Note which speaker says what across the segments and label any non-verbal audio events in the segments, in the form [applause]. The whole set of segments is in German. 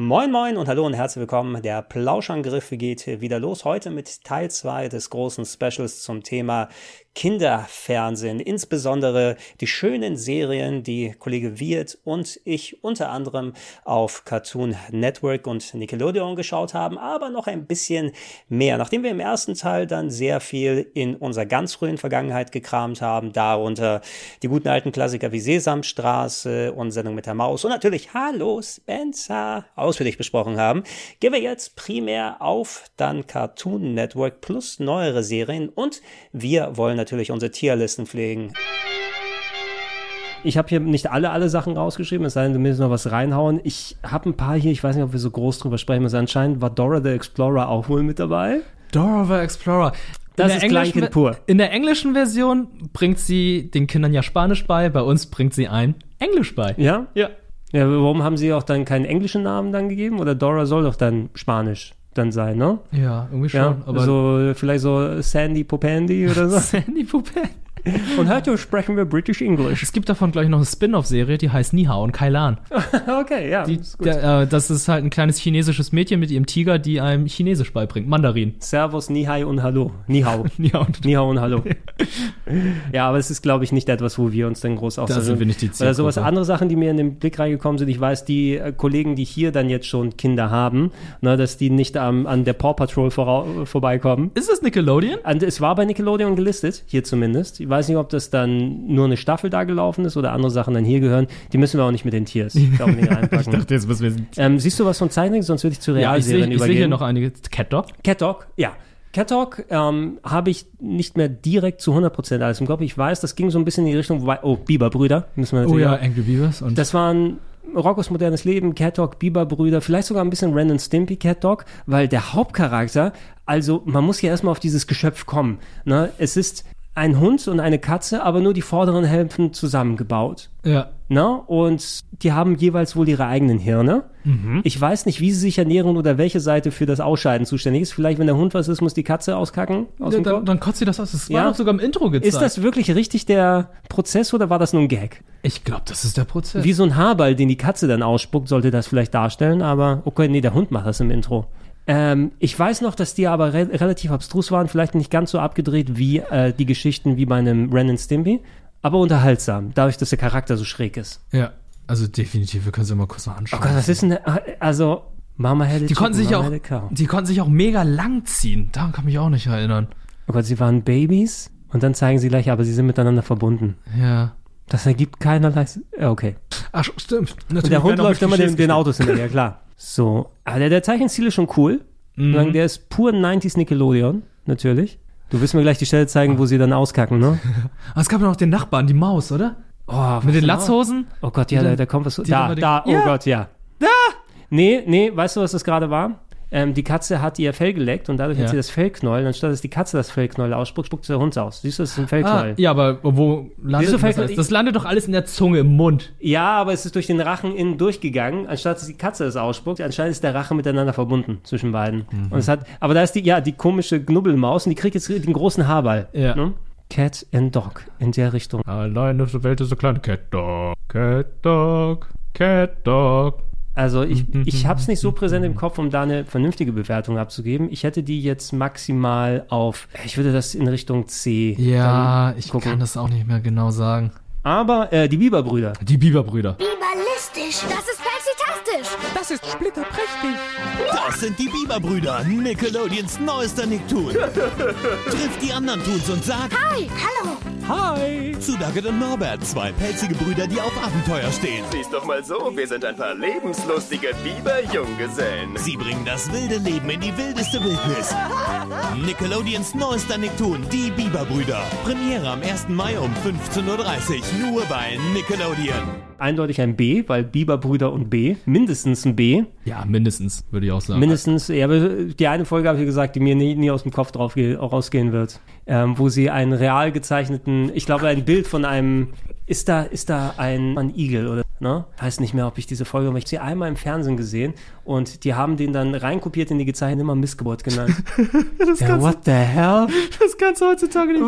Speaker 1: Moin Moin und hallo und herzlich willkommen. Der Plauschangriff geht wieder los. Heute mit Teil 2 des großen Specials zum Thema Kinderfernsehen. Insbesondere die schönen Serien, die Kollege Wirt und ich unter anderem auf Cartoon Network und Nickelodeon geschaut haben, aber noch ein bisschen mehr. Nachdem wir im ersten Teil dann sehr viel in unserer ganz frühen Vergangenheit gekramt haben, darunter die guten alten Klassiker wie Sesamstraße und Sendung mit der Maus und natürlich Hallo Spencer ausführlich besprochen haben, gehen wir jetzt primär auf dann Cartoon Network plus neuere Serien und wir wollen natürlich unsere Tierlisten pflegen.
Speaker 2: Ich habe hier nicht alle, alle Sachen rausgeschrieben, es sei denn, du müsstest noch was reinhauen. Ich habe ein paar hier, ich weiß nicht, ob wir so groß drüber sprechen müssen. Anscheinend war Dora the Explorer auch wohl mit dabei.
Speaker 3: Dora the Explorer.
Speaker 2: Das
Speaker 3: der
Speaker 2: ist
Speaker 3: englischen
Speaker 2: Kleinkind
Speaker 3: Ver-
Speaker 2: pur.
Speaker 3: In der englischen Version bringt sie den Kindern ja Spanisch bei, bei uns bringt sie ein Englisch bei.
Speaker 2: Ja?
Speaker 3: Ja.
Speaker 2: Ja, warum haben sie auch dann keinen englischen Namen dann gegeben? Oder Dora soll doch dann Spanisch dann sein, ne?
Speaker 3: Ja, irgendwie schon.
Speaker 2: Ja,
Speaker 3: aber
Speaker 2: so, vielleicht so Sandy Popandy oder
Speaker 3: [laughs]
Speaker 2: so.
Speaker 3: Sandy Puppe.
Speaker 2: Und heute sprechen wir British English.
Speaker 3: Es gibt davon, glaube ich, noch eine Spin-off-Serie, die heißt Nihao und Kailan.
Speaker 2: [laughs] Okay, ja.
Speaker 3: Die,
Speaker 2: ist gut.
Speaker 3: der, äh, das ist halt ein kleines chinesisches Mädchen mit ihrem Tiger, die einem Chinesisch beibringt. Mandarin.
Speaker 2: Servus, Nihai und Hallo. Nihau.
Speaker 3: Ja, und
Speaker 2: Nihau und
Speaker 3: [laughs]
Speaker 2: Hallo. ja, aber es ist, glaube ich, nicht etwas, wo wir uns dann groß
Speaker 3: da sind wir nicht die
Speaker 2: Oder sowas.
Speaker 3: Zielgruppe.
Speaker 2: Andere Sachen, die mir in den Blick reingekommen sind. Ich weiß, die äh, Kollegen, die hier dann jetzt schon Kinder haben, ne, dass die nicht am, an der Paw Patrol vorau- vorbeikommen.
Speaker 3: Ist es Nickelodeon?
Speaker 2: Und es war bei Nickelodeon gelistet, hier zumindest. Ich weiß nicht, ob das dann nur eine Staffel da gelaufen ist oder andere Sachen dann hier gehören. Die müssen wir auch nicht mit den
Speaker 3: [laughs]
Speaker 2: Tiers, glaube ich, reinpacken.
Speaker 3: jetzt müssen wir.
Speaker 2: ähm, siehst du was von Zeichnungen? Sonst würde ich zu
Speaker 3: Ja, ich sehe
Speaker 2: Realserien
Speaker 3: ich sehe
Speaker 2: übergehen.
Speaker 3: hier noch einige. Cat Dog?
Speaker 2: Cat Dog, ja. Cat Dog ähm, habe ich nicht mehr direkt zu 100% alles im Kopf. Ich weiß, das ging so ein bisschen in die Richtung, wobei- oh, Biberbrüder müssen wir
Speaker 3: Oh
Speaker 2: natürlich
Speaker 3: ja,
Speaker 2: auch.
Speaker 3: Angry Beavers. Und
Speaker 2: Das waren Roccos modernes Leben, Cat Dog, Biberbrüder, vielleicht sogar ein bisschen Ren und Stimpy Cat Dog, weil der Hauptcharakter, also man muss ja erstmal auf dieses Geschöpf kommen. Ne? Es ist ein Hund und eine Katze, aber nur die vorderen Hälften zusammengebaut.
Speaker 3: ja.
Speaker 2: Ne? Und die haben jeweils wohl ihre eigenen Hirne.
Speaker 3: Mhm.
Speaker 2: Ich weiß nicht, wie sie sich ernähren oder welche Seite für das Ausscheiden zuständig ist. Vielleicht, wenn der Hund was ist, muss die Katze auskacken aus
Speaker 3: ja
Speaker 2: dem
Speaker 3: dann,
Speaker 2: Kopf.
Speaker 3: dann kotzt sie das aus. Das
Speaker 2: Ja.
Speaker 3: war doch sogar im Intro gezeigt.
Speaker 2: Ist das wirklich richtig der Prozess oder war das nur ein Gag?
Speaker 3: ich glaube, das ist der Prozess.
Speaker 2: Wie so ein Haarball, den die Katze dann ausspuckt, sollte das vielleicht darstellen, aber okay, nee, der Hund macht das im Intro. Ähm, ich weiß noch, dass die aber re relativ abstrus waren, vielleicht nicht ganz so abgedreht wie äh, die Geschichten wie bei einem Ren und Stimpy, aber unterhaltsam, dadurch, dass der Charakter so schräg ist.
Speaker 3: Ja, also definitiv, wir können sie mal kurz noch anschauen.
Speaker 2: Oh Gott, was ist denn, der- also, Mama hätte
Speaker 3: die konnten sich
Speaker 2: Mama had
Speaker 3: auch,
Speaker 2: a cow.
Speaker 3: die konnten sich auch mega lang ziehen. Daran kann mich auch nicht erinnern.
Speaker 2: Oh Gott, sie waren Babys und dann zeigen sie gleich, aber sie sind miteinander verbunden.
Speaker 3: Ja.
Speaker 2: Das ergibt keinerlei, S- äh, okay.
Speaker 3: Ach, stimmt.
Speaker 2: Und
Speaker 3: Natürlich
Speaker 2: der Hund
Speaker 3: werden auch
Speaker 2: läuft
Speaker 3: mit
Speaker 2: immer den, den
Speaker 3: Klischees
Speaker 2: Autos hinterher, klar. So, aber der, der Zeichenstil ist schon cool.
Speaker 3: Mhm.
Speaker 2: Solange Der ist pur 90s Nickelodeon, natürlich. Du wirst mir gleich die Stelle zeigen, wo sie dann auskacken, ne?
Speaker 3: gespielt. Aber Ah, es gab ja noch den Nachbarn, die Maus, oder?
Speaker 2: Oh,
Speaker 3: Mit den
Speaker 2: was-
Speaker 3: Latzhosen?
Speaker 2: Oh Gott, ja,
Speaker 3: Die
Speaker 2: da,
Speaker 3: dann-
Speaker 2: da kommt was.
Speaker 3: die
Speaker 2: Da,
Speaker 3: dann bei
Speaker 2: da, oh
Speaker 3: den- Ja.
Speaker 2: Gott, ja. Da! Nee, nee, weißt du, was das gerade war? Ähm, die Katze hat ihr Fell geleckt und dadurch
Speaker 3: Ja.
Speaker 2: hat sie das Fellknäuel. Und Anstatt dass die Katze das Fellknäuel ausspuckt, spuckt sie der Hund aus. Siehst du, das ist ein Fellknäuel.
Speaker 3: Ah, ja, aber wo landet
Speaker 2: Wieso
Speaker 3: denn
Speaker 2: fällt
Speaker 3: das
Speaker 2: mir-
Speaker 3: alles? Das landet doch alles in der Zunge, im Mund.
Speaker 2: Ja, aber es ist durch den Rachen innen durchgegangen, anstatt dass die Katze es ausspuckt. Anscheinend ist der Rachen miteinander verbunden zwischen beiden.
Speaker 3: Mhm.
Speaker 2: Und es hat, aber da ist die, ja, die komische Knubbelmaus und die kriegt jetzt den großen Haarball.
Speaker 3: Ja.
Speaker 2: Ne? Cat and Dog in der Richtung.
Speaker 3: Allein auf der Welt ist so klein. Cat Dog, Cat Dog, Cat Dog.
Speaker 2: Also ich,
Speaker 3: Mhm.
Speaker 2: ich habe es nicht so präsent im Kopf, um da eine vernünftige Bewertung abzugeben. Ich hätte die jetzt maximal auf, ich würde das in Richtung C.
Speaker 3: Ja, ich
Speaker 2: gucken.
Speaker 3: kann das auch nicht mehr genau sagen.
Speaker 2: Aber äh, die Biberbrüder.
Speaker 3: Die Biberbrüder.
Speaker 4: Biberlistisch. Das ist Pexitastisch.
Speaker 5: Das ist splitterprächtig.
Speaker 6: Das sind die Biberbrüder, Nickelodeons neuester Nicktoon. Trifft die anderen Toons und sagt,
Speaker 4: Hi. Hallo.
Speaker 2: Hi!
Speaker 6: Zu Daggett und Norbert, zwei pelzige Brüder, die auf Abenteuer stehen.
Speaker 5: Siehst doch mal so, wir sind ein paar lebenslustige Biber-Junggesellen.
Speaker 6: Sie bringen das wilde Leben in die wildeste Wildnis. Nickelodeons neuester Nicktoon, die Biberbrüder. Premiere am 1. Mai um 15.30 Uhr, nur bei Nickelodeon.
Speaker 2: Eindeutig ein B, weil Biberbrüder und B, mindestens ein B.
Speaker 3: Ja, mindestens, würde ich auch sagen.
Speaker 2: Mindestens, ja, aber die eine Folge habe ich gesagt, die mir nie, nie aus dem Kopf drauf ge- rausgehen wird, ähm, wo sie einen real gezeichneten, ich glaube, ein Bild von einem, ist da, ist da ein, ein Igel oder, ne? Weiß nicht mehr, ob ich diese Folge, aber ich habe sie einmal im Fernsehen gesehen und die haben den dann reinkopiert in die gezeichnete immer Missgeburt
Speaker 3: [laughs]
Speaker 2: genannt. ja, what the hell? äh,
Speaker 3: das kannst du heutzutage nicht.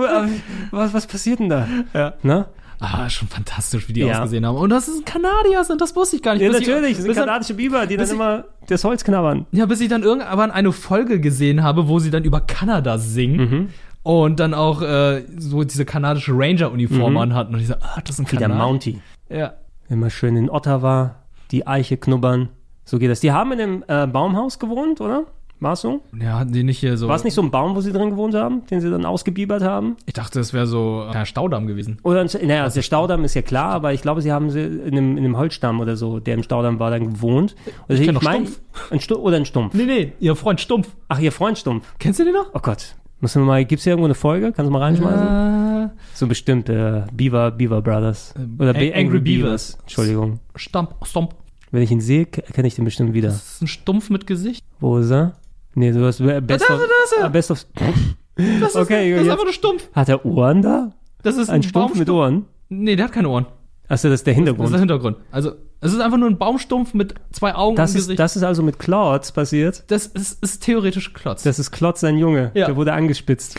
Speaker 2: Was, was passiert denn da? Ja. Ne?
Speaker 3: Ah, schon fantastisch, wie die
Speaker 2: Ja.
Speaker 3: ausgesehen haben. Und das ist ein Kanadier sind, das wusste ich gar nicht.
Speaker 2: Ja,
Speaker 3: Bis ich-
Speaker 2: natürlich, das sind
Speaker 3: bis dann-
Speaker 2: kanadische Biber, die dann
Speaker 3: bis ich-
Speaker 2: immer das Holz knabbern.
Speaker 3: Ja, bis ich dann irgendwann eine Folge gesehen habe, wo sie dann über Kanada singen.
Speaker 2: Mhm.
Speaker 3: Und dann auch äh, so diese kanadische Ranger-Uniform anhatten. Und ich so, ah, das ist ein
Speaker 2: Mhm. Wie der
Speaker 3: Kanadier.
Speaker 2: Mountie.
Speaker 3: Ja.
Speaker 2: Immer schön in Ottawa, die Eiche knubbern. So geht das. Die haben in einem äh, Baumhaus gewohnt, oder? War es so?
Speaker 3: Ja, hatten die nicht hier so.
Speaker 2: War es nicht so ein Baum, wo sie drin gewohnt haben, den sie dann ausgebiebert haben?
Speaker 3: Ich dachte, das wäre so äh, ein Staudamm gewesen.
Speaker 2: Oder, naja, also der Staudamm ist ja klar, aber ich glaube, sie haben sie in einem, in einem Holzstamm oder so, der im Staudamm war, dann gewohnt. Also
Speaker 3: Ich kenn doch
Speaker 2: mein-
Speaker 3: Stumpf.
Speaker 2: Ein Stu oder ein Stumpf.
Speaker 3: Nee, nee, ihr Freund Stumpf.
Speaker 2: Ach, ihr Freund Stumpf.
Speaker 3: Kennst du den noch?
Speaker 2: Oh Gott. Müssen wir mal, gibt's hier irgendwo eine Folge? Kannst du mal reinschmeißen?
Speaker 3: Äh.
Speaker 2: So bestimmt, äh, Beaver, Beaver Brothers. Oder Be-
Speaker 3: Ähm, Angry Beavers.
Speaker 2: Entschuldigung.
Speaker 3: Stump, Stump.
Speaker 2: Wenn ich ihn sehe, k- erkenne ich den bestimmt wieder.
Speaker 3: Das ist ein Stumpf mit Gesicht.
Speaker 2: Wo ist er? Nee, du hast Be- Best
Speaker 3: da
Speaker 2: of.
Speaker 3: ist er.
Speaker 2: ah, Best of
Speaker 3: Das
Speaker 2: Okay,
Speaker 3: ist, das ist
Speaker 2: jetzt-
Speaker 3: einfach nur Stumpf.
Speaker 2: hat er Ohren da?
Speaker 3: Das ist ein,
Speaker 2: Ein Stumpf mit
Speaker 3: Baumstumpf.
Speaker 2: Ohren?
Speaker 3: Nee, der hat keine Ohren.
Speaker 2: Achso, das ist der
Speaker 3: Das ist
Speaker 2: Hintergrund.
Speaker 3: der Hintergrund. Also, es ist einfach nur ein Baumstumpf mit zwei Augen
Speaker 2: Das
Speaker 3: im
Speaker 2: ist,
Speaker 3: Gesicht.
Speaker 2: das ist also mit Clouds passiert.
Speaker 3: das ist, ist theoretisch Klotz.
Speaker 2: Das ist Klotz sein Junge.
Speaker 3: Ja.
Speaker 2: Der wurde angespitzt.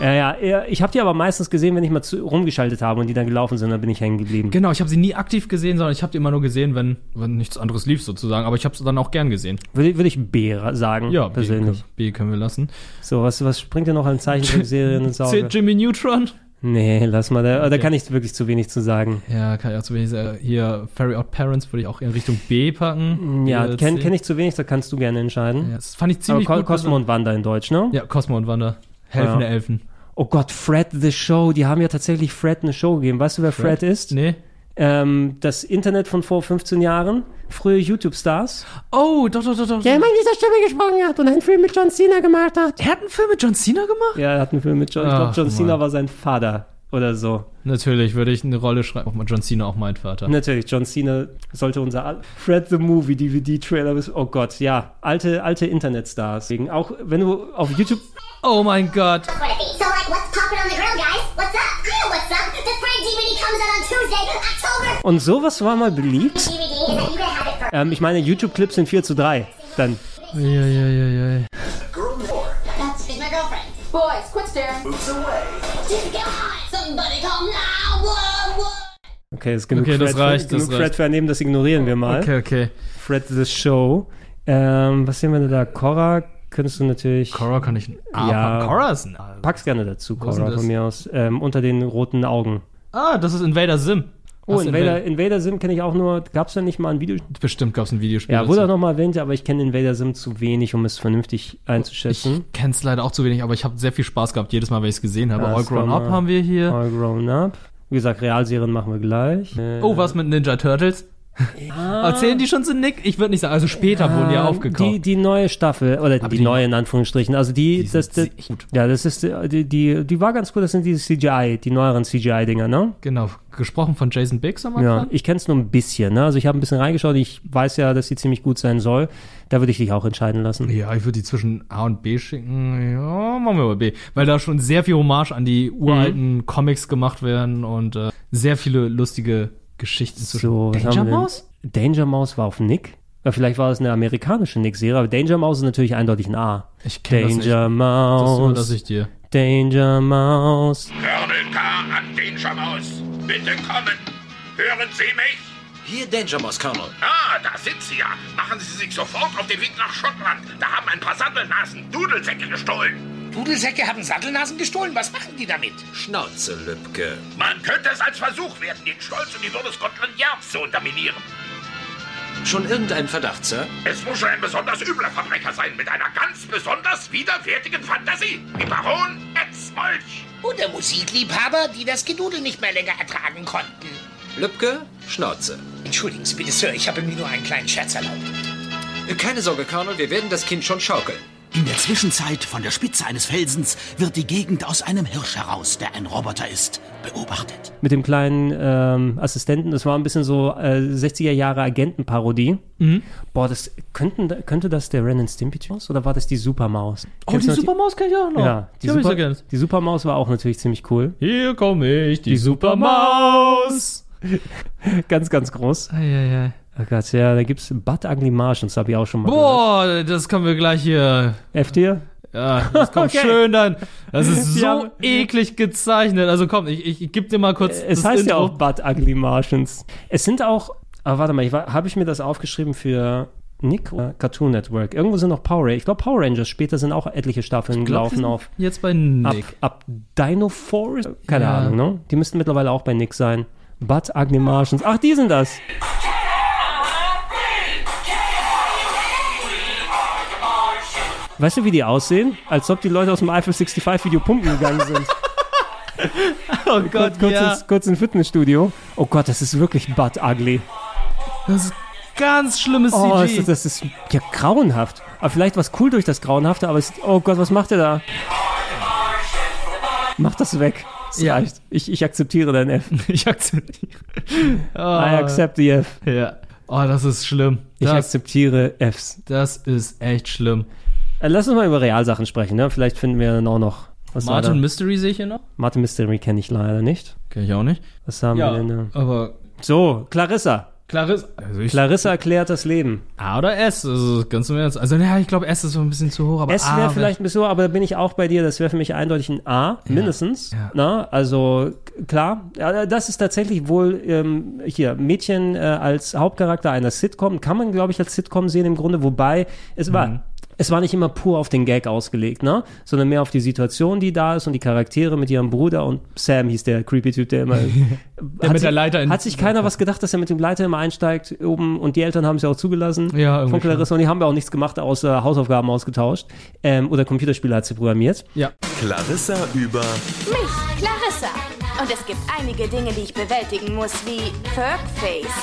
Speaker 2: Ja, ja, ja, ich habe die aber meistens gesehen, wenn ich mal zu, rumgeschaltet habe und die dann gelaufen sind, dann bin ich hängen geblieben.
Speaker 3: Genau, ich habe sie nie aktiv gesehen, sondern ich habe die immer nur gesehen, wenn, wenn nichts anderes lief sozusagen. Aber ich habe sie dann auch gern gesehen.
Speaker 2: Würde, würde ich B ra- sagen, ja,
Speaker 3: B
Speaker 2: persönlich.
Speaker 3: können- B können wir lassen.
Speaker 2: So, was, was springt denn noch an Zeichentrickserien ins
Speaker 3: C, [laughs]
Speaker 2: Auge?
Speaker 3: Jimmy Neutron.
Speaker 2: Nee, lass mal, da, da kann ich wirklich zu wenig zu sagen.
Speaker 3: Ja, kann ich auch zu wenig sagen. Hier, Fairy Out Parents würde ich auch in Richtung B packen.
Speaker 2: Ja,
Speaker 3: Äh,
Speaker 2: kenne
Speaker 3: C.
Speaker 2: kenn ich zu wenig, da kannst du gerne entscheiden.
Speaker 3: Ja, das fand ich
Speaker 2: Aber
Speaker 3: ziemlich
Speaker 2: Ko
Speaker 3: gut. also-
Speaker 2: Cosmo und Wanda in Deutsch, ne?
Speaker 3: ja, Cosmo und Wanda. Helfende
Speaker 2: Ja.
Speaker 3: Elfen.
Speaker 2: Oh Gott, Fred the Show. Die haben ja tatsächlich Fred eine Show gegeben. Weißt du, wer Fred, ist?
Speaker 3: Nee.
Speaker 2: Ähm, das Internet von vor 15 Jahren, frühe YouTube-Stars.
Speaker 3: Oh, doch, doch, doch, doch.
Speaker 2: immer in dieser Stimme gesprochen hat und einen Film mit John Cena gemacht hat.
Speaker 3: Er hat einen Film mit John Cena gemacht?
Speaker 2: Ja, er hat einen Film mit John, ich glaube,
Speaker 3: Ach,
Speaker 2: John Cena
Speaker 3: Mann.
Speaker 2: war sein Vater oder so.
Speaker 3: Natürlich würde ich eine Rolle schreiben. Auch mal John Cena, auch mein Vater.
Speaker 2: Natürlich, John Cena sollte unser Al- Fred the Movie DVD-Trailer bis. Oh Gott, ja. Alte, alte Internetstars. Deswegen, Auch wenn du auf YouTube.
Speaker 3: Oh mein Gott.
Speaker 4: So, like, what's poppin' on the grill, guys? What's up? I know what's up. The Fred DVD comes out on Tuesday, October.
Speaker 2: Und sowas war mal
Speaker 4: DVD
Speaker 2: beliebt.
Speaker 4: is that you gonna have it for
Speaker 2: Ähm, ich meine, YouTube-Clips sind 4 zu 3. Dann.
Speaker 3: Uiuiuiui.
Speaker 4: She's my girlfriend. Boys, quit staring. Moves away. She's gone. Somebody call 911.
Speaker 2: Okay, ist genug
Speaker 3: Okay, das
Speaker 2: Fred,
Speaker 3: reicht, das
Speaker 2: genug Fred
Speaker 3: reicht.
Speaker 2: vernehmen, das ignorieren wir mal.
Speaker 3: Okay, okay.
Speaker 2: Fred the Show. Ähm, was sehen wir denn da? Cora könntest du natürlich.
Speaker 3: Cora kann ich ein A
Speaker 2: Ja.
Speaker 3: packen. Cora ist ein A.
Speaker 2: Pack's gerne dazu,
Speaker 3: ist
Speaker 2: Cora,
Speaker 3: denn
Speaker 2: von
Speaker 3: das?
Speaker 2: mir aus. Ähm, unter den roten Augen.
Speaker 3: Ah, das ist Invader Sim.
Speaker 2: Oh,
Speaker 3: Hast du
Speaker 2: Invader, Invader Sim kenne ich auch nur. Gab's da nicht mal ein Video?
Speaker 3: Bestimmt gab es ein Videospiel.
Speaker 2: Ja, wurde auch
Speaker 3: dazu.
Speaker 2: nochmal erwähnt, aber ich kenne Invader Sim zu wenig, um es vernünftig einzuschätzen.
Speaker 3: Ich kenn's leider auch zu wenig, aber ich habe sehr viel Spaß gehabt, jedes Mal, wenn ich es gesehen habe.
Speaker 2: Ja,
Speaker 3: All
Speaker 2: das war
Speaker 3: Grown Up
Speaker 2: mal-
Speaker 3: haben wir hier.
Speaker 2: All grown up. Wie gesagt, Realserien machen wir gleich.
Speaker 3: Oh, was mit Ninja Turtles? [laughs] Erzählen die schon zu Nick? Ich würde nicht sagen, also später wurden die
Speaker 2: Ähm,
Speaker 3: aufgekauft.
Speaker 2: Die, die neue Staffel, oder die,
Speaker 3: die-
Speaker 2: neue in Anführungsstrichen. Also die,
Speaker 3: sind
Speaker 2: das, das,
Speaker 3: sehr gut.
Speaker 2: ja, das ist, äh, die, die, die war ganz cool, das sind diese CGI, die neueren CGI-Dinger, ne?
Speaker 3: genau, gesprochen von Jason Biggs am
Speaker 2: Ja,
Speaker 3: Anfang.
Speaker 2: ich kenne es nur ein bisschen, ne? Also ich habe ein bisschen reingeschaut, ich weiß ja, dass sie ziemlich gut sein soll. Da würde ich dich auch entscheiden lassen.
Speaker 3: Ja, ich würde die zwischen A und B schicken. Ja, machen wir mal B. Weil da schon sehr viel Hommage an
Speaker 2: Mhm.
Speaker 3: die uralten Comics gemacht werden und äh, sehr viele lustige Geschichten zwischen
Speaker 2: So, was
Speaker 3: Danger
Speaker 2: haben wir denn?
Speaker 3: Mouse?
Speaker 2: Danger Mouse war auf Nick. Ja, vielleicht war es eine amerikanische Nick-Serie, aber Danger Mouse ist natürlich eindeutig ein A.
Speaker 3: Ich kenn das nicht.
Speaker 2: Danger
Speaker 3: Das
Speaker 2: Mouse.
Speaker 3: überlasse ich dir.
Speaker 2: Danger Mouse.
Speaker 7: Colonel K. an Danger Mouse. Bitte kommen. Hören Sie mich?
Speaker 8: Hier Danger Mouse, Colonel.
Speaker 7: Ah, da sind Sie ja. Machen Sie sich sofort auf den Weg nach Schottland. Da haben ein paar Sattelnasen Dudelsäcke gestohlen.
Speaker 9: Dudelsäcke haben Sattelnasen gestohlen. Was machen die damit?
Speaker 8: Schnauze, Lübke.
Speaker 7: Man könnte es als Versuch werten, den Stolz und die Würde Scotland Yards zu unterminieren.
Speaker 8: Schon irgendein Verdacht, Sir?
Speaker 7: Es muss schon ein besonders übler Verbrecher sein mit einer ganz besonders widerwärtigen Fantasie, wie Baron Etzmolch.
Speaker 9: Oder Musikliebhaber, die das Gedudel nicht mehr länger ertragen konnten.
Speaker 8: Lübke, Schnauze.
Speaker 9: Entschuldigen Sie bitte, Sir, ich habe mir nur einen kleinen Scherz erlaubt.
Speaker 8: Keine Sorge, Colonel, wir werden das Kind schon schaukeln.
Speaker 10: In der Zwischenzeit, von der Spitze eines Felsens, wird die Gegend aus einem Hirsch heraus, der ein Roboter ist, beobachtet.
Speaker 2: Mit dem kleinen ähm, Assistenten, das war ein bisschen so äh, 60er Jahre Agentenparodie.
Speaker 3: Mhm.
Speaker 2: Boah, das könnten, könnte das der Ren and Stimpy Jones oder war das die Supermaus?
Speaker 3: Oh,
Speaker 2: Kennst
Speaker 3: die
Speaker 2: du noch
Speaker 3: Supermaus kenne ich auch noch.
Speaker 2: Ja, die,
Speaker 3: die habe ich so
Speaker 2: Super,
Speaker 3: gern.
Speaker 2: die Supermaus war auch natürlich ziemlich cool.
Speaker 3: Hier komme ich, die, Supermaus.
Speaker 2: Supermaus. [laughs] Ganz, ganz groß.
Speaker 3: Eieiei.
Speaker 2: Oh Gott, ja, da gibt's Bud Ugly Marsh und das habe ich auch schon mal
Speaker 3: Boah, das können wir gleich hier.
Speaker 2: gehört. FD?
Speaker 3: Ja, das
Speaker 2: [laughs]
Speaker 3: kommt
Speaker 2: Okay.
Speaker 3: schön dann. Das ist so
Speaker 2: Ja.
Speaker 3: eklig gezeichnet. Also komm, ich, ich, ich geb dir mal kurz.
Speaker 2: Es
Speaker 3: das
Speaker 2: heißt ja
Speaker 3: Intro.
Speaker 2: auch Bud Ugly Martians. Es sind auch, aber warte mal, ich habe ich mir das aufgeschrieben für Nick oder Cartoon Network. Irgendwo sind noch Power Rangers. Ich glaube, Power Rangers später sind auch etliche Staffeln
Speaker 3: Ich glaub,
Speaker 2: gelaufen
Speaker 3: wir sind
Speaker 2: auf.
Speaker 3: Jetzt bei Nick.
Speaker 2: Ab, ab Dino Forest? Keine
Speaker 3: Ja.
Speaker 2: Ahnung, ne? Die müssten mittlerweile auch bei Nick sein. Bud Ugly Martians. Ach, die sind das. Weißt du, wie die aussehen? Als ob die Leute aus dem Eiffel 65 Video pumpen gegangen sind.
Speaker 3: Oh Gott,
Speaker 2: kurz,
Speaker 3: ja.
Speaker 2: ins, kurz ins Fitnessstudio. Oh Gott, das ist wirklich butt ugly.
Speaker 3: Das ist ganz schlimmes
Speaker 2: Oh, das
Speaker 3: CG.
Speaker 2: ist, das ist ja grauenhaft. Aber vielleicht was cool durch das Grauenhafte, aber es, oh Gott, was macht er da? Mach das weg. Es
Speaker 3: Ja.
Speaker 2: reicht. Ich, ich akzeptiere dein
Speaker 3: [laughs]
Speaker 2: F.
Speaker 3: ich [laughs] akzeptiere. Oh,
Speaker 2: I accept the F.
Speaker 3: Ja. Oh, das ist schlimm.
Speaker 2: Ich
Speaker 3: Das,
Speaker 2: akzeptiere Fs.
Speaker 3: das ist echt schlimm.
Speaker 2: Äh, Lass uns mal über Realsachen sprechen, ne? Vielleicht finden wir dann auch noch. Was war
Speaker 3: Martin
Speaker 2: da?
Speaker 3: Mystery sehe ich hier noch.
Speaker 2: Martin Mystery kenne ich leider nicht.
Speaker 3: Kenn ich auch nicht.
Speaker 2: Was haben wir denn da?
Speaker 3: aber
Speaker 2: So, Clarissa.
Speaker 3: Clarissa. Also ich,
Speaker 2: Clarissa erklärt das Leben.
Speaker 3: A oder S, also ganz im Ernst. Also ja, ich glaube, S ist so ein bisschen zu hoch, aber
Speaker 2: Es
Speaker 3: A
Speaker 2: wäre vielleicht ein bisschen so, aber da bin ich auch bei dir. Das wäre für mich eindeutig ein A, mindestens.
Speaker 3: ja.
Speaker 2: Na, also k- klar, Ja, das ist tatsächlich wohl ähm, hier Mädchen äh, als Hauptcharakter einer Sitcom kann man, glaube ich, als Sitcom sehen im Grunde. Wobei es
Speaker 3: Mhm.
Speaker 2: war es war nicht immer pur auf den Gag ausgelegt, ne? Sondern mehr auf die Situation, die da ist und die Charaktere mit ihrem Bruder und Sam hieß der creepy Typ, der
Speaker 3: [laughs]
Speaker 2: immer der
Speaker 3: mit der Leiter in-
Speaker 2: hat sich keiner was gedacht, dass er mit dem Leiter immer einsteigt oben und die Eltern haben es ja auch zugelassen
Speaker 3: Ja, irgendwie
Speaker 2: von Clarissa und die haben ja auch nichts gemacht außer Hausaufgaben ausgetauscht ähm, oder Computerspiele hat sie programmiert.
Speaker 3: Ja.
Speaker 6: Clarissa über
Speaker 11: Mich, Clarissa. Und es gibt einige Dinge, die ich bewältigen muss, wie Fergface,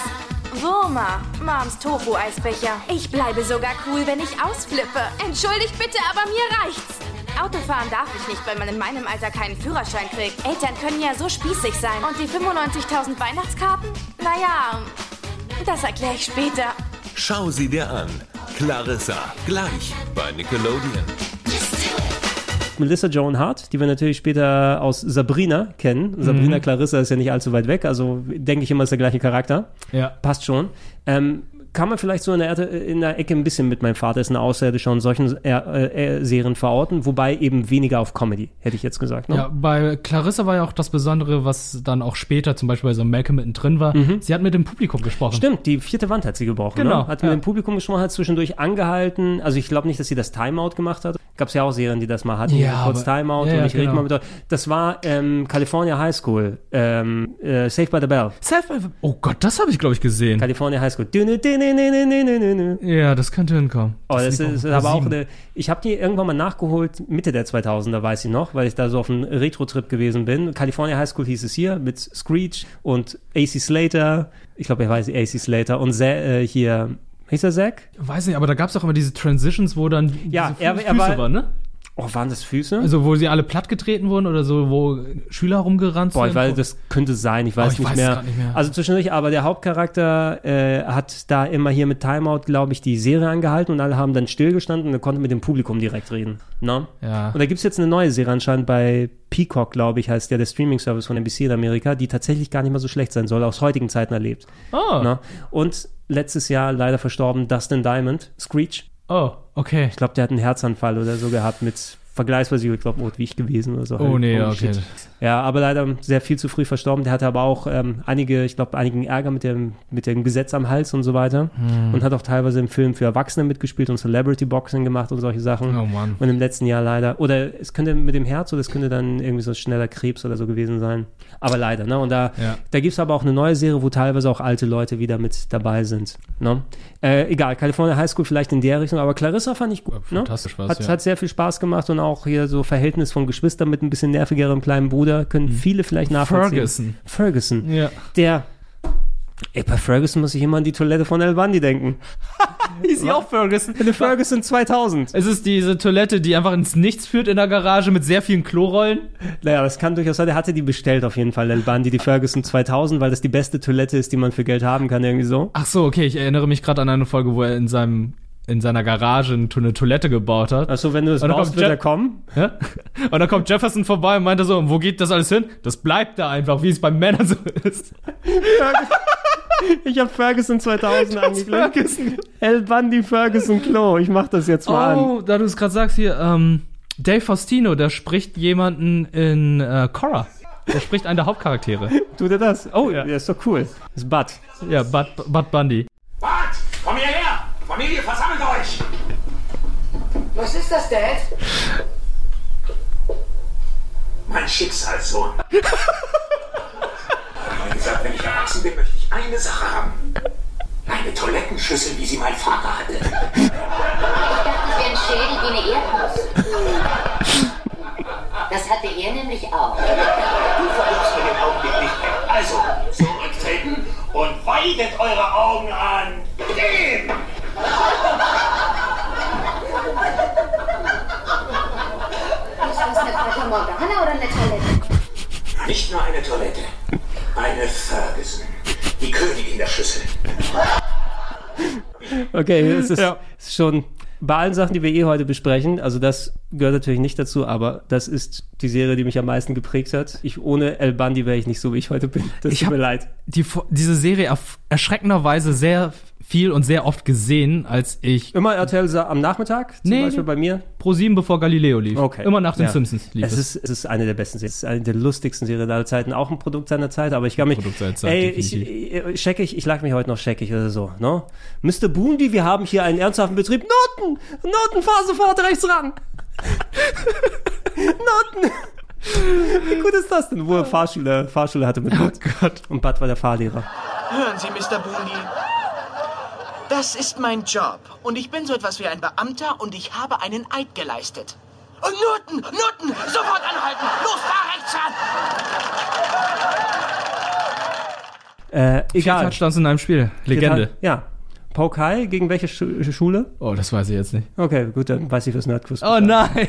Speaker 11: Würmer, Moms Tofu-Eisbecher. Ich bleibe sogar cool, wenn ich ausflippe. Entschuldigt bitte, aber mir reicht's. Autofahren darf ich nicht, weil man in meinem Alter keinen Führerschein kriegt. Eltern können ja so spießig sein. Und die 95.000 Weihnachtskarten? Naja, das erkläre ich später.
Speaker 6: Schau sie dir an. Clarissa. Gleich bei Nickelodeon.
Speaker 2: Melissa Joan Hart, die wir natürlich später aus Sabrina kennen.
Speaker 3: Mhm.
Speaker 2: Sabrina Clarissa ist ja nicht allzu weit weg, also denke ich immer ist der gleiche Charakter.
Speaker 3: Ja.
Speaker 2: Passt schon. Ähm, kann man vielleicht so in der, Erde, in der Ecke ein bisschen mit meinem Vater ist ein Außerirdischer und solchen äh, äh, Serien verorten, wobei eben weniger auf Comedy, hätte ich jetzt gesagt. Ne?
Speaker 3: Ja, bei Clarissa war ja auch das Besondere, was dann auch später zum Beispiel bei so Malcolm mittendrin war. Sie hat mit dem Publikum gesprochen.
Speaker 2: Mhm. Stimmt, die vierte Wand hat sie gebrochen.
Speaker 3: Genau,
Speaker 2: Ne? Hat
Speaker 3: ja.
Speaker 2: mit dem Publikum gesprochen, hat zwischendurch angehalten. Also ich glaube nicht, dass sie das Timeout gemacht hat. Gab es ja auch Serien, die das mal hatten.
Speaker 3: Ja,
Speaker 2: kurz
Speaker 3: aber-
Speaker 2: Timeout
Speaker 3: ja,
Speaker 2: und
Speaker 3: ja,
Speaker 2: ich rede
Speaker 3: genau.
Speaker 2: mal mit euch. Das war ähm, California High School. Ähm, äh, Saved by the Bell.
Speaker 3: Self- Oh Gott, das habe ich, glaube ich, gesehen.
Speaker 2: California High School. Dü -nü -dü -nü -nü -nü -nü -nü -nü.
Speaker 3: Ja, das könnte hinkommen.
Speaker 2: Oh, das,
Speaker 3: lief
Speaker 2: ist,
Speaker 3: auf
Speaker 2: aber auch
Speaker 3: Pro7.
Speaker 2: eine, ich habe die irgendwann mal nachgeholt, Mitte der 2000er, weiß ich noch, weil ich da so auf einem Retro-Trip gewesen bin. California High School hieß es hier mit Screech und AC Slater, ich glaube, er weiß AC Slater und Sa äh, hier, hieß er Zack?
Speaker 3: Weiß nicht, aber da gab es auch immer diese Transitions, wo dann
Speaker 2: Ja,
Speaker 3: diese
Speaker 2: er-
Speaker 3: Fü-
Speaker 2: er war-
Speaker 3: waren, ne?
Speaker 2: Oh, waren das Füße?
Speaker 3: Also wo sie alle plattgetreten wurden oder so, wo Schüler rumgerannt
Speaker 2: Boah,
Speaker 3: sind.
Speaker 2: ich weiß, das könnte sein, ich weiß,
Speaker 3: Oh, ich
Speaker 2: nicht,
Speaker 3: weiß es
Speaker 2: mehr.
Speaker 3: grad nicht mehr.
Speaker 2: Also zwischendurch, aber der Hauptcharakter äh, hat da immer hier mit Timeout, glaube ich, die Serie angehalten und alle haben dann stillgestanden und er konnte mit dem Publikum direkt reden. Ne?
Speaker 3: Ja.
Speaker 2: Und da gibt's jetzt eine neue Serie anscheinend bei Peacock, glaube ich, heißt der, der Streaming-Service von NBC in Amerika, die tatsächlich gar nicht mal so schlecht sein soll, aus heutigen Zeiten erlebt.
Speaker 3: oh,
Speaker 2: Ne? Und letztes Jahr leider verstorben Dustin Diamond, Screech.
Speaker 3: oh, okay.
Speaker 2: Ich glaube, der hat einen Herzanfall oder so gehabt mit vergleichsweise, ich glaube, wie ich gewesen oder so.
Speaker 3: Oh nee, okay.
Speaker 2: shit. Ja, aber leider sehr viel zu früh verstorben. Der hatte aber auch ähm, einige, ich glaube, einigen Ärger mit dem, mit dem Gesetz am Hals und so weiter.
Speaker 3: Hm.
Speaker 2: Und hat auch teilweise im Film für Erwachsene mitgespielt und Celebrity Boxing gemacht und solche Sachen.
Speaker 3: Oh Mann.
Speaker 2: Und im letzten Jahr leider. Oder es könnte mit dem Herz oder es könnte dann irgendwie so schneller Krebs oder so gewesen sein. Aber leider, ne? Und da, ja. da gibt es aber auch eine neue Serie, wo teilweise auch alte Leute wieder mit dabei sind. Ne? Äh, egal, California High School vielleicht in der Richtung, aber Clarissa fand ich gut. Ja,
Speaker 3: fantastisch
Speaker 2: ne?
Speaker 3: war's,
Speaker 2: hat,
Speaker 3: ja.
Speaker 2: hat sehr viel Spaß gemacht und auch hier so Verhältnis von Geschwistern mit ein bisschen nervigerem kleinen Bruder können viele vielleicht nachvollziehen.
Speaker 3: Mhm. Ferguson.
Speaker 2: Ferguson.
Speaker 3: Ja.
Speaker 2: Der. Ey, bei Ferguson muss ich immer an die Toilette von El Bundy denken.
Speaker 3: [laughs] Ist sie auch Ferguson?
Speaker 2: Eine Ferguson 2000.
Speaker 3: Es ist diese Toilette, die einfach ins Nichts führt in der Garage mit sehr vielen Klorollen.
Speaker 2: Naja, das kann durchaus sein. Der hatte die bestellt auf jeden Fall, El Bundy, die Ferguson 2000, weil das die beste Toilette ist, die man für Geld haben kann, irgendwie so.
Speaker 3: Ach so, okay, ich erinnere mich gerade an eine Folge, wo er in seinem in seiner Garage eine eine Toilette gebaut hat.
Speaker 2: Achso, Also, wenn du das
Speaker 3: Und dann
Speaker 2: baust,
Speaker 3: kommt
Speaker 2: wird
Speaker 3: Je-
Speaker 2: er kommen.
Speaker 3: Ja? Und dann kommt Jefferson vorbei und meinte so, wo geht das alles hin? Das bleibt da einfach, wie es bei Männern so ist.
Speaker 2: Ich habe Ferguson 2000 angeklickt.
Speaker 3: Ferguson.
Speaker 2: El Bundy Ferguson Klo. Ich mach das jetzt mal an.
Speaker 3: Oh, da du es gerade sagst hier, ähm, Dave Faustino, der spricht jemanden in äh, Cora. Der spricht einen der Hauptcharaktere.
Speaker 2: Tut er das? Oh, ja. ist doch cool. Das ist Bud.
Speaker 3: Ja, Bud, Bud Bundy.
Speaker 7: Bart, komm hierher! Familie, versammelt euch!
Speaker 12: Was ist das, Dad?
Speaker 7: Mein
Speaker 12: [laughs]
Speaker 7: Schicksalssohn. Hat mir gesagt, wenn ich erwachsen bin, möchte ich eine Sache haben. Eine Toilettenschüssel, wie sie mein Vater hatte.
Speaker 13: Wie ein Schädel, wie eine Erdnuss. Das hatte er nämlich auch.
Speaker 7: Du vergibst mir den Augenblick nicht weg. Also, zurücktreten und weidet eure Augen an den!
Speaker 13: Ist das eine Fata Morgana oder eine Toilette?
Speaker 7: Nicht nur eine Toilette, eine Ferguson. Die Königin der Schüssel.
Speaker 2: Okay, es ist, ist schon bei allen Sachen, die wir eh heute besprechen, also das gehört natürlich nicht dazu, aber das ist die Serie, die mich am meisten geprägt hat. Ich ohne El Bundy wäre ich nicht so, wie ich heute bin. Das tut mir leid.
Speaker 3: Die, Fo- diese Serie auf erschreckenderweise sehr viel und sehr oft gesehen, als ich.
Speaker 2: Immer RTL sa- am Nachmittag, zum
Speaker 3: Nee,
Speaker 2: Beispiel bei mir.
Speaker 3: Pro 7, bevor Galileo lief.
Speaker 2: Okay.
Speaker 3: Immer nach den
Speaker 2: Ja.
Speaker 3: Simpsons lief
Speaker 2: es. Ist, es ist eine der besten Serien. Es ist eine der lustigsten Serien aller Zeiten. Auch ein Produkt seiner Zeit, aber ich kann mich.
Speaker 3: Produkt seiner Zeit,
Speaker 2: ey, ich,
Speaker 3: definitiv.
Speaker 2: ich, scheckig, ich lag mich heute noch scheckig oder so, ne? Mr. Boondy, wir haben hier einen ernsthaften Betrieb. Noten! Noten, fahr sofort rechts ran! [laughs] Noten! Wie gut ist das denn? Wo er Fahrschule, Fahrschule hatte mit Bud. Oh
Speaker 3: Gott.
Speaker 2: Und Bud war der Fahrlehrer.
Speaker 14: Hören Sie, Mr. Bundy. Das ist mein Job. Und ich bin so etwas wie ein Beamter und ich habe einen Eid geleistet. Und Noten, Noten, sofort anhalten! Los, fahr rechts ran!
Speaker 2: Äh,
Speaker 3: Vier
Speaker 2: egal.
Speaker 3: Touchdowns in einem Spiel. Legende.
Speaker 2: Ja. Pokai gegen welche Schu Schule?
Speaker 3: Oh, das weiß ich jetzt nicht.
Speaker 2: Okay, gut, dann weiß ich fürs Nerdquiz.
Speaker 3: Oh nein!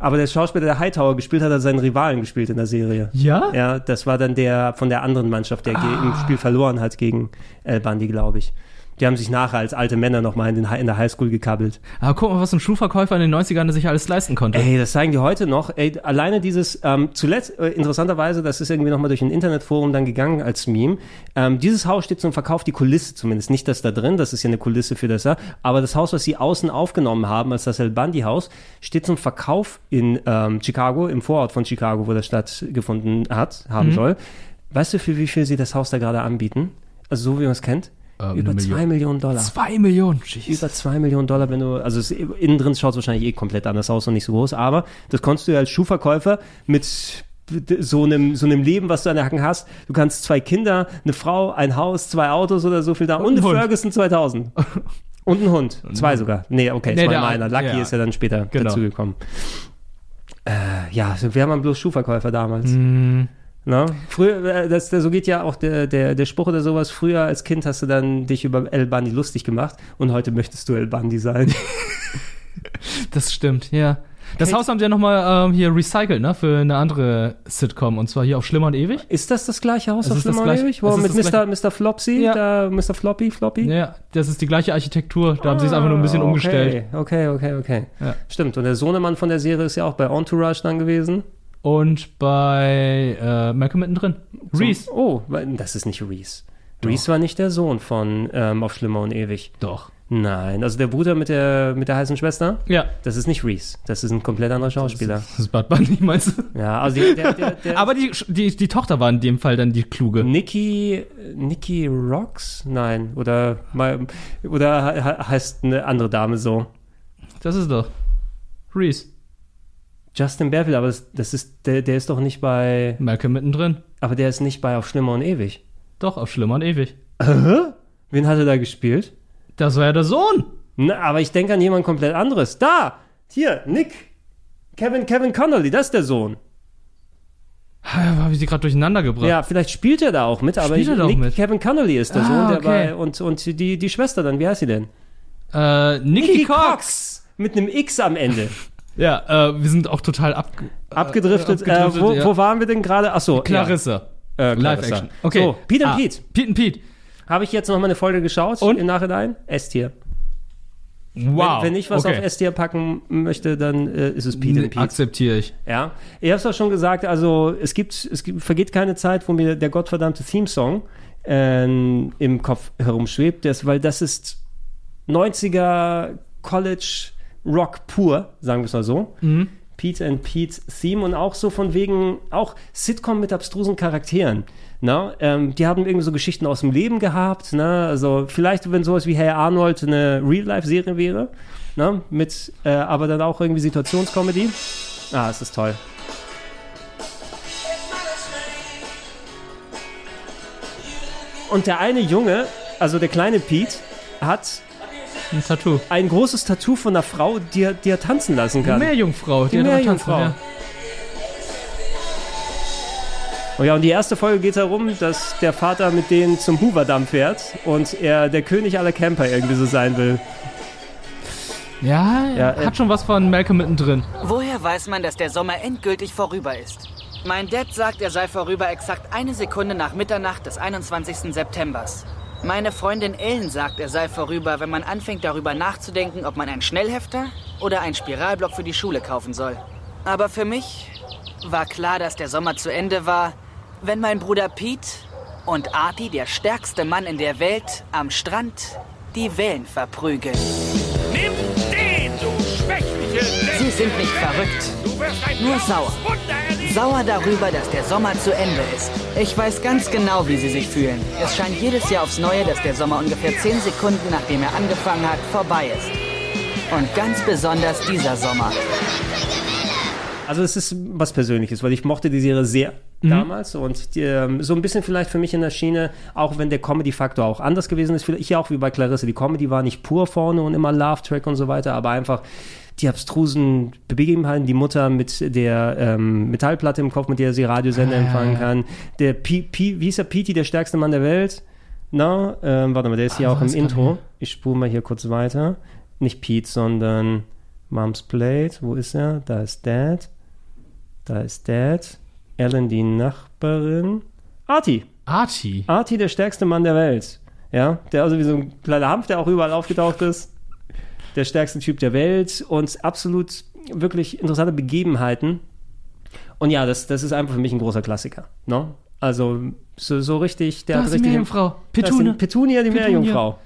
Speaker 2: Aber der Schauspieler, der Hightower gespielt hat, hat seinen Rivalen gespielt in der Serie.
Speaker 3: [laughs] Ja?
Speaker 2: Ja, das war dann der von der anderen Mannschaft, der ge- im Spiel verloren hat gegen El Bundy, glaube ich. Die haben sich nachher als alte Männer nochmal in, den Hi- in der Highschool gekabbelt.
Speaker 3: Aber guck mal, was ein Schuhverkäufer in den 90ern sich alles leisten konnte.
Speaker 2: Ey, das zeigen die heute noch. Ey, alleine dieses, ähm, zuletzt, äh, interessanterweise, das ist irgendwie nochmal durch ein Internetforum dann gegangen als Meme. Ähm, dieses Haus steht zum Verkauf, die Kulisse zumindest. Nicht das da drin, das ist ja eine Kulisse für das, ja. aber das Haus, was sie außen aufgenommen haben, als das El Bundy Haus, steht zum Verkauf in ähm, Chicago, im Vorort von Chicago, wo das stattgefunden hat, haben
Speaker 3: Mhm.
Speaker 2: soll. Weißt du, für wie viel sie das Haus da gerade anbieten? Also so wie man es kennt? Über
Speaker 3: Äh, eine
Speaker 2: zwei
Speaker 3: Million.
Speaker 2: Millionen Dollar.
Speaker 3: Zwei Millionen, jeez.
Speaker 2: Über 2 Millionen Dollar, wenn du, also es, innen drin schaut es wahrscheinlich eh komplett anders aus und nicht so groß, aber das konntest du ja als Schuhverkäufer mit so einem, so einem Leben, was du an der Hacken hast. Du kannst zwei Kinder, eine Frau, ein Haus, zwei Autos oder so viel da und,
Speaker 3: einen
Speaker 2: eine
Speaker 3: Hund.
Speaker 2: Ferguson
Speaker 3: [laughs]
Speaker 2: 2000. Und ein Hund. Zwei sogar. Nee, okay,
Speaker 3: Nee,
Speaker 2: zwei
Speaker 3: der-
Speaker 2: mal einer. Lucky
Speaker 3: ja.
Speaker 2: ist ja dann später
Speaker 3: Genau.
Speaker 2: dazugekommen. Äh, ja, wir haben bloß Schuhverkäufer damals.
Speaker 3: Mhm.
Speaker 2: Ne? Früher, äh, das, das, so geht ja auch der, der, der Spruch oder sowas. Früher als Kind hast du dann dich über El Bandi lustig gemacht und heute möchtest du El Bandi
Speaker 3: [laughs]
Speaker 2: sein.
Speaker 3: Das stimmt, ja. Das
Speaker 2: Kate-
Speaker 3: Haus haben sie ja nochmal ähm, hier recycelt, ne? Für eine andere Sitcom. Und zwar hier auf Schlimmer und Ewig.
Speaker 2: Ist das das gleiche Haus
Speaker 3: Es
Speaker 2: auf
Speaker 3: ist das
Speaker 2: Schlimmer
Speaker 3: gleiche-
Speaker 2: Ewig? Wo
Speaker 3: es ist
Speaker 2: mit
Speaker 3: das
Speaker 2: Mr. Mr. Flopsy,
Speaker 3: Ja.
Speaker 2: da, Mr. Floppy, Floppy?
Speaker 3: Ja, das ist die gleiche Architektur. Da haben sie es einfach nur ein bisschen
Speaker 2: Ah,
Speaker 3: umgestellt.
Speaker 2: Okay, okay, okay. okay. Stimmt. Und der Sohnemann von der Serie ist ja auch bei Entourage dann gewesen.
Speaker 3: Und bei äh, Malcolm mittendrin. Reese.
Speaker 2: So, oh, weil- das ist nicht Reese. Reese war nicht der Sohn von ähm, Auf Schlimmer und Ewig.
Speaker 3: Doch.
Speaker 2: Nein, also der Bruder mit der, mit der heißen Schwester?
Speaker 3: Ja.
Speaker 2: Das ist nicht Reese. Das ist ein komplett anderer Schauspieler.
Speaker 3: Das ist Bud Bundy, [laughs] meinst du?
Speaker 2: Ja, Mhm. also die, der, [laughs] der,
Speaker 3: Aber die, die, die Tochter war in dem Fall dann die kluge.
Speaker 2: Nikki, Nikki Rocks? Nein. Oder, mal- oder he- he- heißt eine andere Dame so?
Speaker 3: Das ist doch. Reese.
Speaker 2: Justin Bärfield, aber das, das ist, der, der ist doch nicht bei.
Speaker 3: Malcolm mittendrin.
Speaker 2: Aber der ist nicht bei Auf Schlimmer und Ewig.
Speaker 3: Doch, auf Schlimmer und Ewig.
Speaker 2: Hä? Wen hat er da gespielt?
Speaker 3: Das war ja der Sohn.
Speaker 2: Na, aber ich denke an jemand komplett anderes. Da! Hier, Nick. Kevin, Kevin Connolly, das ist der Sohn.
Speaker 3: Habe Äh, ich sie gerade durcheinander gebracht.
Speaker 2: Ja, vielleicht spielt er da auch mit, aber
Speaker 3: Spielt er da auch
Speaker 2: Nick,
Speaker 3: mit?
Speaker 2: Kevin Connolly ist der
Speaker 3: Ah,
Speaker 2: Sohn, der
Speaker 3: okay.
Speaker 2: bei, und, und die, die Schwester dann, wie heißt sie denn?
Speaker 3: Äh, Nikki, Cox.
Speaker 2: Mit einem X am
Speaker 3: [laughs] Äh,
Speaker 2: Ende.
Speaker 3: Ja, äh, wir sind auch total abge
Speaker 2: Abgedriftet, äh,
Speaker 3: abgedriftet,
Speaker 2: wo,
Speaker 3: ja.
Speaker 2: wo waren wir denn gerade? Achso,
Speaker 3: Clarissa.
Speaker 2: Ja. Äh,
Speaker 3: Live
Speaker 2: Clarissa.
Speaker 3: Action. Okay.
Speaker 2: So, Pete and
Speaker 3: Ah,
Speaker 2: Pete.
Speaker 3: Pete and Pete.
Speaker 2: Habe ich jetzt noch mal eine Folge geschaut und? im Nachhinein? S-Tier.
Speaker 3: Wow.
Speaker 2: Wenn, wenn ich was
Speaker 3: okay.
Speaker 2: auf S-Tier packen möchte, dann äh, ist es Pete and Pete.
Speaker 3: Akzeptiere ich.
Speaker 2: Ja, ihr habt es auch schon gesagt, also es gibt, es gibt, vergeht keine Zeit, wo mir der gottverdammte Theme-Song ähm, im Kopf herumschwebt, das, weil das ist 90er College Rock pur, sagen wir es mal so.
Speaker 3: Mhm.
Speaker 2: Pete and Pete's Theme und auch so von wegen, auch Sitcom mit abstrusen Charakteren. Na, ähm, die haben irgendwie so Geschichten aus dem Leben gehabt. Ne? Also vielleicht, wenn sowas wie Hey Arnold eine Real-Life-Serie wäre, ne? mit, äh, aber dann auch irgendwie Situationscomedy. Ah, es ist toll. Und der eine Junge, also der kleine Pete, hat
Speaker 3: Ein Tattoo.
Speaker 2: ein großes Tattoo von einer Frau, die er, die er tanzen lassen kann.
Speaker 3: Die Meerjungfrau.
Speaker 2: Die,
Speaker 3: hat immer
Speaker 2: Meerjungfrau.
Speaker 3: tanzen,
Speaker 2: Oh ja, und die erste Folge geht darum, dass der Vater mit denen zum Hoover-Damm fährt und er der König aller Camper irgendwie so sein will.
Speaker 3: Ja,
Speaker 2: Ja,
Speaker 3: ja,
Speaker 2: äh,
Speaker 3: hat schon was von Malcolm mittendrin.
Speaker 15: Woher weiß man, dass der Sommer endgültig vorüber ist? Mein Dad sagt, er sei vorüber exakt eine Sekunde nach Mitternacht des 21. Septembers. Meine Freundin Ellen sagt, er sei vorüber, wenn man anfängt darüber nachzudenken, ob man einen Schnellhefter oder einen Spiralblock für die Schule kaufen soll. Aber für mich war klar, dass der Sommer zu Ende war, wenn mein Bruder Pete und Artie, der stärkste Mann in der Welt, am Strand die Wellen verprügeln.
Speaker 7: Nimm den, du schwächliche
Speaker 15: Sie sind nicht verrückt.
Speaker 7: Du wirst ein
Speaker 15: Nur sauer. Sauer darüber, dass der Sommer zu Ende ist. Ich weiß ganz genau, wie sie sich fühlen. Es scheint jedes Jahr aufs Neue, dass der Sommer ungefähr 10 Sekunden, nachdem er angefangen hat, vorbei ist. Und ganz besonders dieser Sommer.
Speaker 2: Also es ist was Persönliches, weil ich mochte die Serie sehr
Speaker 1: Mhm.
Speaker 2: damals und die, ähm, so ein bisschen vielleicht für mich in der Schiene, auch wenn der Comedy-Faktor auch anders gewesen ist, vielleicht hier auch wie bei Clarisse, die Comedy war nicht pur vorne und immer Love-Track und so weiter, aber einfach die abstrusen Begebenheiten, die Mutter mit der ähm, Metallplatte im Kopf, mit der sie Radiosender
Speaker 1: Ah, ja,
Speaker 2: empfangen
Speaker 1: ja.
Speaker 2: kann, der P P wie ist der Petey, der stärkste Mann der Welt? Na, ähm, warte mal, der ist hier
Speaker 1: Ah,
Speaker 2: auch im
Speaker 1: was kann
Speaker 2: Intro. Ich spule mal hier kurz weiter. Nicht Pete, sondern Mom's Plate. Wo ist er? Da ist Dad. Da ist Dad. Ellen, die Nachbarin. Artie.
Speaker 3: Artie.
Speaker 2: Artie, der stärkste Mann der Welt. Ja, der also wie so ein kleiner Hampf, der auch überall aufgetaucht ist. Der stärkste Typ der Welt und absolut wirklich interessante Begebenheiten. Und ja, das, das ist einfach für mich ein großer Klassiker. Ne? Also so, so richtig, der
Speaker 3: Da
Speaker 2: hat
Speaker 3: ist die
Speaker 2: richtig. Da
Speaker 3: Meerjungfrau.
Speaker 2: ist die
Speaker 3: Petune.
Speaker 2: Petunia, die
Speaker 3: Petunia.
Speaker 2: Meerjungfrau.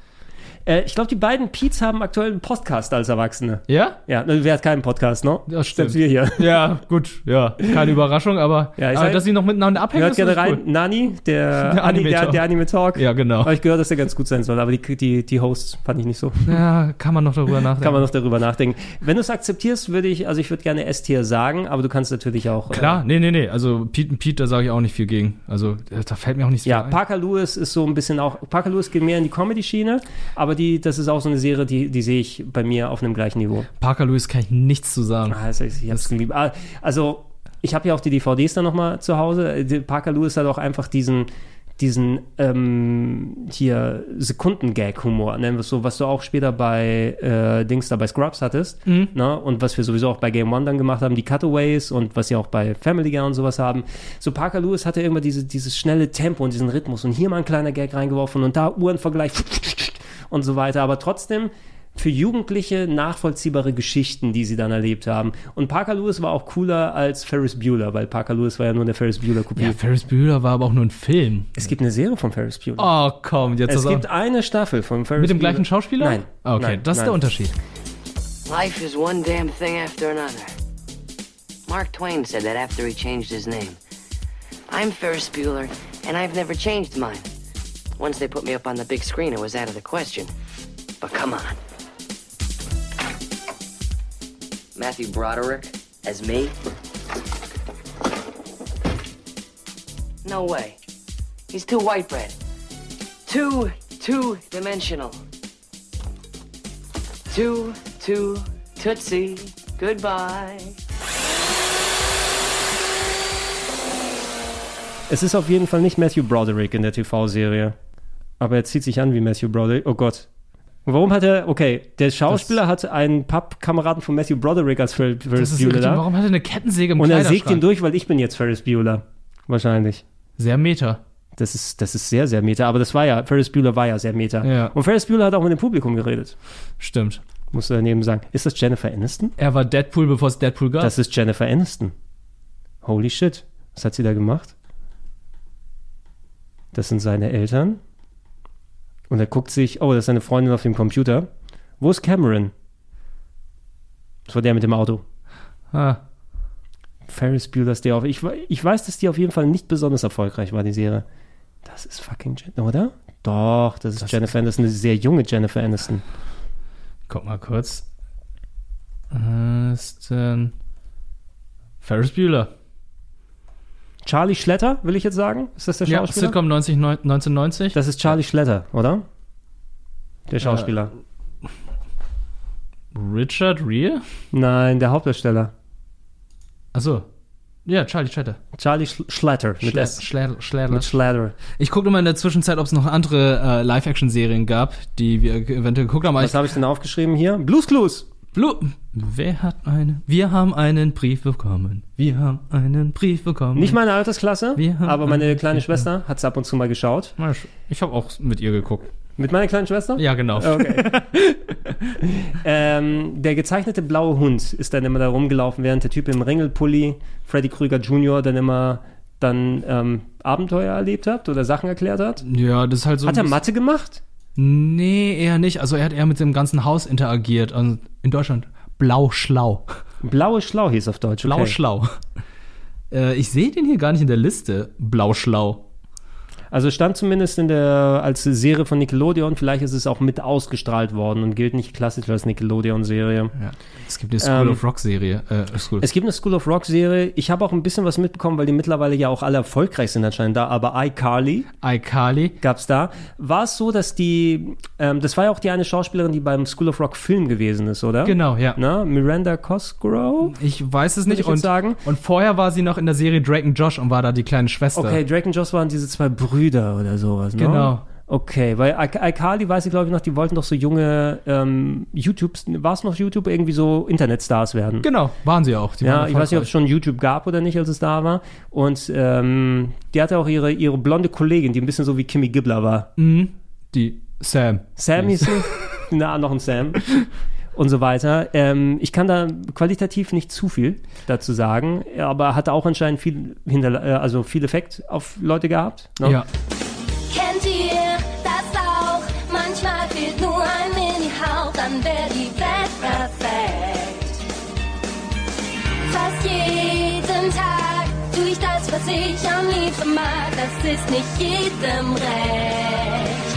Speaker 2: Äh, ich glaube, die beiden Peets haben aktuell einen Podcast als Erwachsene.
Speaker 3: Ja?
Speaker 2: Ja, na, wer hat keinen Podcast, ne?
Speaker 3: Das stimmt.
Speaker 2: Selbst wir hier.
Speaker 3: Ja, gut, ja. Keine Überraschung, aber,
Speaker 2: Ja, ich
Speaker 3: aber
Speaker 2: sag-
Speaker 3: dass sie noch miteinander abhängen,
Speaker 2: Hört
Speaker 3: ist
Speaker 2: gerne
Speaker 3: ist
Speaker 2: rein.
Speaker 3: cool.
Speaker 2: Nani, der, Anime
Speaker 3: Der Anime
Speaker 2: der,
Speaker 3: Talk.
Speaker 2: der Anime Talk.
Speaker 3: Ja, genau.
Speaker 2: Habe ich gehört, dass der ganz gut sein soll, aber die, die, die Hosts fand ich nicht so.
Speaker 3: Ja, kann man noch darüber nachdenken.
Speaker 2: Kann man noch darüber nachdenken. Wenn du es akzeptierst, würde ich, also ich würde gerne S-Tier sagen, aber du kannst natürlich auch. äh,
Speaker 3: Klar, nee, nee, nee. Also Pete und Pete, da sage ich auch nicht viel gegen. Also da fällt mir auch nichts
Speaker 2: Ja,
Speaker 3: mehr ein.
Speaker 2: Parker Lewis ist so ein bisschen auch. Parker Lewis geht mehr in die Comedy-Schiene, aber die, das ist auch so eine Serie, die, die sehe ich bei mir auf einem gleichen Niveau.
Speaker 3: Parker Lewis kann ich nichts zu sagen.
Speaker 2: Ah, also ich hab's geliebt. Ah, Also, ich habe ja auch die DVDs dann nochmal zu Hause. Äh, die- Parker Lewis hat auch einfach diesen diesen ähm, hier Sekunden-Gag-Humor, nennen wir es so, was du auch später bei äh, Dings da bei Scrubs hattest,
Speaker 1: Mhm.
Speaker 2: ne? und was wir sowieso auch bei Game One dann gemacht haben, die Cutaways und was sie auch bei Family Guy und sowas haben. So Parker Lewis hatte immer diese, dieses schnelle Tempo und diesen Rhythmus und hier mal ein kleiner Gag reingeworfen und da Uhrenvergleich und so weiter, aber trotzdem für Jugendliche nachvollziehbare Geschichten, die sie dann erlebt haben. Und Parker Lewis war auch cooler als Ferris Bueller, weil Parker Lewis war ja nur eine Ferris Bueller-Kopie.
Speaker 3: Ja, Ferris Bueller war aber auch nur ein Film.
Speaker 2: es gibt eine Serie von Ferris Bueller.
Speaker 3: Oh, komm, jetzt
Speaker 2: Es
Speaker 3: das auch-
Speaker 2: gibt eine Staffel von Ferris
Speaker 3: Mit dem
Speaker 2: Bueller.
Speaker 3: gleichen Schauspieler?
Speaker 2: Nein.
Speaker 3: Ah, Okay,
Speaker 2: Nein,
Speaker 3: das ist
Speaker 2: nein.
Speaker 3: der Unterschied.
Speaker 16: Life is one damn thing after another. Mark Twain said that after he changed his name. I'm Ferris Bueller, and I've never changed mine. Once they put me up on the big screen, it was out of the question. But come on. Matthew Broderick, As me? No way. He's too white bread. Too, two dimensional. Too, too, tootsie. Goodbye.
Speaker 2: Es ist auf jeden Fall nicht Matthew Broderick in der TV-Serie. Aber er zieht sich an wie Matthew Broderick. Oh Gott. Warum hat er, okay, der Schauspieler hat einen Pappkameraden von Matthew Broderick als Fer Ferris
Speaker 3: ist
Speaker 2: Bueller
Speaker 3: richtig.
Speaker 2: da.
Speaker 3: Warum hat er eine Kettensäge im
Speaker 2: Und er
Speaker 3: Kleiderschrank?
Speaker 2: sägt ihn durch, weil ich bin jetzt Ferris Bueller. Wahrscheinlich.
Speaker 3: Sehr Meter.
Speaker 2: Das ist, das ist sehr, sehr Meter. Aber das war ja, Ferris Bueller war ja sehr Meter.
Speaker 3: Ja.
Speaker 2: Und Ferris Bueller hat auch mit dem Publikum geredet.
Speaker 3: Stimmt.
Speaker 2: Musst du daneben sagen. Ist das Jennifer Aniston?
Speaker 3: Er war Deadpool, bevor es Deadpool gab.
Speaker 2: Das ist Jennifer Aniston. Holy shit. Was hat sie da gemacht? Das sind seine Eltern. Und er guckt sich, oh, das ist seine Freundin auf dem Computer. Wo ist Cameron? Das war der mit dem Auto.
Speaker 3: Ah.
Speaker 2: Ferris Bueller's Day Off. Ich, we- ich weiß, dass die auf jeden Fall nicht besonders erfolgreich war, die Serie. Das ist fucking Jen, oder? Doch, das ist Jennifer Aniston, eine sehr junge Jennifer Aniston.
Speaker 3: Guck mal kurz. Aniston. Ferris Bueller.
Speaker 2: Charlie Schletter, will ich jetzt sagen? Ist das der
Speaker 3: Ja,
Speaker 2: Schauspieler?
Speaker 3: Sitcom 90, 1990.
Speaker 2: Das ist Charlie Schletter, oder? Der Schauspieler.
Speaker 3: Richard Reel?
Speaker 2: Nein, der Hauptdarsteller.
Speaker 3: Achso. Ja, Charlie Chatter.
Speaker 2: Charlie Sch Schletter. Mit
Speaker 3: Schle-
Speaker 2: S.
Speaker 3: Schledl- Schledl.
Speaker 2: Mit Schletter.
Speaker 3: Ich gucke immer in der Zwischenzeit, ob es noch andere äh, Live-Action-Serien gab, die wir eventuell geguckt haben.
Speaker 2: Was habe ich denn aufgeschrieben hier? Blues Clues.
Speaker 3: Blue. Wer hat eine? Wir haben einen Brief bekommen. Wir haben einen Brief bekommen.
Speaker 2: Nicht meine Altersklasse,
Speaker 3: Hm. haben
Speaker 2: aber meine
Speaker 3: einen
Speaker 2: kleine
Speaker 3: Brief
Speaker 2: Schwester hat es ab und zu mal geschaut.
Speaker 3: Ich habe auch mit ihr geguckt.
Speaker 2: Mit meiner kleinen Schwester?
Speaker 3: Ja, genau.
Speaker 2: Okay. ähm, der gezeichnete blaue Hund ist dann immer da rumgelaufen, während der Typ im Ringelpulli, Freddy Krüger Jr., dann immer dann ähm, Abenteuer erlebt hat oder Sachen erklärt hat.
Speaker 3: Ja, das ist halt so.
Speaker 2: Hat
Speaker 3: ein
Speaker 2: er
Speaker 3: bisschen-
Speaker 2: Mathe gemacht?
Speaker 3: Nee, eher nicht. Also er hat eher mit dem ganzen Haus interagiert. Also in Deutschland blau [laughs] schlau.
Speaker 2: Blaue schlau hieß auf Deutsch.
Speaker 3: Blau
Speaker 2: okay.
Speaker 3: schlau. Äh, ich sehe den hier gar nicht in der Liste. Blau schlau.
Speaker 2: Also stand zumindest in der als Serie von Nickelodeon, vielleicht ist es auch mit ausgestrahlt worden und gilt nicht klassisch als Nickelodeon-Serie.
Speaker 3: Es gibt eine School
Speaker 2: Ähm,
Speaker 3: of Rock Serie. Äh, School.
Speaker 2: Es gibt eine School of Rock Serie. Ich habe auch ein bisschen was mitbekommen, weil die mittlerweile ja auch alle erfolgreich sind anscheinend da. Aber iCarly.
Speaker 3: iCarly.
Speaker 2: Gab's da. War es so, dass die, ähm, das war ja auch die eine Schauspielerin, die beim School of Rock Film gewesen ist, oder?
Speaker 3: Genau, ja.
Speaker 2: Na, Miranda Cosgrove?
Speaker 3: ich weiß es nicht.
Speaker 2: ich jetzt
Speaker 3: und,
Speaker 2: sagen?
Speaker 3: und vorher war sie noch in der Serie Drake and Josh und war da die kleine Schwester.
Speaker 2: Okay, Drake und Josh waren diese zwei Brüder oder sowas, ne?
Speaker 3: Genau.
Speaker 2: Okay, weil I- iCarly, weiß ich glaube ich noch, die wollten doch so junge ähm, YouTube, war es noch YouTube, irgendwie so Internetstars werden.
Speaker 3: Genau, waren sie auch. Die
Speaker 2: ja,
Speaker 3: waren
Speaker 2: ich weiß nicht, ob es
Speaker 3: erfolgreich.
Speaker 2: schon YouTube gab oder nicht, als es da war. Und ähm, die hatte auch ihre, ihre blonde Kollegin, die ein bisschen so wie Kimmy Gibbler war.
Speaker 3: Mhm. Die Sam.
Speaker 2: Sam hieß
Speaker 3: [laughs]
Speaker 2: sie? Na, noch ein Sam. Und so weiter. Ähm, ich kann da qualitativ nicht zu viel dazu sagen, aber hatte auch anscheinend viel, hinterla- äh, also viel Effekt auf Leute gehabt. Ne?
Speaker 3: Ja.
Speaker 4: Kennt ihr das auch? Manchmal fehlt nur ein Mini-Hauch, dann wäre die Welt perfekt. Fast jeden Tag tue ich das, was ich am liebsten mag. Das ist nicht jedem recht.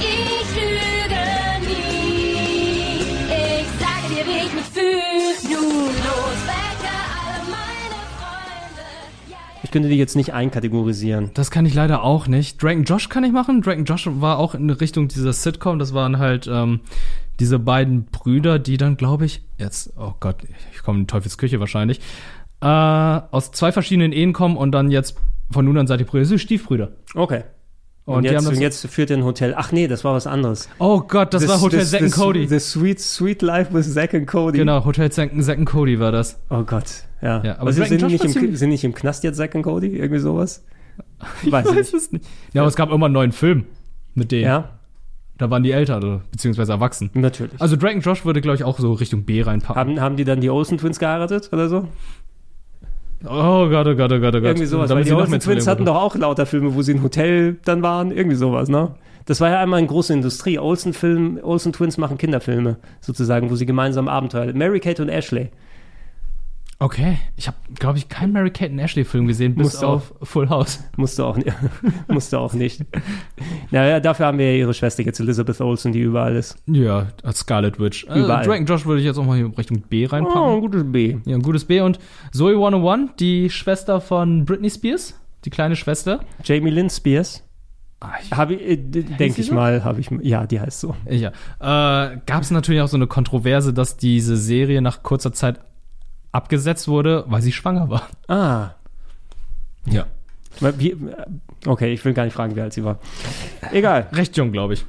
Speaker 4: Ich lüge nie. Ich sage dir, wie ich mich fühle. Nun los, wecke alle meine Freunde.
Speaker 2: Ich könnte die jetzt nicht einkategorisieren.
Speaker 3: Das kann ich leider auch nicht. Drake and Josh kann ich machen. Drake and Josh war auch in Richtung dieser Sitcom. Das waren halt ähm, diese beiden Brüder, die dann, glaube ich, jetzt, oh Gott, ich komme in die Teufelsküche wahrscheinlich, äh, aus zwei verschiedenen Ehen kommen und dann jetzt von nun an seid ihr Brüder. Das sind Stiefbrüder.
Speaker 2: Okay. Und,
Speaker 3: Und die haben
Speaker 2: jetzt,
Speaker 3: das-
Speaker 2: und jetzt führt er ein Hotel. Ach nee, das war was anderes.
Speaker 3: Oh Gott, das, war Hotel Zack and
Speaker 2: das-
Speaker 3: Cody.
Speaker 2: The Sweet, Sweet Life with Zack and Cody.
Speaker 3: genau, Hotel Zack Zack and Cody war das.
Speaker 2: Oh Gott, ja.
Speaker 3: Ja, aber
Speaker 2: aber
Speaker 3: Zack
Speaker 2: sind, die
Speaker 3: and Josh
Speaker 2: nicht
Speaker 3: war
Speaker 2: im,
Speaker 3: ziemlich-
Speaker 2: sind die nicht im Knast jetzt Zack und Cody? Irgendwie sowas? Weiß
Speaker 3: [laughs] Ich
Speaker 2: ich
Speaker 3: weiß es nicht. Ja, aber es gab immer einen neuen Film mit denen.
Speaker 2: Ja.
Speaker 3: Da waren die älter, oder, beziehungsweise erwachsen.
Speaker 2: Natürlich.
Speaker 3: Also Drake and Josh würde, glaube ich, auch so Richtung B reinpacken.
Speaker 2: Haben, haben die dann die Olsen Twins geheiratet oder so?
Speaker 3: Oh Gott, oh Gott, oh Gott, oh Gott.
Speaker 2: Irgendwie sowas.
Speaker 3: Damit
Speaker 2: weil die
Speaker 3: sie noch
Speaker 2: Olsen
Speaker 3: mehr
Speaker 2: Twins
Speaker 3: Zwillinge
Speaker 2: hatten doch auch lauter Filme, wo sie im Hotel dann waren. Irgendwie sowas, ne? Das war ja einmal eine große Industrie. Olsen, Film, Olsen Twins machen Kinderfilme, sozusagen, wo sie gemeinsam Abenteuer. Mary Kate und Ashley.
Speaker 3: Okay, ich habe, glaube ich, keinen Mary Kate und Ashley Film gesehen, bis
Speaker 2: Musst du
Speaker 3: auf Full House.
Speaker 2: Musste auch, ni- [laughs] musste auch nicht. Naja, dafür haben wir ja ihre Schwester jetzt, Elizabeth Olsen, die überall ist.
Speaker 3: Ja, als Scarlet Witch. Also
Speaker 2: Überall.
Speaker 3: Dragon Josh würde ich jetzt auch mal hier Richtung B reinpacken.
Speaker 2: Oh, ein gutes B.
Speaker 3: Ja, ein gutes B. Und Zoe 101, die Schwester von Britney Spears, die kleine Schwester.
Speaker 2: Jamie Lynn Spears.
Speaker 3: Ah,
Speaker 2: Habe ich, äh, d- denke
Speaker 3: sie
Speaker 2: ich
Speaker 3: so?
Speaker 2: mal, habe ich, ja, die heißt so.
Speaker 3: Ja. Äh, Gab es natürlich auch so eine Kontroverse, dass diese Serie nach kurzer Zeit abgesetzt wurde, weil sie schwanger war.
Speaker 2: Ah.
Speaker 3: Ja.
Speaker 2: Wie, äh, okay, ich will gar nicht fragen, wie alt sie war. Egal.
Speaker 3: Recht jung, glaube ich.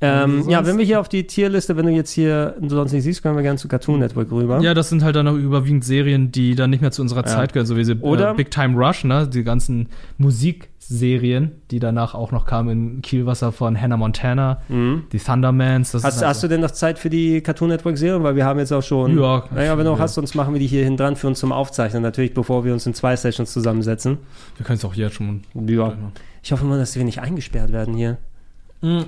Speaker 2: Ähm, ja,
Speaker 3: Sonst-
Speaker 2: wenn wir hier auf die Tierliste, wenn du jetzt hier sonst nicht siehst, können wir gerne zu Cartoon Network rüber.
Speaker 3: Hm. Ja, das sind halt dann auch überwiegend Serien, die dann nicht mehr zu unserer
Speaker 2: Ja.
Speaker 3: Zeit gehören, so wie diese
Speaker 2: Oder-
Speaker 3: äh, Big Time Rush, ne? Die ganzen Musikserien, die danach auch noch kamen im Kielwasser von Hannah Montana, die Thundermans. Das
Speaker 2: Mhm.
Speaker 3: halt
Speaker 2: Hast, hast du denn noch Zeit für die Cartoon Network Serien? Weil wir haben jetzt auch schon.
Speaker 3: Ja.
Speaker 2: Naja, wenn du noch
Speaker 3: Ja.
Speaker 2: hast, sonst machen wir die hier hin dran für uns zum Aufzeichnen. Natürlich, bevor wir uns in zwei Sessions zusammensetzen.
Speaker 3: Wir können es auch jetzt schon.
Speaker 2: Ja.
Speaker 3: Genau.
Speaker 2: Ich hoffe mal, dass wir nicht eingesperrt werden hier.
Speaker 3: Mhm.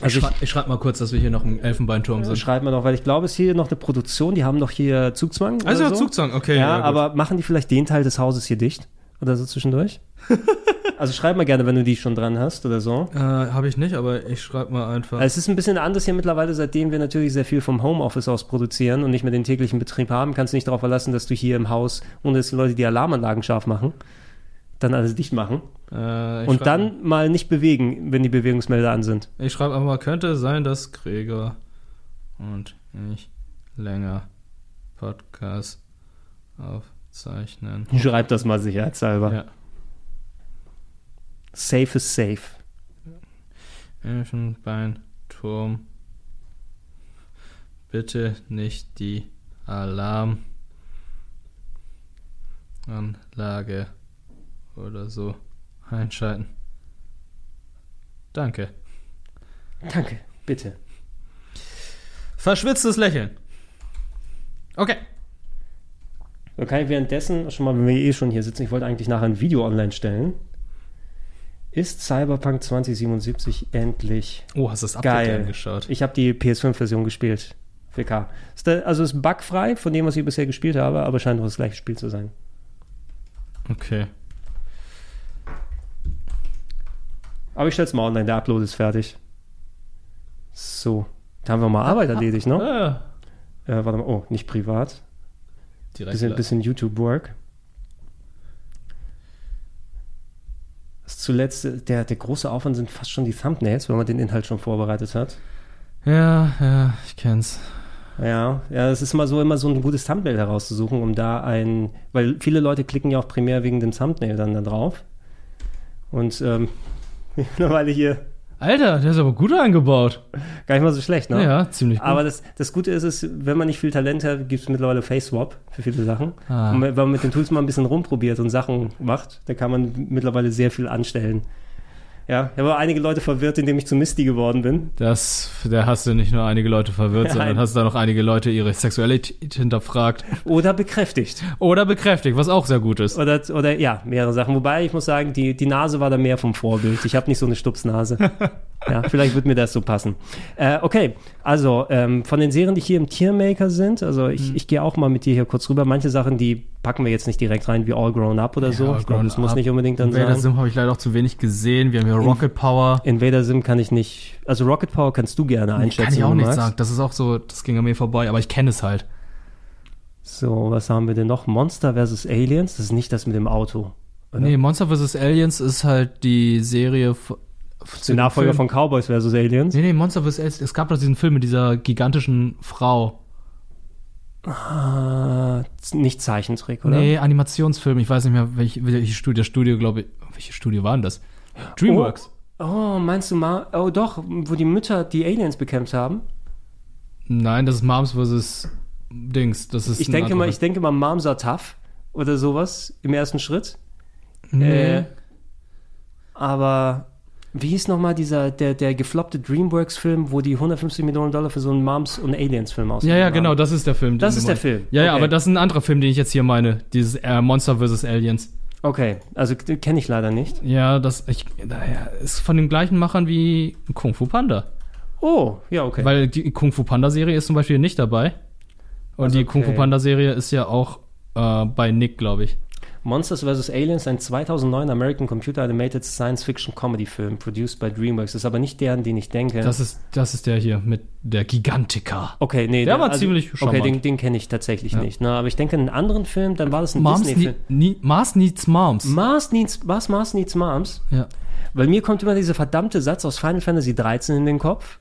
Speaker 2: Also
Speaker 3: ich
Speaker 2: ich-
Speaker 3: schrei- ich schreibe mal kurz, dass wir hier noch im Elfenbeinturm
Speaker 2: Also
Speaker 3: sind.
Speaker 2: schreibt man noch, weil ich glaube, es ist hier noch eine Produktion. Die haben doch hier Zugzwang.
Speaker 3: Also
Speaker 2: oder so.
Speaker 3: Zugzwang, okay, ja,
Speaker 2: Ja,
Speaker 3: gut.
Speaker 2: aber machen die vielleicht den Teil des Hauses hier dicht? Oder so
Speaker 3: [laughs]
Speaker 2: zwischendurch? also schreib mal gerne, wenn du die schon dran hast oder so.
Speaker 3: Äh, Habe ich nicht, aber ich schreibe mal einfach.
Speaker 2: Es ist ein bisschen anders hier mittlerweile, seitdem wir natürlich sehr viel vom Homeoffice aus produzieren und nicht mehr den täglichen Betrieb haben, kannst du nicht darauf verlassen, dass du hier im Haus, ohne dass die Leute die Alarmanlagen scharf machen, dann alles dicht machen.
Speaker 3: Äh, ich schreib
Speaker 2: und dann mal nicht bewegen, wenn die Bewegungsmelder an sind.
Speaker 3: Ich schreibe einfach mal, könnte sein, dass Gregor und ich länger Podcast aufzeichnen.
Speaker 2: Schreib das mal sicherheitshalber.
Speaker 3: Ja.
Speaker 2: Safe is safe.
Speaker 3: Elfenbeinturm. Bitte nicht die Alarmanlage oder so einschalten. Danke.
Speaker 2: Danke, bitte.
Speaker 3: Verschwitztes Lächeln. Okay.
Speaker 2: Dann kann ich währenddessen schon mal, wenn wir eh schon hier sitzen, ich wollte eigentlich nachher ein Video online stellen. Ist Cyberpunk 2077 endlich
Speaker 3: Oh, hast du das Update
Speaker 2: geil?
Speaker 3: angeschaut?
Speaker 2: Ich habe die PS5-Version gespielt. 4K. Ist da, also ist bugfrei von dem, was ich bisher gespielt habe, aber scheint doch das gleiche Spiel zu sein.
Speaker 3: Okay.
Speaker 2: Aber ich stell's mal online, der Upload ist fertig. So. Da haben wir mal Arbeit erledigt, ne?
Speaker 3: [laughs]
Speaker 2: Äh, warte mal, oh, nicht privat.
Speaker 3: Direkt
Speaker 2: bisschen,
Speaker 3: live.
Speaker 2: bisschen YouTube-Work. Das zuletzt, äh, der, der große Aufwand sind fast schon die Thumbnails, wenn man den Inhalt schon vorbereitet hat.
Speaker 3: Ja, ja, ich kenn's.
Speaker 2: Ja, ja, es ist immer so, immer so ein gutes Thumbnail herauszusuchen, um da ein, weil viele Leute klicken ja auch primär wegen dem Thumbnail dann da drauf. Und ähm, [laughs] mittlerweile hier
Speaker 3: Alter, der ist aber gut eingebaut.
Speaker 2: Gar nicht mal so schlecht, ne?
Speaker 3: Ja, ziemlich gut.
Speaker 2: Aber das, das Gute ist, ist, wenn man nicht viel Talent hat, gibt es mittlerweile Face-Swap für viele Sachen.
Speaker 3: Ah.
Speaker 2: Und wenn man mit den Tools mal ein bisschen rumprobiert und Sachen macht, da kann man mittlerweile sehr viel anstellen. Ja, ich habe auch einige Leute verwirrt, indem ich zu Misty geworden bin.
Speaker 3: Das, da hast du nicht nur einige Leute verwirrt, sondern
Speaker 2: Nein.
Speaker 3: hast da noch einige Leute ihre Sexualität hinterfragt.
Speaker 2: Oder bekräftigt.
Speaker 3: Oder bekräftigt, was auch sehr gut ist.
Speaker 2: Oder, oder ja, mehrere Sachen. Wobei ich muss sagen, die, die Nase war da mehr vom Vorbild. Ich habe nicht so eine
Speaker 3: [laughs]
Speaker 2: Stupsnase. ja, vielleicht wird mir das so passen. Äh, okay, also ähm, von den Serien, die hier im Tiermaker sind, also
Speaker 3: Mhm.
Speaker 2: ich, ich gehe auch mal mit dir hier kurz rüber. Manche Sachen, die packen wir jetzt nicht direkt rein, wie All Grown Up oder so. ich glaube, das muss nicht unbedingt dann
Speaker 3: Invader
Speaker 2: sein.
Speaker 3: Sim habe ich leider auch zu wenig gesehen. Wir haben hier Rocket Power.
Speaker 2: Invader Sim kann ich nicht. Also Rocket Power kannst du gerne einschätzen.
Speaker 3: Kann ich
Speaker 2: wenn
Speaker 3: auch
Speaker 2: du
Speaker 3: nicht
Speaker 2: magst.
Speaker 3: sagen. Das ist auch so, das ging an mir vorbei, aber ich kenne es halt.
Speaker 2: So, was haben wir denn noch? Monster vs. Aliens? Das ist nicht das mit dem Auto. Oder?
Speaker 3: Nee, Monster vs. Aliens ist halt die Serie f- f- zu
Speaker 2: Der
Speaker 3: dem
Speaker 2: Nachfolger
Speaker 3: Film.
Speaker 2: von Cowboys vs. Aliens.
Speaker 3: Nee, nee, Monster vs. Aliens. Es gab doch diesen Film mit dieser gigantischen Frau.
Speaker 2: Ah, z- nicht Zeichentrick, oder?
Speaker 3: Nee, Animationsfilm. Ich weiß nicht mehr, welche, welche Studio, Studio glaube ich. Welche Studio waren das? Dreamworks.
Speaker 2: Oh, oh, meinst du mal? Oh, doch, wo die Mütter die Aliens bekämpft haben.
Speaker 3: Nein, das ist Moms vs. Dings. Das ist
Speaker 2: Ich
Speaker 3: ein
Speaker 2: denke mal,
Speaker 3: anderer.
Speaker 2: ich denke mal, Moms are tough oder sowas im ersten Schritt.
Speaker 3: Nee.
Speaker 2: Äh, aber wie hieß nochmal dieser, der, der gefloppte Dreamworks-Film, wo die 150 Millionen Dollar für so einen Moms- und Aliens-Film ausgeben?
Speaker 3: ja, ja,
Speaker 2: haben?
Speaker 3: genau, das ist der Film. den
Speaker 2: Das
Speaker 3: du
Speaker 2: ist der
Speaker 3: meinst.
Speaker 2: Film.
Speaker 3: Ja, ja,
Speaker 2: Okay.
Speaker 3: aber das ist ein anderer Film, den ich jetzt hier meine. Dieses äh, Monster vs. Aliens.
Speaker 2: Okay, also k- kenne ich leider nicht.
Speaker 3: Ja, das ich, naja, ist von den gleichen Machern wie Kung Fu Panda.
Speaker 2: Oh, ja, okay.
Speaker 3: Weil die Kung Fu Panda Serie ist zum Beispiel nicht dabei. Und
Speaker 2: Also
Speaker 3: die Kung Fu
Speaker 2: okay.
Speaker 3: Panda Serie ist ja auch äh, bei Nick, glaube ich.
Speaker 2: Monsters vs. Aliens, ein 2009 American Computer Animated Science Fiction Comedy Film, produced by DreamWorks. Das ist aber nicht der, an den ich denke.
Speaker 3: Das ist, das ist der hier mit der Gigantica.
Speaker 2: Okay, nee, also,
Speaker 3: Der war ziemlich
Speaker 2: Okay,
Speaker 3: charmant.
Speaker 2: den, den kenne ich tatsächlich
Speaker 3: Ja.
Speaker 2: nicht. Ne? Aber ich denke, einen anderen Film, dann war das ein
Speaker 3: Moms
Speaker 2: Disney-Film.
Speaker 3: nie, nie, Mars Needs Moms.
Speaker 2: Mars needs, was Mars needs Moms?
Speaker 3: Ja.
Speaker 2: Weil mir kommt immer dieser verdammte Satz aus Final Fantasy 13 in den Kopf,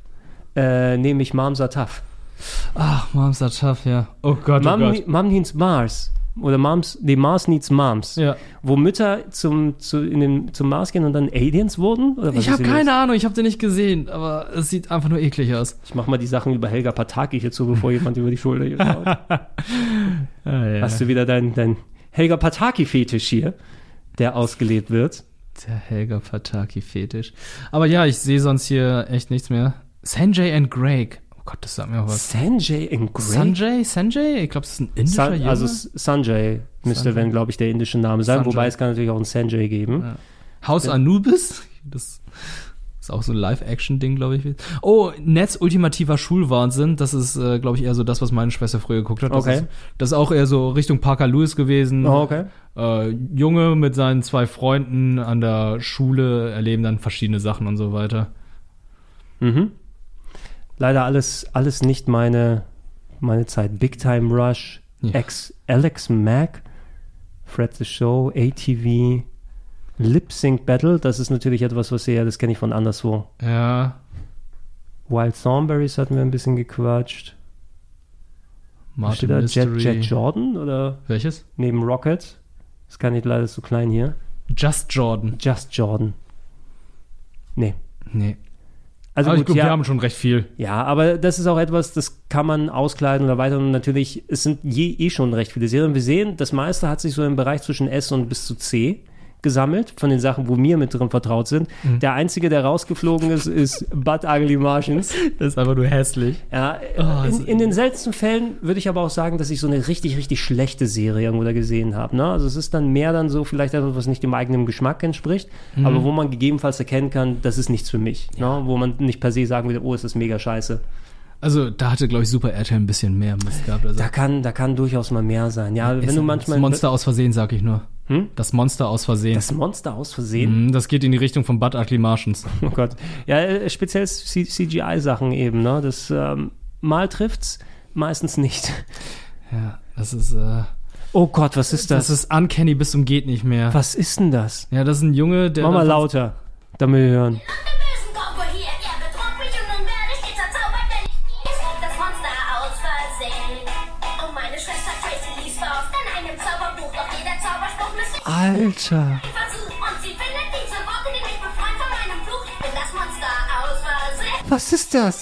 Speaker 2: äh, nämlich Moms are tough.
Speaker 3: Ach, Moms are tough, ja. Oh Gott, oh
Speaker 2: Mom,
Speaker 3: Gott.
Speaker 2: ne- Mom needs Mars. Oder Moms, die Mars needs Moms. Wo Mütter zum, zu, in den, zum Mars gehen und dann Aliens wurden? Oder was
Speaker 3: Ich habe
Speaker 2: keine
Speaker 3: keine Ahnung, ich habe den nicht gesehen, aber es sieht einfach nur eklig aus.
Speaker 2: Ich mach mal die Sachen über Helga Pataki hierzu, bevor jemand über die Schulter
Speaker 3: [laughs]
Speaker 2: hier schaut.
Speaker 3: Ah,
Speaker 2: Hast du wieder deinen dein Helga Pataki-Fetisch hier, der ausgelebt wird?
Speaker 3: Der Helga Pataki-Fetisch. Aber ja, ich sehe sonst hier echt nichts mehr. Sanjay and Greg. Oh Gott, das sagt mir auch was.
Speaker 2: Sanjay and Greg?
Speaker 3: Sanjay? Sanjay? Ich glaube, das ist ein indischer
Speaker 2: San,
Speaker 3: Junge.
Speaker 2: also S- Sanjay müsste,
Speaker 3: Sanjay.
Speaker 2: wenn, glaube ich, der indische Name sein,
Speaker 3: Sanjay.
Speaker 2: wobei es kann natürlich auch einen Sanjay geben.
Speaker 3: Haus
Speaker 2: Ja.
Speaker 3: Anubis? Das ist auch so ein Live-Action-Ding, glaube ich. Oh, Netz ultimativer Schulwahnsinn. Das ist, äh, glaube ich, eher so das, was meine Schwester früher geguckt hat. Das
Speaker 2: Okay.
Speaker 3: Ist, das ist auch eher so Richtung Parker Lewis gewesen.
Speaker 2: Oh, okay.
Speaker 3: Äh, Junge mit seinen zwei Freunden an der Schule erleben dann verschiedene Sachen und so weiter.
Speaker 2: Mhm. Leider alles, alles nicht meine, meine Zeit. Big Time Rush, Ex Alex Mack, Fred the Show, ATV, Lip Sync Battle, das ist natürlich etwas, was ihr, das kenne ich von anderswo.
Speaker 3: Ja.
Speaker 2: Wild Thornberries hatten wir ein bisschen gequatscht.
Speaker 3: Martin
Speaker 2: Steht da Jet,
Speaker 3: Mystery.
Speaker 2: Jet Jordan oder?
Speaker 3: Welches?
Speaker 2: Neben Rocket. Das kann ich leider ist so klein hier.
Speaker 3: Just Jordan.
Speaker 2: Just Jordan. Nee.
Speaker 3: Nee.
Speaker 2: Also
Speaker 3: Aber
Speaker 2: gut,
Speaker 3: ich glaube,
Speaker 2: ja.
Speaker 3: wir haben schon
Speaker 2: [laughs]
Speaker 3: recht viel.
Speaker 2: Ja, aber das ist auch etwas, das kann man auskleiden oder weiter. Und natürlich, es sind je, eh schon recht viele Serien. Wir sehen, das meiste hat sich so im Bereich zwischen S und bis zu C gesammelt, von den Sachen, wo mir mit drin vertraut sind.
Speaker 3: Mhm.
Speaker 2: Der einzige, der rausgeflogen ist, ist Bud Ugly Martians.
Speaker 3: Das ist einfach nur hässlich.
Speaker 2: Ja, äh,
Speaker 3: Oh,
Speaker 2: in,
Speaker 3: so-
Speaker 2: in den seltensten Fällen würde ich aber auch sagen, dass ich so eine richtig, richtig schlechte Serie irgendwo da gesehen habe. Ne? Also es ist dann mehr dann so vielleicht etwas, was nicht dem eigenen Geschmack entspricht,
Speaker 1: Mhm.
Speaker 2: aber wo man gegebenenfalls erkennen kann, das ist nichts für mich. Ne? Wo man nicht per se sagen würde, oh, ist das mega scheiße.
Speaker 3: Also da hatte, glaube ich, Super RTL ein bisschen mehr Mist gehabt. Also,
Speaker 2: Da kann, da kann durchaus mal mehr sein. Ja, wenn
Speaker 3: Ist
Speaker 2: du
Speaker 3: ein-
Speaker 2: manchmal. Hm?
Speaker 3: Das Monster aus Versehen, sag ich nur. Das Monster aus Versehen.
Speaker 2: Das Monster aus Versehen?
Speaker 3: Mhm, das geht in die Richtung von Bud Ugly Martians.
Speaker 2: Oh Gott. Ja, äh, speziell C- CGI-Sachen eben, ne? Das ähm, mal trifft's, meistens nicht.
Speaker 3: Ja, das ist. Äh,
Speaker 2: oh Gott, was ist das?
Speaker 3: Das ist uncanny bis zum geht nicht mehr.
Speaker 2: Was ist denn das?
Speaker 3: Ja, das ist ein Junge, der.
Speaker 2: Mach mal
Speaker 3: davon-
Speaker 2: lauter, damit wir hören.
Speaker 4: Das Monster aus Versehen. Und meine Schwester Tracy liest oft in einem Zauberbuch, doch jeder Zauberspruch misslingt.
Speaker 2: Alter.
Speaker 4: Den Versuch und sie findet diese Worte, die mich befreien von meinem Fluch. Ich bin das Monster aus Versehen.
Speaker 2: Was ist das?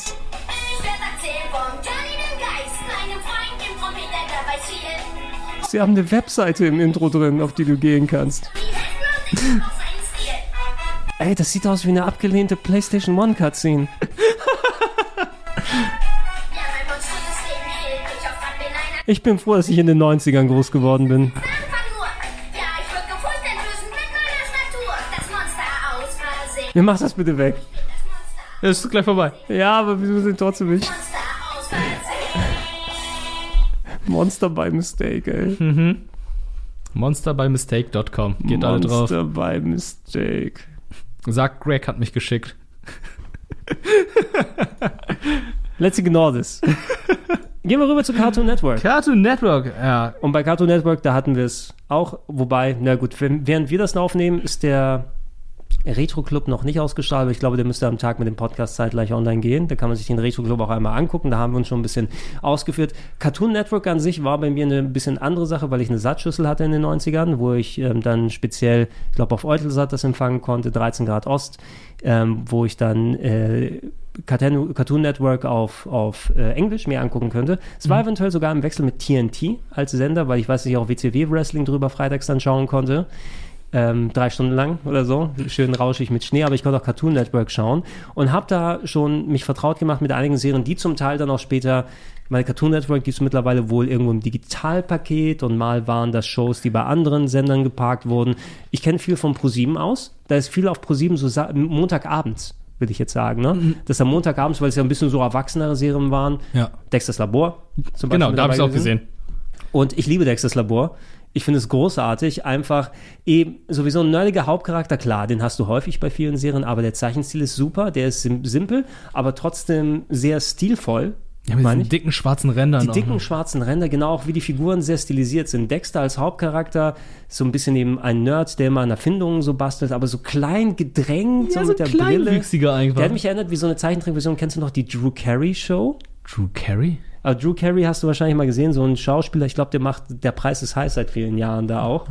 Speaker 4: Ich werde erzählen von Johnny den Geist, meinem Freund, dem Trompeter, der weiß viel.
Speaker 2: Sie haben eine Webseite im Intro drin, auf die du gehen kannst. Ey, das sieht aus wie eine abgelehnte PlayStation One Cutscene. Ich bin froh, dass ich in den 90ern groß geworden bin. Mir macht das bitte weg.
Speaker 3: Es ist gleich vorbei.
Speaker 2: Ja, aber wieso sind trotzdem nicht? Monster by Mistake, ey.
Speaker 3: Mhm. Monsterbymistake.com. Geht alle drauf.
Speaker 2: Monster by Mistake.
Speaker 3: Sagt Greg hat mich geschickt.
Speaker 2: Let's ignore [laughs] this. Gehen wir rüber zu Cartoon Network.
Speaker 3: Cartoon Network, ja.
Speaker 2: Und bei Cartoon Network, da hatten wir es auch. Wobei, na gut, wenn- während wir das aufnehmen, ist der Retro Club noch nicht ausgestrahlt. aber Ich glaube, der müsste am Tag mit dem Podcast zeitgleich online gehen. Da kann man sich den Retro Club auch einmal angucken. Da haben wir uns schon ein bisschen ausgeführt. Cartoon Network an sich war bei mir eine bisschen andere Sache, weil ich eine Satzschüssel hatte in den 90ern, wo ich ähm, dann speziell, ich glaube, auf Eutelsat das empfangen konnte, 13 Grad Ost, ähm, wo ich dann äh, Cartoon Cartoon Network auf, auf äh, Englisch mir angucken könnte. Es war eventuell sogar im Wechsel mit TNT als Sender, weil ich weiß nicht, auch WCW Wrestling drüber freitags dann schauen konnte. Ähm, drei Stunden lang oder so, schön rauschig mit Schnee, aber ich konnte auch Cartoon Network schauen und habe da schon mich vertraut gemacht mit einigen Serien, die zum Teil dann auch später, meine Cartoon Network gibt es mittlerweile wohl irgendwo im Digitalpaket und mal waren das Shows, die bei anderen Sendern geparkt wurden. Ich kenne viel von ProSieben aus, da ist viel auf ProSieben so sa- Montagabends, würde ich jetzt sagen, ne? Das ist am Montagabends, weil es ja ein bisschen so erwachsenere Serien waren.
Speaker 3: Mhm. Ja.
Speaker 2: Dexter's Labor zum Beispiel.
Speaker 3: Genau,
Speaker 2: mit
Speaker 3: da habe ich
Speaker 2: dabei
Speaker 3: auch gesehen.
Speaker 2: Und ich liebe Dexters Labor. Ich finde es großartig, einfach eben sowieso ein nerdiger Hauptcharakter, klar, den hast du häufig bei vielen Serien, aber der Zeichenstil ist super, der ist sim simpel, aber trotzdem sehr stilvoll.
Speaker 3: Ja, mit diesen dicken schwarzen Rändern.
Speaker 2: Die dicken schwarzen Ränder, genau, auch wie die Figuren sehr stilisiert sind. Dexter als Hauptcharakter, so ein bisschen eben ein Nerd, der immer an Erfindungen so bastelt, aber so klein gedrängt,
Speaker 3: Ja,
Speaker 2: so
Speaker 3: so
Speaker 2: mit der Brille.
Speaker 3: kleinwüchsiger einfach.
Speaker 2: Der hat mich erinnert wie so eine Zeichentrickversion. Kennst du noch die Drew Carey Show?
Speaker 3: Drew Carey?
Speaker 2: Aber Drew Carey hast du wahrscheinlich mal gesehen, so ein Schauspieler, ich glaube, der macht, der Preis ist heiß seit vielen Jahren da auch.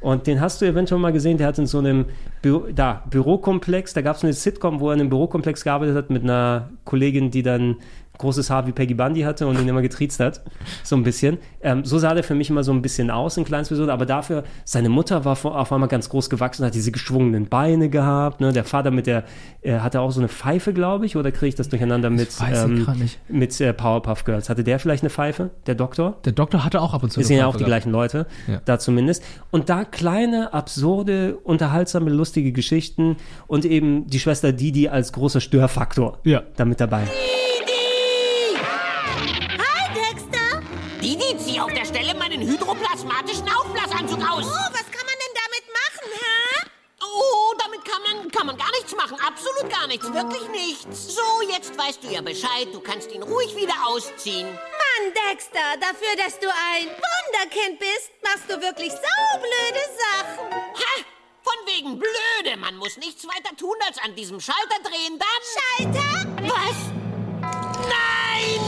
Speaker 2: Und den hast du eventuell mal gesehen, der hat in so einem Büro, da, Bürokomplex, da gab es eine Sitcom, wo er in einem Bürokomplex gearbeitet hat mit einer Kollegin, die dann großes Haar wie Peggy Bundy hatte und ihn immer getriezt hat, [laughs] so ein bisschen. Ähm, so sah der für mich immer so ein bisschen aus, ein kleines bisschen, aber dafür, seine Mutter war vor- auf einmal ganz groß gewachsen, hat diese geschwungenen Beine gehabt, ne? der Vater mit der, äh, hatte auch so eine Pfeife, glaube ich, oder kriege ich das durcheinander mit, ähm,
Speaker 3: weiß ich grad nicht.
Speaker 2: mit äh, Powerpuff Girls. Hatte der vielleicht eine Pfeife, der Doktor?
Speaker 3: Der Doktor hatte auch ab und zu
Speaker 2: Das sind
Speaker 3: eine
Speaker 2: ja auch die
Speaker 3: Pfeife
Speaker 2: gleichen Leute,
Speaker 3: Ja.
Speaker 2: da zumindest. Und da kleine, absurde, unterhaltsame, lustige Geschichten und eben die Schwester Didi als großer Störfaktor ja. damit dabei.
Speaker 4: Hi, Dexter!
Speaker 9: Didi, zieh auf der Stelle meinen hydroplasmatischen Aufblasanzug aus. Oh, was kann man denn damit machen, hä? Oh, damit kann man, kann man gar nichts machen. Absolut gar nichts. Wirklich nichts. So, jetzt weißt du ja Bescheid. Du kannst ihn ruhig wieder ausziehen.
Speaker 17: Mann, Dexter, dafür, dass du ein Wunderkind bist, machst du wirklich saublöde Sachen.
Speaker 9: Ha! Von wegen blöde. Man muss nichts weiter tun, als an diesem Schalter drehen. Dann... Schalter? Was? Nein!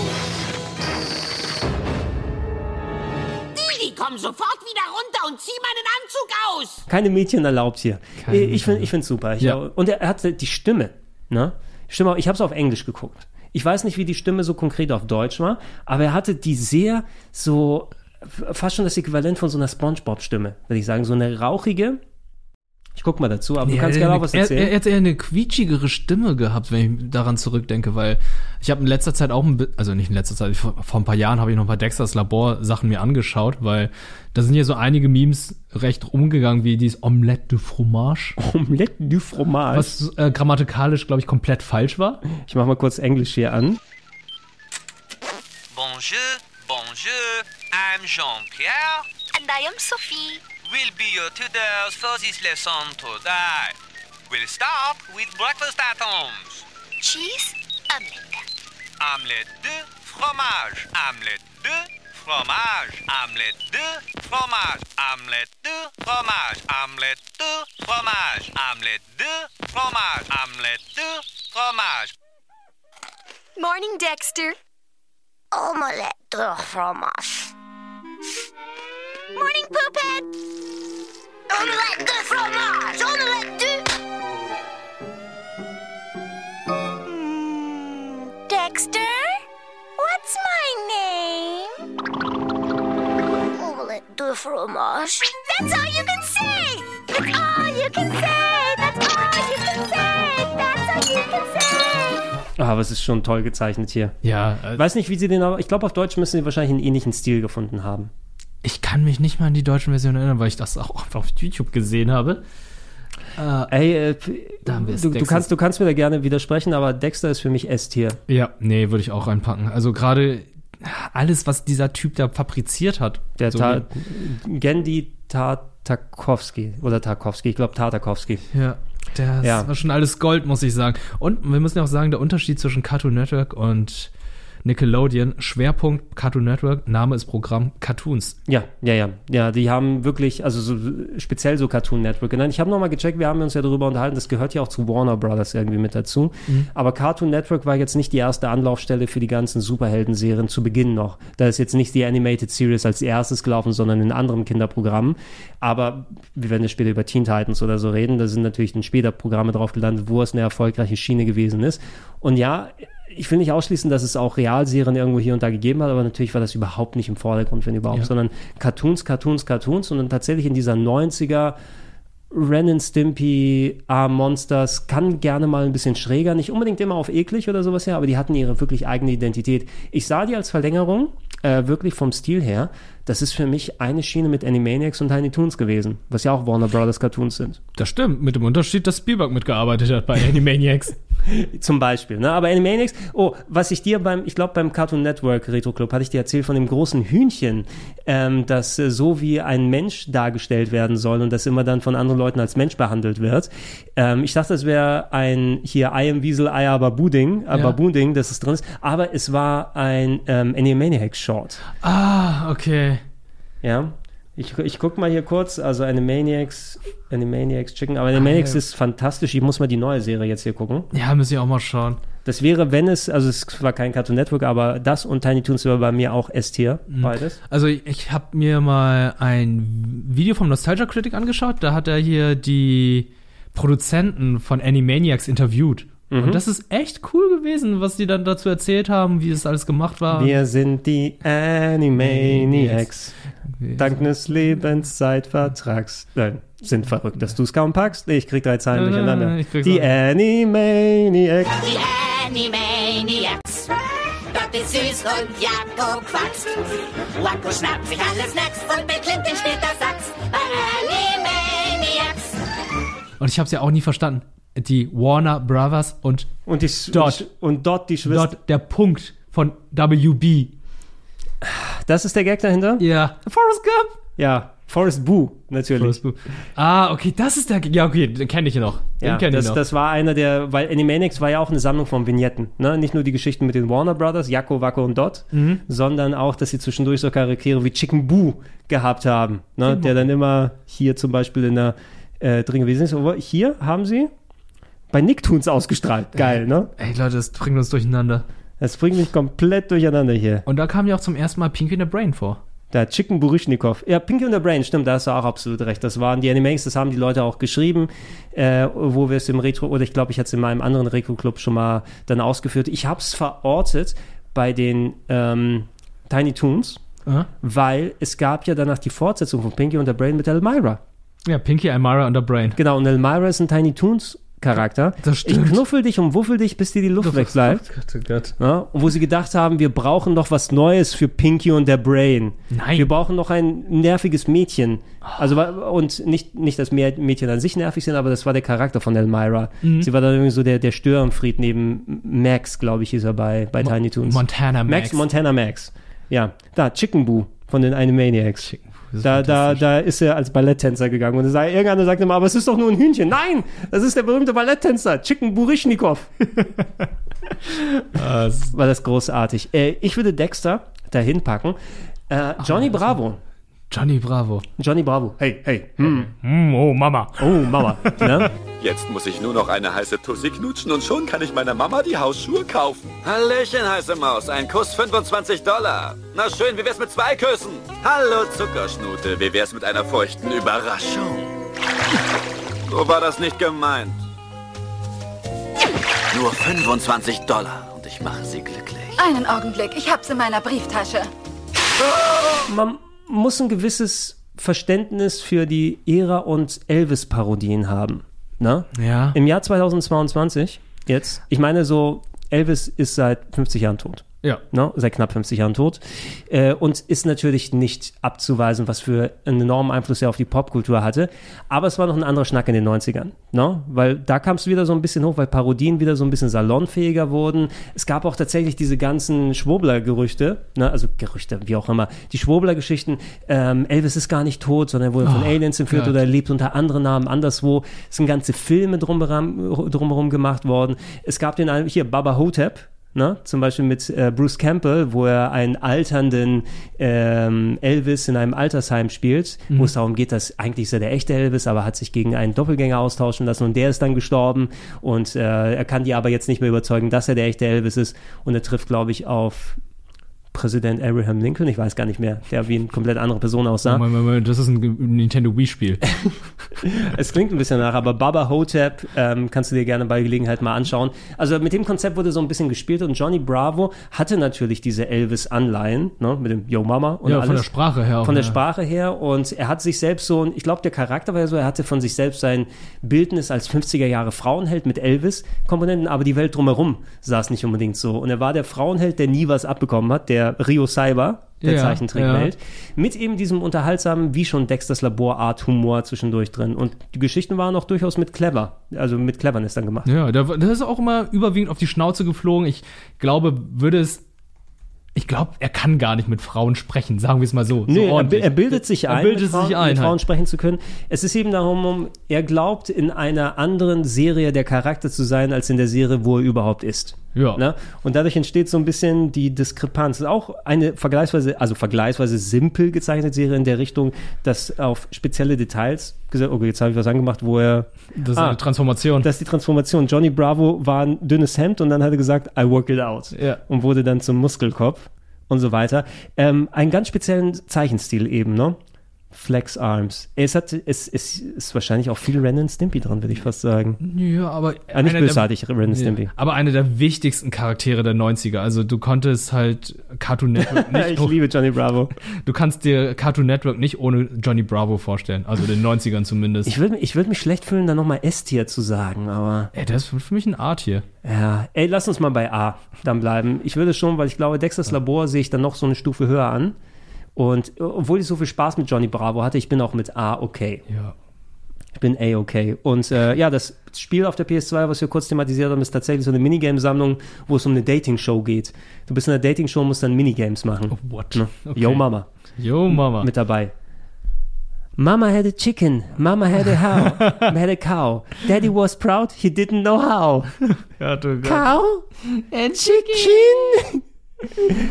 Speaker 9: Didi, komm sofort wieder runter und zieh meinen Anzug aus.
Speaker 2: Keine Mädchen erlaubt hier. ich finde ich find's super. Ich,
Speaker 3: Ja.
Speaker 2: Und er hatte die Stimme. Ne? Stimme ich habe es auf Englisch geguckt. Ich weiß nicht, wie die Stimme so konkret auf Deutsch war, aber er hatte die sehr so fast schon das Äquivalent von so einer SpongeBob-Stimme, würde ich sagen. So eine rauchige. Ich guck mal dazu, aber du kannst gerne auch was
Speaker 3: er,
Speaker 2: erzählen.
Speaker 3: er, er hat eher eine quietschigere Stimme gehabt, wenn ich daran zurückdenke, weil ich habe in letzter Zeit auch ein bi- also nicht in letzter Zeit, vor, vor ein paar Jahren habe ich noch ein paar Dexters Labor Sachen mir angeschaut, weil da sind ja so einige Memes recht umgegangen, wie dieses Omelette du Fromage.
Speaker 2: Omelette du Fromage.
Speaker 3: Was äh, grammatikalisch, glaube ich, komplett falsch war.
Speaker 2: Ich mach mal kurz Englisch hier an.
Speaker 18: Bonjour, bonjour. I'm Jean-Pierre. And I am Sophie. We'll be your tutors for this lesson today. We'll start with breakfast items. Cheese, omelette. Omelette de fromage. Omelette de fromage. Omelette de fromage. Omelette de fromage. Omelette de fromage. Omelette de fromage. Omelette de fromage.
Speaker 19: Morning, Dexter. Omelette de fromage. Morning, Poophead. Omelette de fromage. Omelette de. Mm, Dexter? What's my name? Omelette de fromage. That's all you can say! That's all you can say! That's all you can say! That's all you can say!
Speaker 2: Ah, aber es ist schon toll gezeichnet hier.
Speaker 3: Ja.
Speaker 2: Weiß nicht, wie sie den, aber ich glaube, auf Deutsch müssen sie wahrscheinlich einen ähnlichen Stil gefunden haben.
Speaker 3: Ich kann mich nicht mal an die deutschen Version erinnern, weil ich das auch einfach auf YouTube gesehen habe.
Speaker 2: Ey, äh,
Speaker 3: da haben wir es,
Speaker 2: du, du,
Speaker 3: Dexter.
Speaker 2: kannst, du kannst mir da gerne widersprechen, aber Dexter ist für mich S-Tier.
Speaker 3: Ja, nee, würde ich auch reinpacken. Also gerade alles, was dieser Typ da fabriziert hat.
Speaker 2: Der
Speaker 3: so
Speaker 2: Ta Gendy Tartakowski oder Tarkowski, ich glaube Tartakowski.
Speaker 3: Ja, das
Speaker 2: Ja.
Speaker 3: war schon alles Gold, muss ich sagen. Und wir müssen ja auch sagen, der Unterschied zwischen Cartoon Network und Nickelodeon, Schwerpunkt Cartoon Network, Name ist Programm, Cartoons.
Speaker 2: Ja, ja, ja. Ja, die haben wirklich, also so, speziell so Cartoon Network genannt. Ich habe nochmal gecheckt, wir haben uns ja darüber unterhalten, das gehört ja auch zu Warner Brothers irgendwie mit dazu.
Speaker 1: Mhm.
Speaker 2: Aber Cartoon Network war jetzt nicht die erste Anlaufstelle für die ganzen Superhelden-Serien zu Beginn noch. Da ist jetzt nicht die Animated Series als erstes gelaufen, sondern in anderen Kinderprogrammen. Aber wir werden ja später über Teen Titans oder so reden, da sind natürlich dann später Programme drauf gelandet, wo es eine erfolgreiche Schiene gewesen ist. Und ja, ich will nicht ausschließen, dass es auch Realserien irgendwo hier und da gegeben hat, aber natürlich war das überhaupt nicht im Vordergrund, wenn überhaupt,
Speaker 1: Ja.
Speaker 2: sondern Cartoons, Cartoons, Cartoons und dann tatsächlich in dieser 90er Ren and Stimpy, Arm Monsters, kann gerne mal ein bisschen schräger, nicht unbedingt immer auf eklig oder sowas her, aber die hatten ihre wirklich eigene Identität. Ich sah die als Verlängerung, äh, wirklich vom Stil her. Das ist für mich eine Schiene mit Animaniacs und Tiny Toons gewesen, was ja auch Warner Brothers Cartoons sind. [laughs]
Speaker 3: Das stimmt, mit dem Unterschied, dass Spielberg mitgearbeitet hat bei Animaniacs.
Speaker 2: Zum Beispiel, ne? Aber Animaniacs, oh, was ich dir beim, ich glaube beim Cartoon Network Retro Club hatte ich dir erzählt von dem großen Hühnchen, ähm, das äh, so wie ein Mensch dargestellt werden soll und das immer dann von anderen Leuten als Mensch behandelt wird. Ähm, ich dachte, es wäre ein hier I am Wiesel, I am Babuding, äh,
Speaker 3: Ja.
Speaker 2: Babuding, dass es drin ist, aber es war ein ähm, Animaniacs Short.
Speaker 3: Ah, okay.
Speaker 2: Ja. Ich, ich guck mal hier kurz, also Animaniacs, Animaniacs Chicken, aber Animaniacs
Speaker 3: Ah, ja.
Speaker 2: ist fantastisch. Ich muss mal die neue Serie jetzt hier gucken.
Speaker 3: Ja, müssen wir auch mal schauen.
Speaker 2: Das wäre, wenn es, also es war kein Cartoon Network, aber das und Tiny Toons wäre bei mir auch S-Tier, beides.
Speaker 3: Also ich, ich habe mir mal ein Video vom Nostalgia Critic angeschaut. Da hat er hier die Produzenten von Animaniacs interviewt.
Speaker 2: Mhm.
Speaker 3: Und das ist echt cool gewesen, was die dann dazu erzählt haben, wie es alles gemacht war.
Speaker 2: Wir sind die Animaniacs. Dank des Lebenszeitvertrags. Nein, sind verrückt, dass du es kaum packst. Ich krieg drei Zeilen
Speaker 3: Äh,
Speaker 2: durcheinander.
Speaker 3: ich krieg's
Speaker 2: Die
Speaker 3: auch.
Speaker 2: Animaniacs.
Speaker 19: Die Animaniacs. Bob ist süß und Jakob quatscht. Wacko schnappt sich alle Snacks und bei Clinton steht der Satz. Bei Animaniacs.
Speaker 3: Und ich habe es ja auch nie verstanden. Die Warner Brothers und
Speaker 2: und die
Speaker 3: dort
Speaker 2: und dort die
Speaker 3: Schwester. Dort der Punkt von WB.
Speaker 2: Das ist der Gag dahinter?
Speaker 3: Ja. Forrest Gump.
Speaker 2: Ja, Forrest Boo, natürlich. Forrest
Speaker 3: Boo. Ah, okay, das ist der. Ja, okay, den kenne ich noch. Den
Speaker 2: Ja,
Speaker 3: kenne ich
Speaker 2: das,
Speaker 3: noch.
Speaker 2: das war einer der, weil Animaniacs war ja auch eine Sammlung von Vignetten. Ne? Nicht nur die Geschichten mit den Warner Brothers, Jacko, Wacko und Dot,
Speaker 3: Mhm.
Speaker 2: sondern auch, dass sie zwischendurch so Charaktere wie Chicken Boo gehabt haben. Ne? Der dann immer hier zum Beispiel in der äh, drin gewesen ist. Aber hier haben sie bei Nicktoons
Speaker 3: [laughs]
Speaker 2: ausgestrahlt. Geil, ne?
Speaker 3: Ey, Leute, das bringt uns durcheinander.
Speaker 2: Das bringt mich komplett durcheinander hier.
Speaker 3: Und da kam ja auch zum ersten Mal Pinky in the Brain vor.
Speaker 2: Da Chicken Buryschnikow. Ja, Pinky und der Brain, stimmt, da hast du auch absolut recht. Das waren die Animaniacs, das haben die Leute auch geschrieben, äh, wo wir es im Retro, oder ich glaube, ich hatte es in meinem anderen Retro-Club schon mal dann ausgeführt. Ich habe es verortet bei den ähm, Tiny Toons,
Speaker 3: Aha.
Speaker 2: weil es gab ja danach die Fortsetzung von Pinky und der Brain mit Elmira.
Speaker 3: Ja, Pinky, Elmira und der Brain.
Speaker 2: Genau, und Elmira ist ein Tiny Toons-Charakter.
Speaker 3: Das stimmt.
Speaker 2: Ich knuffel dich und wuffel dich, bis dir die Luft wegbleibt.
Speaker 3: Gott, oh Gott.
Speaker 2: Ja, und wo sie gedacht haben, wir brauchen noch was Neues für Pinky und der Brain.
Speaker 3: Nein. Ah.
Speaker 2: Wir brauchen noch ein nerviges Mädchen. Also wa- und nicht, nicht, dass mehr Mädchen an sich nervig sind, aber das war der Charakter von Elmira.
Speaker 3: Mhm.
Speaker 2: Sie war dann irgendwie so der, der Störenfried neben Max, glaube ich, hieß er bei, bei Tiny Toons.
Speaker 3: Montana Max.
Speaker 2: Montana Max. Ja. Da, Chicken Boo von den Animaniacs. Da, da, da ist er als Balletttänzer gegangen und sei, irgendeiner sagt immer, aber es ist doch nur ein Hühnchen. Nein, das ist der berühmte Balletttänzer, Chicken Burischnikow. War das großartig. Äh, ich würde Dexter dahin packen. Äh, Johnny Bravo.
Speaker 3: Johnny Bravo.
Speaker 2: Johnny Bravo. Hey, hey. Hm.
Speaker 3: oh, Mama.
Speaker 2: Oh, Mama. ne?
Speaker 5: Jetzt muss ich nur noch eine heiße Tussi knutschen und schon kann ich meiner Mama die Hausschuhe kaufen. Hallöchen, heiße Maus. Ein Kuss 25 Dollar. Na schön, wie wär's mit zwei Küssen? Hallo, Zuckerschnute. Wie wär's mit einer feuchten Überraschung? So war das nicht gemeint.
Speaker 10: Nur 25 Dollar und ich mache sie glücklich.
Speaker 11: Einen Augenblick, ich hab's in meiner Brieftasche.
Speaker 2: Man muss ein gewisses Verständnis für die Ära und Elvis-Parodien haben. Ne?
Speaker 3: Ja.
Speaker 2: Im Jahr 2022, jetzt, ich meine so, Elvis ist seit 50 Jahren tot.
Speaker 3: Ja.
Speaker 2: Ne? Seit knapp 50 Jahren tot. Äh, und ist natürlich nicht abzuweisen, was für einen enormen Einfluss er auf die Popkultur hatte. Aber es war noch ein anderer Schnack in den 90ern. Ne? Weil da kam es wieder so ein bisschen hoch, weil Parodien wieder so ein bisschen salonfähiger wurden. Es gab auch tatsächlich diese ganzen Schwurbler-Gerüchte, ne? also Gerüchte, wie auch immer, die Schwurbler-Geschichten. Ähm, Elvis ist gar nicht tot, sondern er wurde von
Speaker 3: Oh,
Speaker 2: Aliens entführt
Speaker 3: Gott.
Speaker 2: oder er lebt unter anderen Namen anderswo. Es sind ganze Filme drumherum, drumherum gemacht worden. Es gab den einen, hier Baba Hotep, ne? zum Beispiel mit äh, Bruce Campbell, wo er einen alternden ähm, Elvis in einem Altersheim spielt, wo
Speaker 3: Mhm.
Speaker 2: es darum geht, dass eigentlich ist er der echte Elvis, aber hat sich gegen einen Doppelgänger austauschen lassen und der ist dann gestorben und äh, er kann die aber jetzt nicht mehr überzeugen, dass er der echte Elvis ist und er trifft, glaube ich, auf Präsident Abraham Lincoln, ich weiß gar nicht mehr, der wie eine komplett andere Person aussah.
Speaker 3: Moment, Moment, Moment, das ist ein Ge- Nintendo
Speaker 2: [laughs]
Speaker 3: Wii-Spiel.
Speaker 2: Es klingt ein bisschen nach, aber Baba Hotep ähm, kannst du dir gerne bei Gelegenheit mal anschauen. Also mit dem Konzept wurde so ein bisschen gespielt und Johnny Bravo hatte natürlich diese Elvis-Anleihen, ne, mit dem Yo Mama und
Speaker 3: Ja,
Speaker 2: alles.
Speaker 3: von der Sprache her auch,
Speaker 2: Von der
Speaker 3: ja.
Speaker 2: Sprache her und er hat sich selbst so, ein- ich glaube, der Charakter war ja so, er hatte von sich selbst sein Bildnis als 50er Jahre Frauenheld mit Elvis-Komponenten, aber die Welt drumherum sah es nicht unbedingt so. Und er war der Frauenheld, der nie was abbekommen hat, der Rio Cyber. der
Speaker 1: Ja,
Speaker 2: Zeichentrickwelt.
Speaker 1: ja.
Speaker 2: Mit eben diesem unterhaltsamen, wie schon Dexters Labor Art Humor zwischendurch drin. Und die Geschichten waren auch durchaus mit clever, also mit Cleverness dann gemacht.
Speaker 3: Ja, der, der ist auch immer überwiegend auf die Schnauze geflogen. Ich glaube, würde es. Ich glaube, er kann gar nicht mit Frauen sprechen, sagen wir es mal so.
Speaker 2: Nö,
Speaker 3: so
Speaker 2: er, bi-
Speaker 3: ordentlich.
Speaker 2: er bildet sich ein,
Speaker 3: Er bildet
Speaker 2: mit Frauen,
Speaker 3: sich ein.
Speaker 2: mit
Speaker 3: halt.
Speaker 2: Frauen sprechen zu können. Es ist eben darum, um, er glaubt, in einer anderen Serie der Charakter zu sein, als in der Serie, wo er überhaupt ist.
Speaker 3: Ja.
Speaker 2: Ne? Und dadurch entsteht so ein bisschen die Diskrepanz. Es ist auch eine vergleichsweise, also vergleichsweise simpel gezeichnete Serie in der Richtung, dass auf spezielle Details gesagt, okay, jetzt habe ich was angemacht, wo er.
Speaker 3: Das ist eine Transformation.
Speaker 2: ah. Das ist die Transformation. Johnny Bravo war ein dünnes Hemd und dann hat er gesagt, I work it out. Und wurde dann zum Muskelkopf und so weiter. Ähm, einen ganz speziellen Zeichenstil eben, ne? Flex Arms. Es, hat, es, es ist wahrscheinlich auch viel Ren and Stimpy dran, würde ich fast sagen.
Speaker 3: Ja, aber.
Speaker 2: Ah, nicht
Speaker 3: einer
Speaker 2: bösartig, Ren and
Speaker 3: Ja,
Speaker 2: Stimpy.
Speaker 3: aber einer der wichtigsten Charaktere der 90er. Also, du konntest halt
Speaker 2: [laughs]
Speaker 3: Cartoon Network nicht.
Speaker 2: Ich liebe Johnny Bravo.
Speaker 3: Du kannst dir Cartoon Network nicht ohne Johnny Bravo vorstellen. Also, den 90ern zumindest.
Speaker 2: Ich würde ich würd mich schlecht fühlen, da nochmal S-Tier zu sagen, aber.
Speaker 3: Ey, das ist für mich ein A-Tier.
Speaker 2: Ja, ey, lass uns mal bei A dann bleiben. Ich würde schon, weil ich glaube, Dexters Labor sehe ich dann noch so eine Stufe höher an. Und äh, obwohl ich so viel Spaß mit Johnny Bravo hatte, ich bin auch mit A okay.
Speaker 3: Ja.
Speaker 2: Ich bin A okay. Und äh, ja, das Spiel auf der PS2, was wir kurz thematisiert haben, ist tatsächlich so eine Minigame-Sammlung, wo es um eine Dating-Show geht. Du bist in einer Dating-Show und musst dann Minigames machen. Oh,
Speaker 3: what? Ah.
Speaker 2: Yo Mama.
Speaker 3: Yo Mama.
Speaker 2: Mit dabei. Mama had a chicken. Mama had a
Speaker 3: [laughs]
Speaker 2: how. had a cow. Daddy was proud. He didn't know how.
Speaker 3: Ja, du Gott.
Speaker 2: Cow [laughs] and chicken.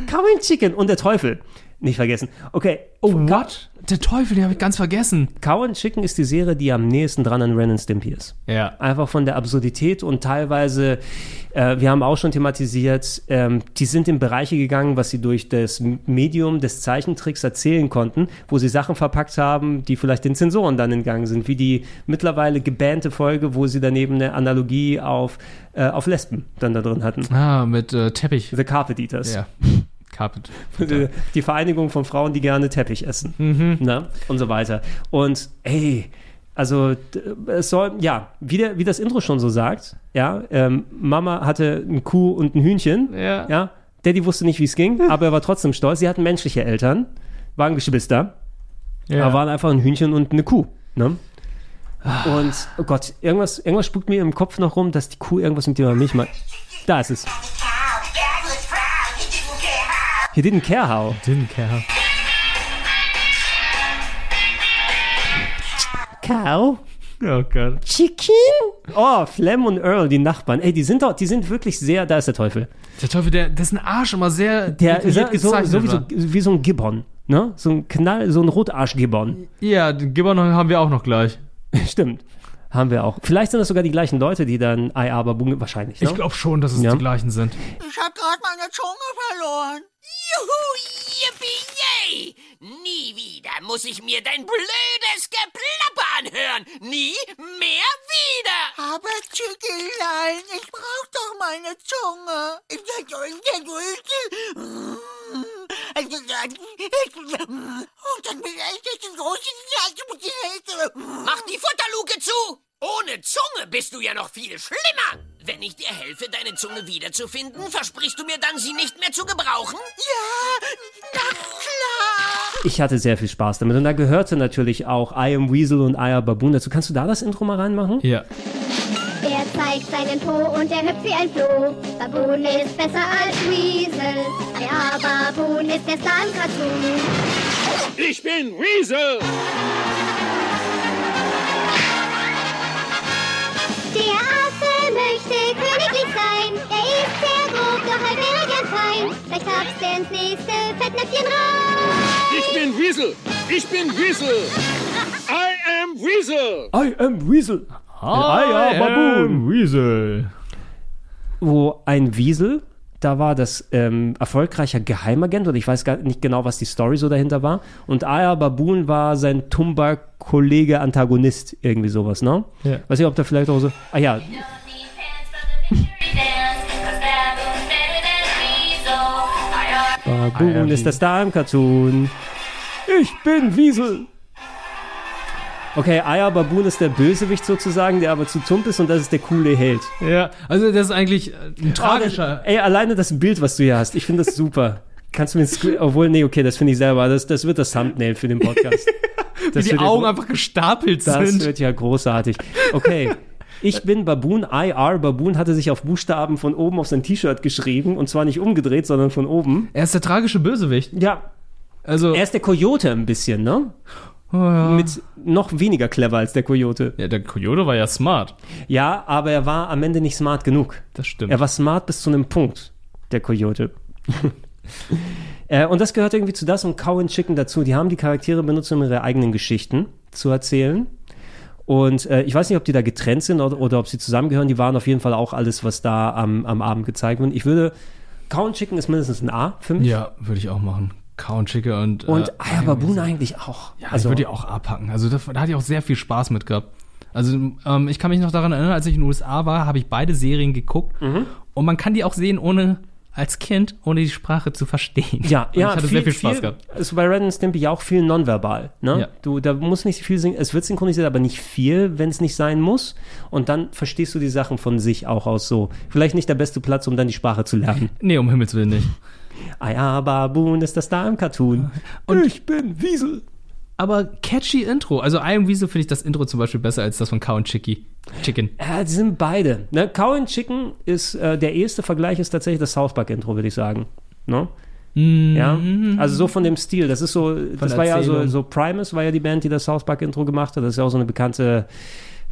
Speaker 2: [laughs] Cow and chicken. Und der Teufel. Nicht vergessen. Okay. Oh, what?
Speaker 3: Der Teufel, den habe ich ganz vergessen.
Speaker 2: Cow and Chicken ist die Serie, die am nächsten dran an Ren and Stimpy ist.
Speaker 3: Ja.
Speaker 2: Einfach von der Absurdität und teilweise, äh, wir haben auch schon thematisiert, ähm, die sind in Bereiche gegangen, was sie durch das Medium des Zeichentricks erzählen konnten, wo sie Sachen verpackt haben, die vielleicht den Zensoren dann entgangen sind, wie die mittlerweile gebannte Folge, wo sie daneben eine Analogie auf, äh, auf Lesben dann da drin hatten.
Speaker 3: Ah, mit äh, Teppich.
Speaker 2: The Carpet Eaters.
Speaker 3: Ja. Carpet.
Speaker 2: Die- Die Vereinigung von Frauen, die gerne Teppich essen.
Speaker 3: Mhm.
Speaker 2: Na? Und so weiter. Und ey, also d- es soll, ja, wie, der, wie das Intro schon so sagt, ja, ähm, Mama hatte ein Kuh und ein Hühnchen.
Speaker 3: Ja.
Speaker 2: Daddy wusste nicht, wie es ging, aber er war trotzdem stolz. Sie hatten menschliche Eltern, waren Geschwister,
Speaker 3: Ja.
Speaker 2: aber waren einfach ein Hühnchen und eine Kuh. Ne?
Speaker 3: Ah.
Speaker 2: Und oh Gott, irgendwas, irgendwas spukt mir im Kopf noch rum, dass die Kuh irgendwas mit ihrer Milch macht. Da ist es. He didn't care how.
Speaker 3: Didn't care.
Speaker 2: Cow.
Speaker 3: Oh Gott.
Speaker 2: Chicken? Oh, Flem und Earl, die Nachbarn. Ey, die sind doch, die sind wirklich sehr, da ist der Teufel.
Speaker 3: Der Teufel, der, dessen Arsch immer sehr
Speaker 2: Der ist
Speaker 3: detailliert
Speaker 2: so, so, wie, so,
Speaker 3: war.
Speaker 2: wie so ein Gibbon, ne? So ein Knall, so ein Rotarsch-Gibbon. [laughs]
Speaker 3: Ja, den Gibbon haben wir auch noch gleich.
Speaker 2: Stimmt. Haben wir auch. Vielleicht sind das sogar die gleichen Leute, die dann Ei, aber Bunge, wahrscheinlich, ne?
Speaker 3: Ich glaube schon, dass es
Speaker 2: Ja.
Speaker 3: die gleichen sind.
Speaker 9: Ich hab gerade meine Zunge verloren. Juhu, yippie, yay. Nie wieder muss ich mir dein blödes Geplapper anhören. Nie mehr wieder.
Speaker 20: Aber Chickelein, ich brauch doch meine Zunge. Ich Also, Und oh, dann bin ich echt ein großes
Speaker 9: Mach die Futterluke zu. Ohne Zunge bist du ja noch viel schlimmer. Wenn ich dir helfe, deine Zunge wiederzufinden, versprichst du mir dann, sie nicht mehr zu gebrauchen? Ja,
Speaker 2: Ich hatte sehr viel Spaß damit. Und da gehörte natürlich auch I Am Weasel und I Are Baboon dazu. Kannst du da das Intro mal reinmachen?
Speaker 3: Ja.
Speaker 21: Er zeigt seinen Po und er hüpft wie ein Floh. Baboon ist besser als Weasel. Ja, Baboon ist der Star im Cartoon.
Speaker 22: Ich bin Weasel.
Speaker 21: Der Affe möchte königlich sein. Er ist sehr grob, doch halt wäre er gern fein. Vielleicht hab's der ins nächste Fettnäpfchen rein.
Speaker 22: Ich bin Weasel. Ich bin Weasel. I am Weasel.
Speaker 2: I am Weasel.
Speaker 22: I am
Speaker 3: Weasel.
Speaker 2: Wo ein Wiesel, da war das ähm, erfolgreicher Geheimagent und ich weiß gar nicht genau, was die Story so dahinter war. Und Aya Baboon war sein Tumba-Kollege, Antagonist, irgendwie sowas, ne?
Speaker 3: Ja.
Speaker 2: Weiß ich, ob da vielleicht auch so. Ah ja,
Speaker 3: I am
Speaker 2: Baboon ist der Star im Cartoon. Ich bin Wiesel. Okay, Aya Baboon ist der Bösewicht sozusagen, der aber zu tump ist und das ist der coole Held.
Speaker 3: Ja, also das ist eigentlich äh, ein tragischer. [laughs]
Speaker 2: Ey, alleine das Bild, was du hier hast, ich finde das super. Kannst du mir ein Screen, obwohl, nee, okay, das finde ich selber, das, das wird das Thumbnail für den Podcast.
Speaker 3: [laughs] Wie die
Speaker 2: wird ja
Speaker 3: Augen
Speaker 2: gro-
Speaker 3: einfach gestapelt
Speaker 2: Das
Speaker 3: sind.
Speaker 2: wird ja großartig. Okay.
Speaker 3: [laughs]
Speaker 2: Ich bin Baboon IR. Baboon hatte sich auf Buchstaben von oben auf sein T-Shirt geschrieben und zwar nicht umgedreht, sondern von oben.
Speaker 3: Er ist der tragische Bösewicht.
Speaker 2: Ja.
Speaker 3: Also
Speaker 2: er ist der Coyote ein bisschen, ne?
Speaker 3: Oh
Speaker 2: Mit noch weniger clever als der Coyote.
Speaker 3: Ja, der Coyote war ja smart.
Speaker 2: Ja, aber er war am Ende nicht smart genug.
Speaker 3: Das stimmt.
Speaker 2: Er war smart bis zu einem Punkt, der
Speaker 3: [laughs]
Speaker 2: Coyote. äh, und das gehört irgendwie zu das und Cow and Chicken dazu. Die haben die Charaktere benutzt, um ihre eigenen Geschichten zu erzählen. Und äh, ich weiß nicht, ob die da getrennt sind oder, oder ob sie zusammengehören. Die waren auf jeden Fall auch alles, was da am, am Abend gezeigt wurde. Ich würde, Cow and Chicken ist mindestens ein A für mich.
Speaker 3: Ja, würde ich auch machen. Count Chicke und.
Speaker 2: Und
Speaker 3: äh,
Speaker 2: Eier Baboon eigentlich auch.
Speaker 3: Ja, also, ich würde die auch abpacken. Also da, da hatte ich auch sehr viel Spaß mit gehabt. Also ähm, ich kann mich noch daran erinnern, als ich in den USA war, habe ich beide Serien geguckt. Und man kann die auch sehen, ohne als Kind, ohne die Sprache zu verstehen.
Speaker 2: Ja,
Speaker 3: Und
Speaker 2: ja,
Speaker 3: ich hatte sehr viel Spaß gehabt.
Speaker 2: Ist bei Red and Stimpy ja auch viel nonverbal. Ne?
Speaker 3: Ja.
Speaker 2: Du, da muss nicht viel singen. Es wird synchronisiert, aber nicht viel, wenn es nicht sein muss. Und dann verstehst du die Sachen von sich auch aus so. Vielleicht nicht der beste Platz, um dann die Sprache zu lernen.
Speaker 3: [laughs] Nee, um Himmels Willen nicht.
Speaker 2: Ah ja, Baboon ist das da im Cartoon. Und ich bin Wiesel.
Speaker 3: Aber catchy Intro. Also einem Wiesel finde ich das Intro zum Beispiel besser als das von Cow und Chicky. Chicken.
Speaker 2: Ja, Äh, die sind beide. Ne? Cow and Chicken ist äh, der erste Vergleich ist tatsächlich das South Park Intro, würde ich sagen. Ne? Ja, also so von dem Stil. Das ist so, das
Speaker 3: der
Speaker 2: war ja so,
Speaker 3: Mhm. Erzählung.
Speaker 2: so Primus war ja die Band, die das South Park Intro gemacht hat. Das ist ja auch so eine bekannte,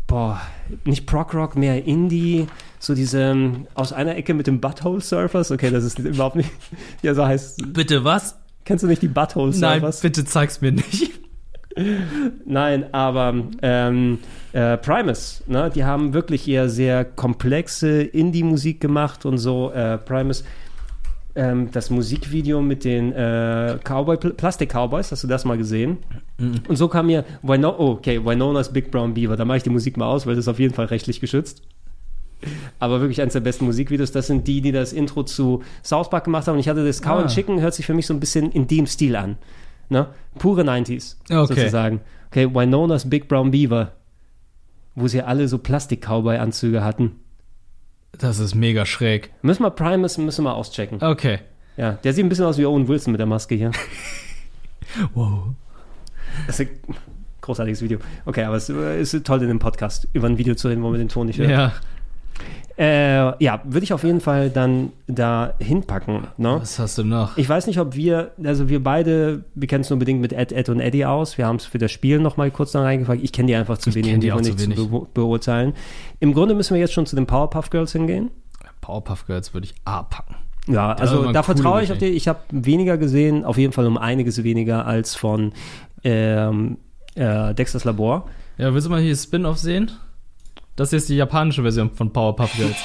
Speaker 2: boah, nicht Prog Rock, mehr Indie. So diese ähm, aus einer Ecke mit dem Butthole Surfers. Okay, das ist überhaupt nicht. [laughs] Ja, so heißt.
Speaker 3: Bitte was?
Speaker 2: Kennst du nicht die Butthole
Speaker 3: Nein,
Speaker 2: Surfers?
Speaker 3: bitte zeig's mir nicht.
Speaker 2: Nein, aber ähm, äh, Primus, ne, die haben wirklich eher sehr komplexe Indie-Musik gemacht und so. Äh, Primus, ähm, das Musikvideo mit den äh, Cowboy, Pl Plastic Cowboys, hast du das mal gesehen? Und so kam mir, Wino oh, okay, Winona's Big Brown Beaver, da mache ich die Musik mal aus, weil das ist auf jeden Fall rechtlich geschützt. Aber wirklich eines der besten Musikvideos, das sind die, die das Intro zu South Park gemacht haben. Und ich hatte das Cow
Speaker 3: Ah.
Speaker 2: and Chicken, hört sich für mich so ein bisschen in dem Stil an. Ne? Pure 90s,
Speaker 3: Okay.
Speaker 2: sozusagen. Okay, Winona's Big Brown Beaver, wo sie alle so Plastik-Cowboy-Anzüge hatten.
Speaker 3: Das ist mega schräg.
Speaker 2: Müssen wir Primus, müssen wir mal auschecken.
Speaker 3: Okay.
Speaker 2: Ja, der sieht ein bisschen aus wie Owen Wilson mit der Maske hier. [laughs]
Speaker 3: Wow.
Speaker 2: Das ist ein großartiges Video. Okay, aber es äh, ist toll, in einem Podcast über ein Video zu reden, wo man den Ton nicht hört.
Speaker 3: Ja.
Speaker 2: Äh, ja, würde ich auf jeden Fall dann da hinpacken. Ne?
Speaker 3: Was hast du noch?
Speaker 2: Ich weiß nicht, ob wir, also wir beide, wir kennen es nur bedingt mit Ed, Ed und Eddie aus. Wir haben es für das Spiel nochmal kurz da reingefragt. Ich kenne die einfach zu wenig,
Speaker 3: kenn die
Speaker 2: um
Speaker 3: auch zu
Speaker 2: nicht zu
Speaker 3: wenig.
Speaker 2: be beurteilen. Im Grunde müssen wir jetzt schon zu den Powerpuff Girls hingehen.
Speaker 3: Powerpuff Girls würde ich A packen.
Speaker 2: Ja,
Speaker 3: Da
Speaker 2: also
Speaker 3: waren
Speaker 2: da
Speaker 3: coole
Speaker 2: vertraue ich auf die.
Speaker 3: Ideen.
Speaker 2: Ich habe weniger gesehen, auf jeden Fall um einiges weniger als von ähm, äh, Dexters Labor.
Speaker 3: Ja, willst du mal hier das Spin-Off sehen? Das hier ist die japanische Version von Powerpuff Girls.
Speaker 2: [laughs]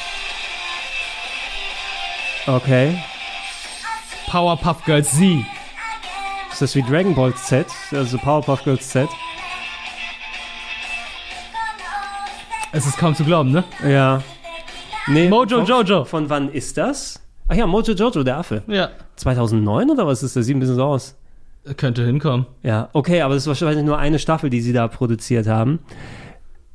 Speaker 2: Okay.
Speaker 3: Powerpuff Girls Z.
Speaker 2: Ist das wie Dragon Ball Z, also Powerpuff Girls Z?
Speaker 3: Es ist kaum zu glauben, ne?
Speaker 2: Ja. Nee,
Speaker 3: Mojo
Speaker 2: von,
Speaker 3: Jojo.
Speaker 2: Von wann ist das? Ach ja, Mojo Jojo, der Affe.
Speaker 3: Ja.
Speaker 2: 2009 oder was ist das? Sieht ein bisschen so aus.
Speaker 3: Könnte hinkommen.
Speaker 2: Ja, okay, aber das ist wahrscheinlich nur eine Staffel, die sie da produziert haben.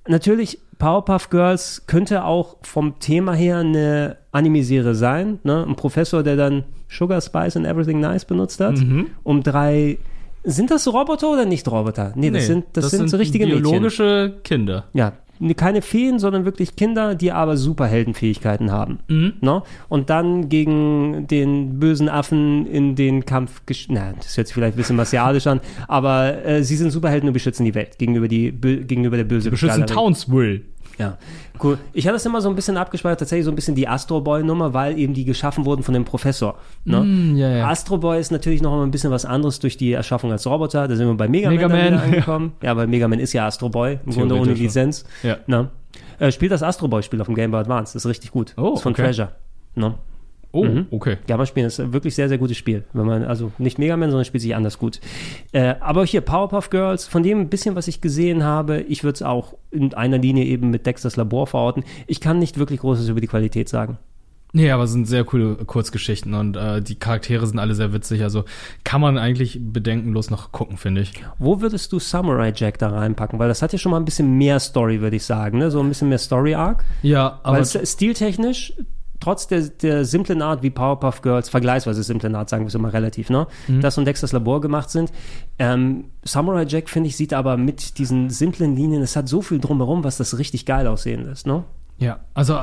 Speaker 2: Natürlich, Powerpuff Girls könnte auch vom Thema her eine Anime-Serie sein. Ne? Ein Professor, der dann Sugar Spice and Everything Nice benutzt hat, um drei. Sind das Roboter oder nicht Roboter? Nee, das
Speaker 3: Nee,
Speaker 2: sind, das sind, so richtige Mädchen.
Speaker 3: biologische Kinder.
Speaker 2: Ja, ne- keine Feen, sondern wirklich Kinder, die aber Superheldenfähigkeiten haben.
Speaker 3: Mhm.
Speaker 2: Ne? Und dann gegen den bösen Affen in den Kampf. gesch- Na, das hört sich vielleicht ein bisschen martialisch an, aber äh, sie sind Superhelden und beschützen die Welt gegenüber, die, bö- gegenüber der böse
Speaker 3: Beschützen
Speaker 2: Galerie.
Speaker 3: Townsville.
Speaker 2: Ja, cool. Ich hatte das immer so ein bisschen abgespeichert, tatsächlich so ein bisschen die Astro Boy-Nummer, weil eben die geschaffen wurden von dem Professor. Ne?
Speaker 3: Mm, ja, ja.
Speaker 2: Astro Boy ist natürlich noch mal ein bisschen was anderes durch die Erschaffung als Roboter. Da sind wir bei Mega,
Speaker 3: Mega
Speaker 2: Man, dann wieder
Speaker 3: Man, [laughs] ja.
Speaker 2: angekommen. Ja. weil Mega Man ist ja Astro Boy, im Grunde ohne
Speaker 3: Theoretisch, ja.
Speaker 2: Lizenz.
Speaker 3: Ja.
Speaker 2: Ne? Äh, spielt das Astro Boy-Spiel auf dem Game Boy Advance, das ist richtig gut.
Speaker 3: Oh,
Speaker 2: ist von
Speaker 3: okay.
Speaker 2: Treasure. Ne?
Speaker 3: Oh,
Speaker 2: Mhm.
Speaker 3: okay.
Speaker 2: Ja, man spielen ist ein wirklich sehr, sehr gutes Spiel. Wenn man, also nicht Mega Man, sondern spielt sich anders gut. Äh, aber hier, Powerpuff Girls, von dem ein bisschen, was ich gesehen habe, ich würde es auch in einer Linie eben mit Dexters Labor verorten. Ich kann nicht wirklich Großes über die Qualität sagen.
Speaker 3: Nee, aber es sind sehr coole Kurzgeschichten und äh, die Charaktere sind alle sehr witzig. Also kann man eigentlich bedenkenlos noch gucken, finde ich.
Speaker 2: Wo würdest du Samurai Jack da reinpacken? Weil das hat ja schon mal ein bisschen mehr Story, würde ich sagen. Ne? So ein bisschen mehr Story-Arc.
Speaker 3: Ja,
Speaker 2: Weil
Speaker 3: aber
Speaker 2: es- stiltechnisch trotz der, der simplen Art, wie Powerpuff Girls, vergleichsweise simplen Art, sagen wir es immer relativ, ne?
Speaker 3: Mhm.
Speaker 2: Das und Dexters Labor gemacht sind. Ähm, Samurai Jack, finde ich, sieht aber mit diesen simplen Linien, es hat so viel drumherum, was das richtig geil aussehen lässt, ne?
Speaker 3: Ja, also äh,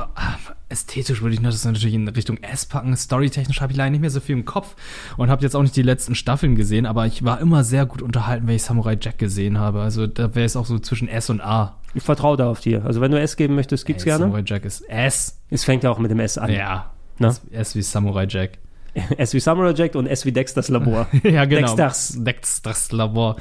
Speaker 3: ästhetisch würde ich das natürlich in Richtung S packen. Storytechnisch habe ich leider nicht mehr so viel im Kopf und habe jetzt auch nicht die letzten Staffeln gesehen, aber ich war immer sehr gut unterhalten, wenn ich Samurai Jack gesehen habe. Also da wäre es auch so zwischen S und A.
Speaker 2: Ich vertraue da auf dir. Also wenn du S geben möchtest, gibt's
Speaker 3: Ey,
Speaker 2: gerne.
Speaker 3: Samurai Jack ist S.
Speaker 2: Es fängt ja auch mit dem S an.
Speaker 3: Ja.
Speaker 2: Ne?
Speaker 3: S, S wie Samurai Jack.
Speaker 2: [laughs] S wie Samurai Jack und S wie Dexters Labor.
Speaker 3: [laughs] ja, genau.
Speaker 2: Dexters.
Speaker 3: Dexters Labor.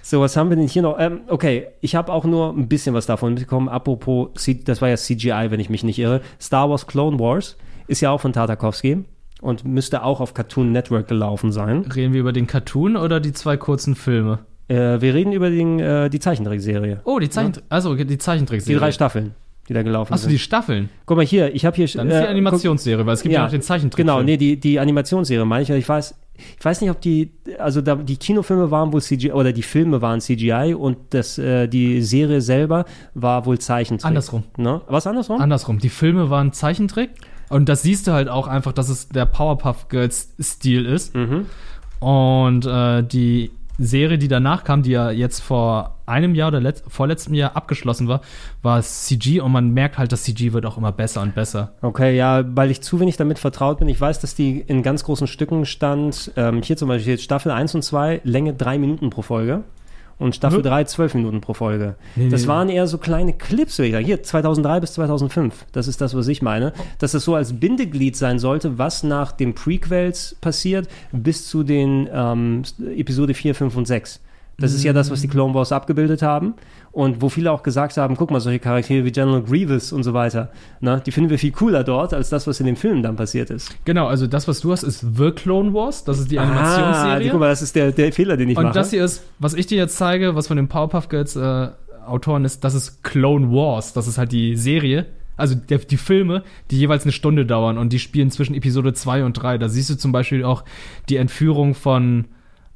Speaker 2: So, was haben wir denn hier noch? Ähm, okay, ich habe auch nur ein bisschen was davon mitbekommen. Apropos, C- das war ja CGI, wenn ich mich nicht irre. Star Wars Clone Wars ist ja auch von Tartakovsky und müsste auch auf Cartoon Network gelaufen sein.
Speaker 3: Reden wir über den Cartoon oder die zwei kurzen Filme?
Speaker 2: Äh, wir reden über den, äh, die Zeichentrickserie.
Speaker 3: Oh, die Zeichent also die Zeichentrickserie.
Speaker 2: Die drei Staffeln, die da gelaufen
Speaker 3: Achso,
Speaker 2: sind.
Speaker 3: die Staffeln.
Speaker 2: Guck mal hier, ich habe hier. äh,
Speaker 3: Dann ist die Animationsserie, weil es gibt ja noch den Zeichentrick.
Speaker 2: Genau, nee, die, die Animationsserie meine ich. Und Ich weiß, ich weiß nicht, ob die, also da, die Kinofilme waren wohl CGI oder die Filme waren CGI und das, äh, die Serie selber war wohl Zeichentrick.
Speaker 3: Andersrum.
Speaker 2: Ne? Was andersrum?
Speaker 3: Andersrum. Die Filme waren Zeichentrick. Und das siehst du halt auch einfach, dass es der Powerpuff Girls-Stil ist. Und äh, die Serie, die danach kam, die ja jetzt vor einem Jahr oder letzt, vorletztem Jahr abgeschlossen war, war CG. Und man merkt halt, dass CG wird auch immer besser und besser.
Speaker 2: Okay, ja, weil ich zu wenig damit vertraut bin. Ich weiß, dass die in ganz großen Stücken stand. Ähm, hier zum Beispiel jetzt Staffel 1 und 2, Länge 3 Minuten pro Folge. Und Staffel
Speaker 3: Nö.
Speaker 2: 3 12 Minuten pro Folge.
Speaker 3: Nee,
Speaker 2: das
Speaker 3: nee.
Speaker 2: waren eher so kleine Clips, würde ich sagen. Hier, 2003 bis 2005. Das ist das, was ich meine. Dass es so als Bindeglied sein sollte, was nach den Prequels passiert, bis zu den ähm, Episode 4, 5 und 6. Das ist ja das, was die Clone Wars abgebildet haben und wo viele auch gesagt haben, guck mal, solche Charaktere wie General Grievous und so weiter, ne, die finden wir viel cooler dort, als das, was in dem Film dann passiert ist.
Speaker 3: Genau, also das, was du hast, ist The Clone Wars. Das
Speaker 2: Ah,
Speaker 3: ist die Animationsserie.
Speaker 2: guck mal, das ist der, der Fehler, den ich
Speaker 3: und
Speaker 2: mache.
Speaker 3: das hier ist, was ich dir jetzt zeige, was von den Powerpuff Girls äh, Autoren ist, das ist Clone Wars. Das ist halt die Serie, also der, die Filme, die jeweils eine Stunde dauern und die spielen zwischen Episode 2 und 3. Da siehst du zum Beispiel auch die Entführung von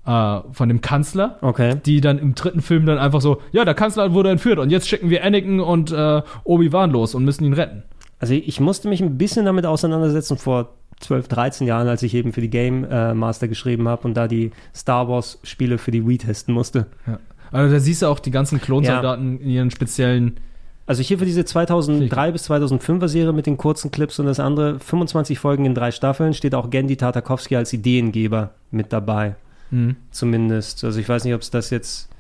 Speaker 3: äh, von dem Kanzler, die dann im dritten Film dann einfach so, ja, der Kanzler wurde entführt und jetzt schicken wir Anakin und äh, Obi-Wan los und müssen ihn retten.
Speaker 2: Also ich musste mich ein bisschen damit auseinandersetzen vor 12, 13 Jahren, als ich eben für die Game äh, Master geschrieben habe und da die Star Wars Spiele für die Wii testen musste.
Speaker 3: Ja. Also da siehst du auch die ganzen Klonsoldaten in ihren speziellen
Speaker 2: Also hier für diese 2003 bis 2005er Serie mit den kurzen Clips und das andere 25 Folgen in drei Staffeln steht auch Gendy Tartakovsky als Ideengeber mit dabei.
Speaker 3: Mhm.
Speaker 2: Zumindest. Also ich weiß nicht, ob es das jetzt.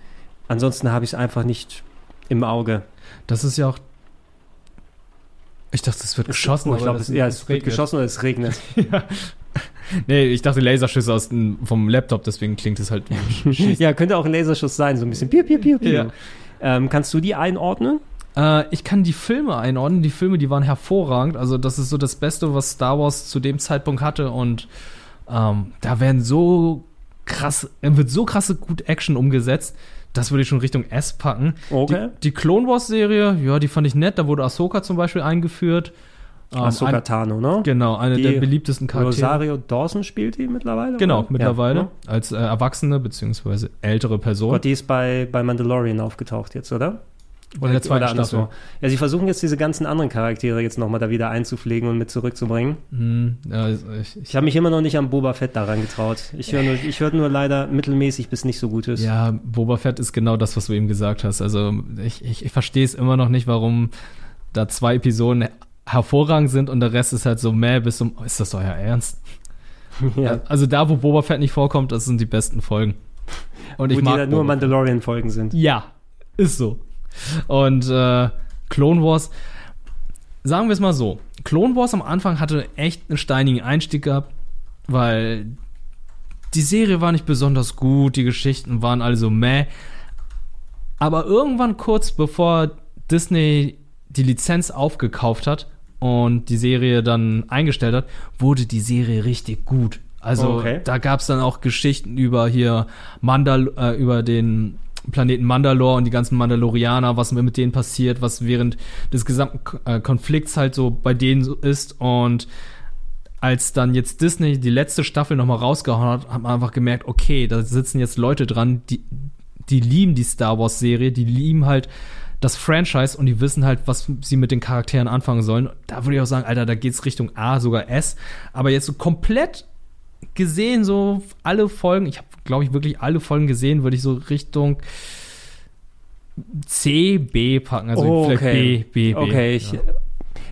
Speaker 2: Ansonsten habe ich es einfach nicht im Auge.
Speaker 3: Das ist ja auch. Ich dachte, es wird geschossen.
Speaker 2: oh, ich
Speaker 3: aber
Speaker 2: glaub,
Speaker 3: das-
Speaker 2: es- ja, es wird
Speaker 3: regnet.
Speaker 2: geschossen oder es regnet.
Speaker 3: Nee, ich dachte Laserschüsse aus dem, vom Laptop, deswegen klingt es [laughs] halt.
Speaker 2: ja, könnte auch ein Laserschuss sein, so ein bisschen piu, piu, piu, piu.
Speaker 3: Ja.
Speaker 2: Ähm, kannst du die einordnen?
Speaker 3: Äh, ich kann die Filme einordnen. Die Filme, die waren hervorragend. Also, das ist so das Beste, was Star Wars zu dem Zeitpunkt hatte. Und ähm, da werden so krass, äh, wird so krasse gut Action umgesetzt. Das würde ich schon Richtung S packen.
Speaker 2: Okay.
Speaker 3: Die, die Clone Wars Serie, ja, die fand ich nett. Da wurde Ahsoka zum Beispiel eingeführt. Ähm,
Speaker 2: Ahsoka
Speaker 3: ein-
Speaker 2: Tano, ne?
Speaker 3: Genau, eine
Speaker 2: Die
Speaker 3: der beliebtesten Charaktere.
Speaker 2: Rosario Dawson spielt die mittlerweile?
Speaker 3: Genau,
Speaker 2: oder?
Speaker 3: mittlerweile.
Speaker 2: Ja, ne?
Speaker 3: Als äh, Erwachsene bzw. ältere Person.
Speaker 2: Gott, die ist bei, bei Mandalorian aufgetaucht jetzt, oder?
Speaker 3: Oder in der zweiten
Speaker 2: anderswo.
Speaker 3: Staffel.
Speaker 2: Ja, sie versuchen jetzt diese ganzen anderen Charaktere jetzt nochmal da wieder einzupflegen und mit zurückzubringen.
Speaker 3: Hm, ja, ich, ich,
Speaker 2: Ich habe mich immer noch nicht an Boba Fett daran getraut. Ich höre nur, ich hör nur leider mittelmäßig bis nicht so gut ist.
Speaker 3: ja, Boba Fett ist genau das, was du eben gesagt hast. Also ich, ich, ich verstehe es immer noch nicht, warum da zwei Episoden hervorragend sind und der Rest ist halt so mäh bis zum. Ist das euer Ernst?
Speaker 2: Ja.
Speaker 3: Also da, wo Boba Fett nicht vorkommt, das sind die besten Folgen. Und
Speaker 2: Wo
Speaker 3: ich
Speaker 2: die
Speaker 3: mag
Speaker 2: dann nur
Speaker 3: Boba
Speaker 2: Mandalorian-Folgen sind.
Speaker 3: Ja, ist so. Und äh, Clone Wars, sagen wir es mal so, Clone Wars am Anfang hatte echt einen steinigen Einstieg gehabt, weil die Serie war nicht besonders gut, die Geschichten waren also meh. Aber irgendwann kurz bevor Disney die Lizenz aufgekauft hat und die Serie dann eingestellt hat, wurde die Serie richtig gut. Also
Speaker 2: Okay.
Speaker 3: da gab es dann auch Geschichten über hier Mandal äh, über den Planeten Mandalore und die ganzen Mandalorianer, was mit denen passiert, was während des gesamten K- äh, Konflikts halt so bei denen so ist und als dann jetzt Disney die letzte Staffel nochmal rausgehauen hat, hat man einfach gemerkt, okay, da sitzen jetzt Leute dran, die, die lieben die Star Wars-Serie, die lieben halt das Franchise und die wissen halt, was sie mit den Charakteren anfangen sollen. Da würde ich auch sagen, Alter, da geht's Richtung A, sogar S. Aber jetzt so komplett gesehen, so alle Folgen, ich habe, glaube ich, wirklich alle Folgen gesehen, würde ich so Richtung C, B packen. Also
Speaker 2: Oh,
Speaker 3: vielleicht
Speaker 2: okay.
Speaker 3: B, B, B.
Speaker 2: Okay, ich, äh,
Speaker 3: ja.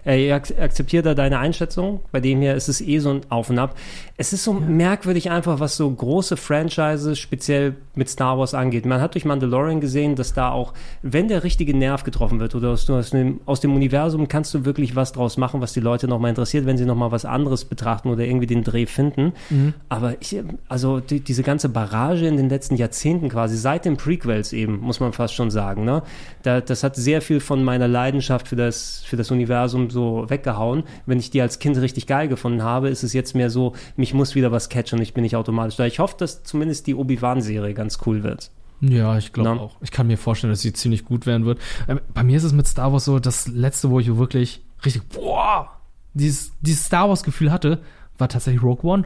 Speaker 2: Ey, ak akzeptiere da deine Einschätzung. Bei dem hier ist es eh so ein Auf und Ab. Es ist so merkwürdig einfach, was so große Franchises speziell mit Star Wars angeht. Man hat durch Mandalorian gesehen, dass da auch, wenn der richtige Nerv getroffen wird oder aus, aus, dem, aus dem Universum, kannst du wirklich was draus machen, was die Leute nochmal interessiert, wenn sie nochmal was anderes betrachten oder irgendwie den Dreh finden.
Speaker 3: Mhm.
Speaker 2: Aber ich, also die, diese ganze Barrage in den letzten Jahrzehnten quasi, seit den Prequels eben, muss man fast schon sagen, ne? da, das hat sehr viel von meiner Leidenschaft für das, für das Universum so weggehauen. Wenn ich die als Kind richtig geil gefunden habe, ist es jetzt mehr so, mich muss wieder was catchen und ich bin nicht automatisch da. Ich hoffe, dass zumindest die Obi-Wan-Serie ganz cool wird.
Speaker 3: Ja, ich glaube
Speaker 2: Na?
Speaker 3: auch. Ich kann mir vorstellen, dass sie ziemlich gut werden wird. Ähm, Bei mir ist es mit Star Wars so, das letzte, wo ich wirklich richtig, boah, dieses, dieses Star Wars-Gefühl hatte, war tatsächlich Rogue One.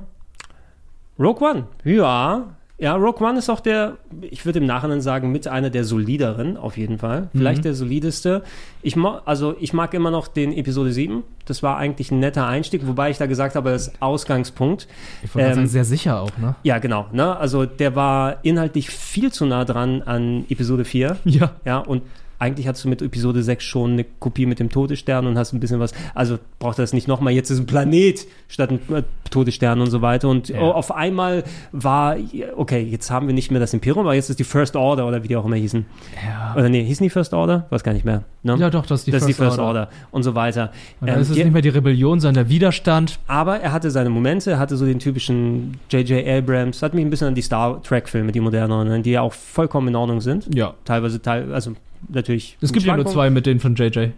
Speaker 2: Rogue One, ja. Ja, Rogue One ist auch der, ich würde im Nachhinein sagen, mit einer der solideren, auf jeden Fall. Vielleicht
Speaker 3: Mhm.
Speaker 2: der solideste. Ich mo also ich mag immer noch den Episode 7. Das war eigentlich ein netter Einstieg, wobei ich da gesagt habe, das ist Ausgangspunkt. Ähm,
Speaker 3: Ich wollte gerade sagen, sehr sicher auch, ne? [laughs]
Speaker 2: Ja, genau. Ne? Also der war inhaltlich viel zu nah dran an Episode 4.
Speaker 3: Ja.
Speaker 2: Ja, und eigentlich hast du mit Episode 6 schon eine Kopie mit dem Todesstern und hast ein bisschen was. Also braucht das nicht nochmal. Jetzt ist ein Planet statt ein äh, Todesstern und so weiter. Und oh, auf einmal war, okay, jetzt haben wir nicht mehr das Imperium, aber jetzt ist die First Order oder wie die auch immer hießen.
Speaker 3: Ja.
Speaker 2: Oder nee, hießen die First Order? Weiß gar nicht mehr. Ne?
Speaker 3: Ja, doch, das ist die
Speaker 2: das
Speaker 3: First Order.
Speaker 2: Order. Und so weiter.
Speaker 3: Und dann
Speaker 2: Ähm,
Speaker 3: ist es
Speaker 2: die-
Speaker 3: nicht mehr die Rebellion, sondern der Widerstand.
Speaker 2: aber er hatte seine Momente, er hatte so den typischen J.J. Abrams, hat mich ein bisschen an die Star Trek-Filme, die moderneren, die ja auch vollkommen in Ordnung sind.
Speaker 3: Ja.
Speaker 2: Teilweise, teil, also natürlich.
Speaker 3: Es gibt ja nur zwei
Speaker 2: Schwankungen.
Speaker 3: mit denen von JJ.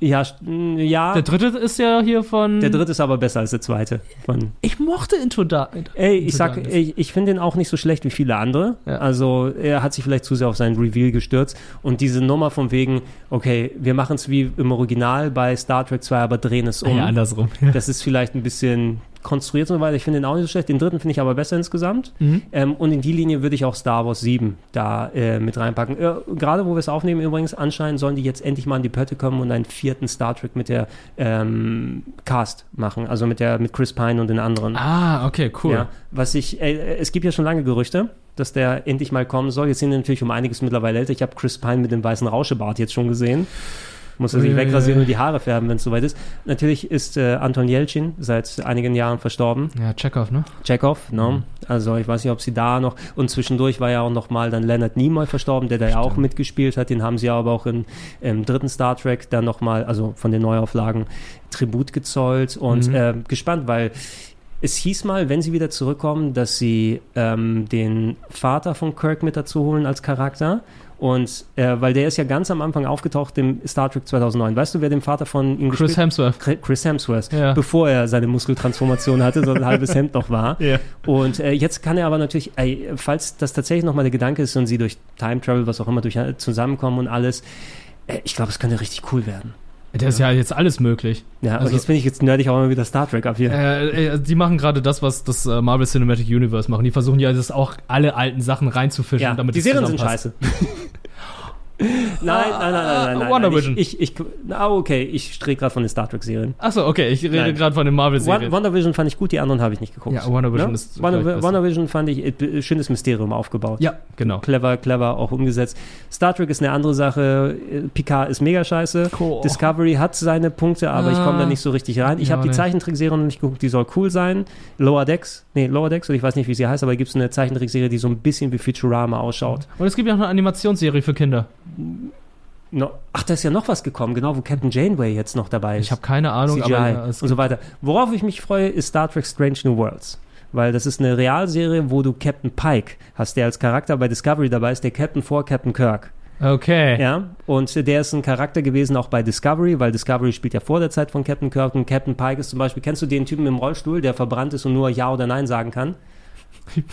Speaker 2: Ja, st- mh, ja.
Speaker 3: Der dritte ist ja hier von.
Speaker 2: Ah. Der dritte ist aber besser als der zweite. Von
Speaker 3: Ich mochte Into Dark.
Speaker 2: Ey, ich sag, ich, ich finde ihn auch nicht so schlecht wie viele andere. Also er hat sich vielleicht zu sehr auf seinen Reveal gestürzt. Und diese Nummer von wegen, okay, wir machen es wie im Original bei Star Trek 2, aber drehen es um.
Speaker 3: Ah Ja, andersrum, [laughs]
Speaker 2: Das ist vielleicht ein bisschen konstruiert und so weiter. Ich finde ihn auch nicht so schlecht. Den dritten finde ich aber besser insgesamt.
Speaker 3: Mhm.
Speaker 2: Ähm, und in die Linie würde ich auch Star Wars 7 da äh, mit reinpacken. Äh, Gerade wo wir es aufnehmen übrigens, anscheinend sollen die jetzt endlich mal in die Pötte kommen und einen vierten Star Trek mit der ähm, Cast machen. Also mit, der, mit Chris Pine und den anderen.
Speaker 3: Ah, okay, cool.
Speaker 2: Ja, was ich, äh, es gibt ja schon lange Gerüchte, dass der endlich mal kommen soll. Jetzt sind die natürlich um einiges mittlerweile älter. Ich habe Chris Pine mit dem weißen Rauschebart jetzt schon gesehen. Muss er sich
Speaker 3: Äh.
Speaker 2: wegrasieren und die Haare färben, wenn es soweit ist. Natürlich ist äh, Anton Jelchin seit einigen Jahren verstorben.
Speaker 3: Ja, Chekhov, ne?
Speaker 2: Chekhov, ne? Also ich weiß nicht, ob sie da noch und zwischendurch war ja auch noch mal dann Leonard Nimoy verstorben, der da ja auch mitgespielt hat. Den haben sie aber auch in, im dritten Star Trek dann noch mal, also von den Neuauflagen Tribut gezollt und
Speaker 1: Mhm.
Speaker 2: ähm, gespannt, weil es hieß mal, wenn sie wieder zurückkommen, dass sie ähm, den Vater von Kirk mit dazu holen als Charakter. Und äh, weil der ist ja ganz am Anfang aufgetaucht im Star Trek 2009. Weißt du, wer den Vater von ihm
Speaker 3: Chris Hemsworth.
Speaker 2: Chris Hemsworth,
Speaker 3: Ja.
Speaker 2: bevor er seine Muskeltransformation hatte, so ein
Speaker 3: [laughs]
Speaker 2: halbes Hemd noch war. Und äh, jetzt kann er aber natürlich, ey, falls das tatsächlich nochmal der Gedanke ist und sie durch Time Travel, was auch immer, durch, äh, zusammenkommen und alles, äh, ich glaube, es könnte richtig cool werden.
Speaker 3: Der ist ja jetzt alles möglich.
Speaker 2: Ja,
Speaker 3: Also-
Speaker 2: und jetzt bin ich jetzt nerdig auch mal wieder Star Trek ab hier.
Speaker 3: Äh, äh, die machen gerade das, was das äh, Marvel Cinematic Universe machen. Die versuchen ja, das auch alle alten Sachen reinzufischen,
Speaker 2: Ja,
Speaker 3: damit
Speaker 2: die
Speaker 3: es
Speaker 2: Serien sind
Speaker 3: zusammenpasst.
Speaker 2: scheiße.
Speaker 3: [laughs]
Speaker 2: [laughs] nein, nein, nein, nein, nein, nein.
Speaker 3: Wonder
Speaker 2: nein.
Speaker 3: Vision.
Speaker 2: Ich, ich, ich, ah, okay, ich strebe gerade von den Star Trek-Serien.
Speaker 3: Achso, okay, ich rede
Speaker 2: Nein.
Speaker 3: gerade von den
Speaker 2: Wonder
Speaker 3: Marvel-Serien.
Speaker 2: WandaVision fand ich gut, die anderen habe ich nicht geguckt. Ne?
Speaker 3: Ja, WandaVision ist gleich
Speaker 2: Wonder,
Speaker 3: besser.
Speaker 2: WandaVision fand ich äh, schönes Mysterium aufgebaut.
Speaker 3: Ja, genau.
Speaker 2: Clever, clever auch umgesetzt. Star Trek ist eine andere Sache. Äh, Picard ist mega scheiße. Discovery hat seine Punkte, aber ich komme da
Speaker 1: Ah.
Speaker 2: nicht so richtig rein. Ich
Speaker 1: Ja,
Speaker 2: habe die
Speaker 1: nee.
Speaker 2: Zeichentrickserie noch nicht geguckt, die soll cool sein. Lower Decks, nee, Lower Decks, oder ich weiß nicht, wie sie heißt, aber gibt es eine Zeichentrickserie, die so ein bisschen wie Futurama ausschaut.
Speaker 3: Und es gibt ja auch eine Animationsserie für Kinder.
Speaker 2: No. Ach, da ist ja noch was gekommen, genau, wo Captain Janeway jetzt noch dabei ist. Ich habe
Speaker 3: keine Ahnung,
Speaker 2: CGI
Speaker 3: aber, äh,
Speaker 2: und
Speaker 3: es
Speaker 2: so weiter. Worauf ich mich freue, ist Star Trek Strange New Worlds. Weil das ist eine Realserie, wo du Captain Pike hast, der als Charakter bei Discovery dabei ist, der Captain vor Captain Kirk. [laughs]
Speaker 3: Okay.
Speaker 2: Ja, und äh, der ist ein Charakter gewesen auch bei Discovery, weil Discovery spielt ja vor der Zeit von Captain Kirk und Captain
Speaker 3: [laughs]
Speaker 2: Pike ist zum Beispiel, kennst du den Typen im Rollstuhl, der verbrannt ist und nur Ja oder Nein sagen kann?
Speaker 3: [laughs]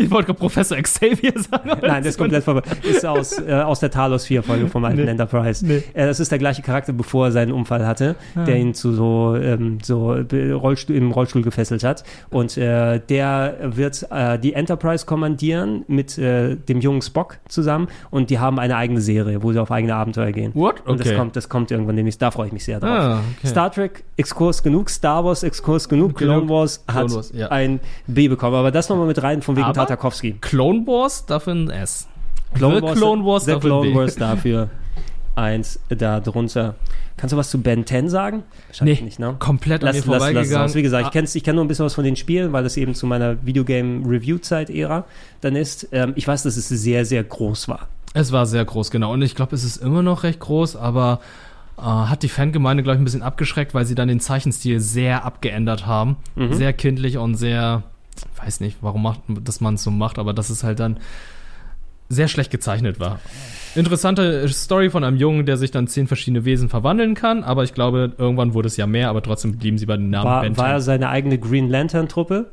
Speaker 3: Ich wollte gerade Professor Xavier sagen. aber
Speaker 2: Nein, das ist komplett vorbei. Ist aus,
Speaker 3: [laughs]
Speaker 2: äh, aus der Talos 4 Folge vom alten
Speaker 3: Nee.
Speaker 2: Enterprise.
Speaker 3: Nee.
Speaker 2: Äh, das ist der gleiche Charakter, bevor er seinen Unfall hatte,
Speaker 3: Ah.
Speaker 2: der ihn zu so, ähm, so äh, Rollstuhl, im Rollstuhl gefesselt hat. Und äh, der wird äh, die Enterprise kommandieren mit äh, dem jungen Spock zusammen und die haben eine eigene Serie, wo sie auf eigene Abenteuer gehen.
Speaker 3: What?
Speaker 2: Und das
Speaker 3: Okay.
Speaker 2: kommt, das kommt irgendwann demnächst. Da freue ich mich sehr drauf.
Speaker 3: Ah, okay.
Speaker 2: Star Trek Exkurs genug, Star Wars Exkurs genug, Clone
Speaker 3: Genug.
Speaker 2: Wars hat
Speaker 3: Clone Wars, ja.
Speaker 2: ein B bekommen. Aber das nochmal mit rein von wegen
Speaker 3: Aber
Speaker 2: Tartakowski.
Speaker 3: Clone Wars dafür ein S. The Clone Wars
Speaker 2: The
Speaker 3: dafür ein
Speaker 2: Clone
Speaker 3: B.
Speaker 2: Wars dafür. Eins da drunter. Kannst du was zu Ben 10 sagen? Wahrscheinlich
Speaker 3: Nee,
Speaker 2: nicht, ne?
Speaker 3: komplett an
Speaker 2: lass,
Speaker 3: mir
Speaker 2: lass, lass, es
Speaker 3: vorbeigegangen.
Speaker 2: aus. Wie gesagt, ich,
Speaker 3: Ah.
Speaker 2: kenn's, ich kenne nur ein bisschen was von den Spielen, weil das eben zu meiner Videogame-Review-Zeit-Ära dann ist. Ähm, ich weiß, dass es sehr, sehr groß war.
Speaker 3: Es war sehr groß, genau. Und ich glaube, es ist immer noch recht groß, aber äh, hat die Fangemeinde, glaube ich, ein bisschen abgeschreckt, weil sie dann den Zeichenstil sehr abgeändert haben.
Speaker 2: Mhm.
Speaker 3: Sehr kindlich und sehr, weiß nicht, warum macht, dass man es so macht, aber dass es halt dann sehr schlecht gezeichnet war. Interessante Story von einem Jungen, der sich dann zehn verschiedene Wesen verwandeln kann, aber ich glaube, irgendwann wurde es ja mehr, aber trotzdem blieben sie bei den Namen
Speaker 2: War,
Speaker 3: Ben
Speaker 2: war
Speaker 3: 10.
Speaker 2: er seine eigene Green Lantern-Truppe?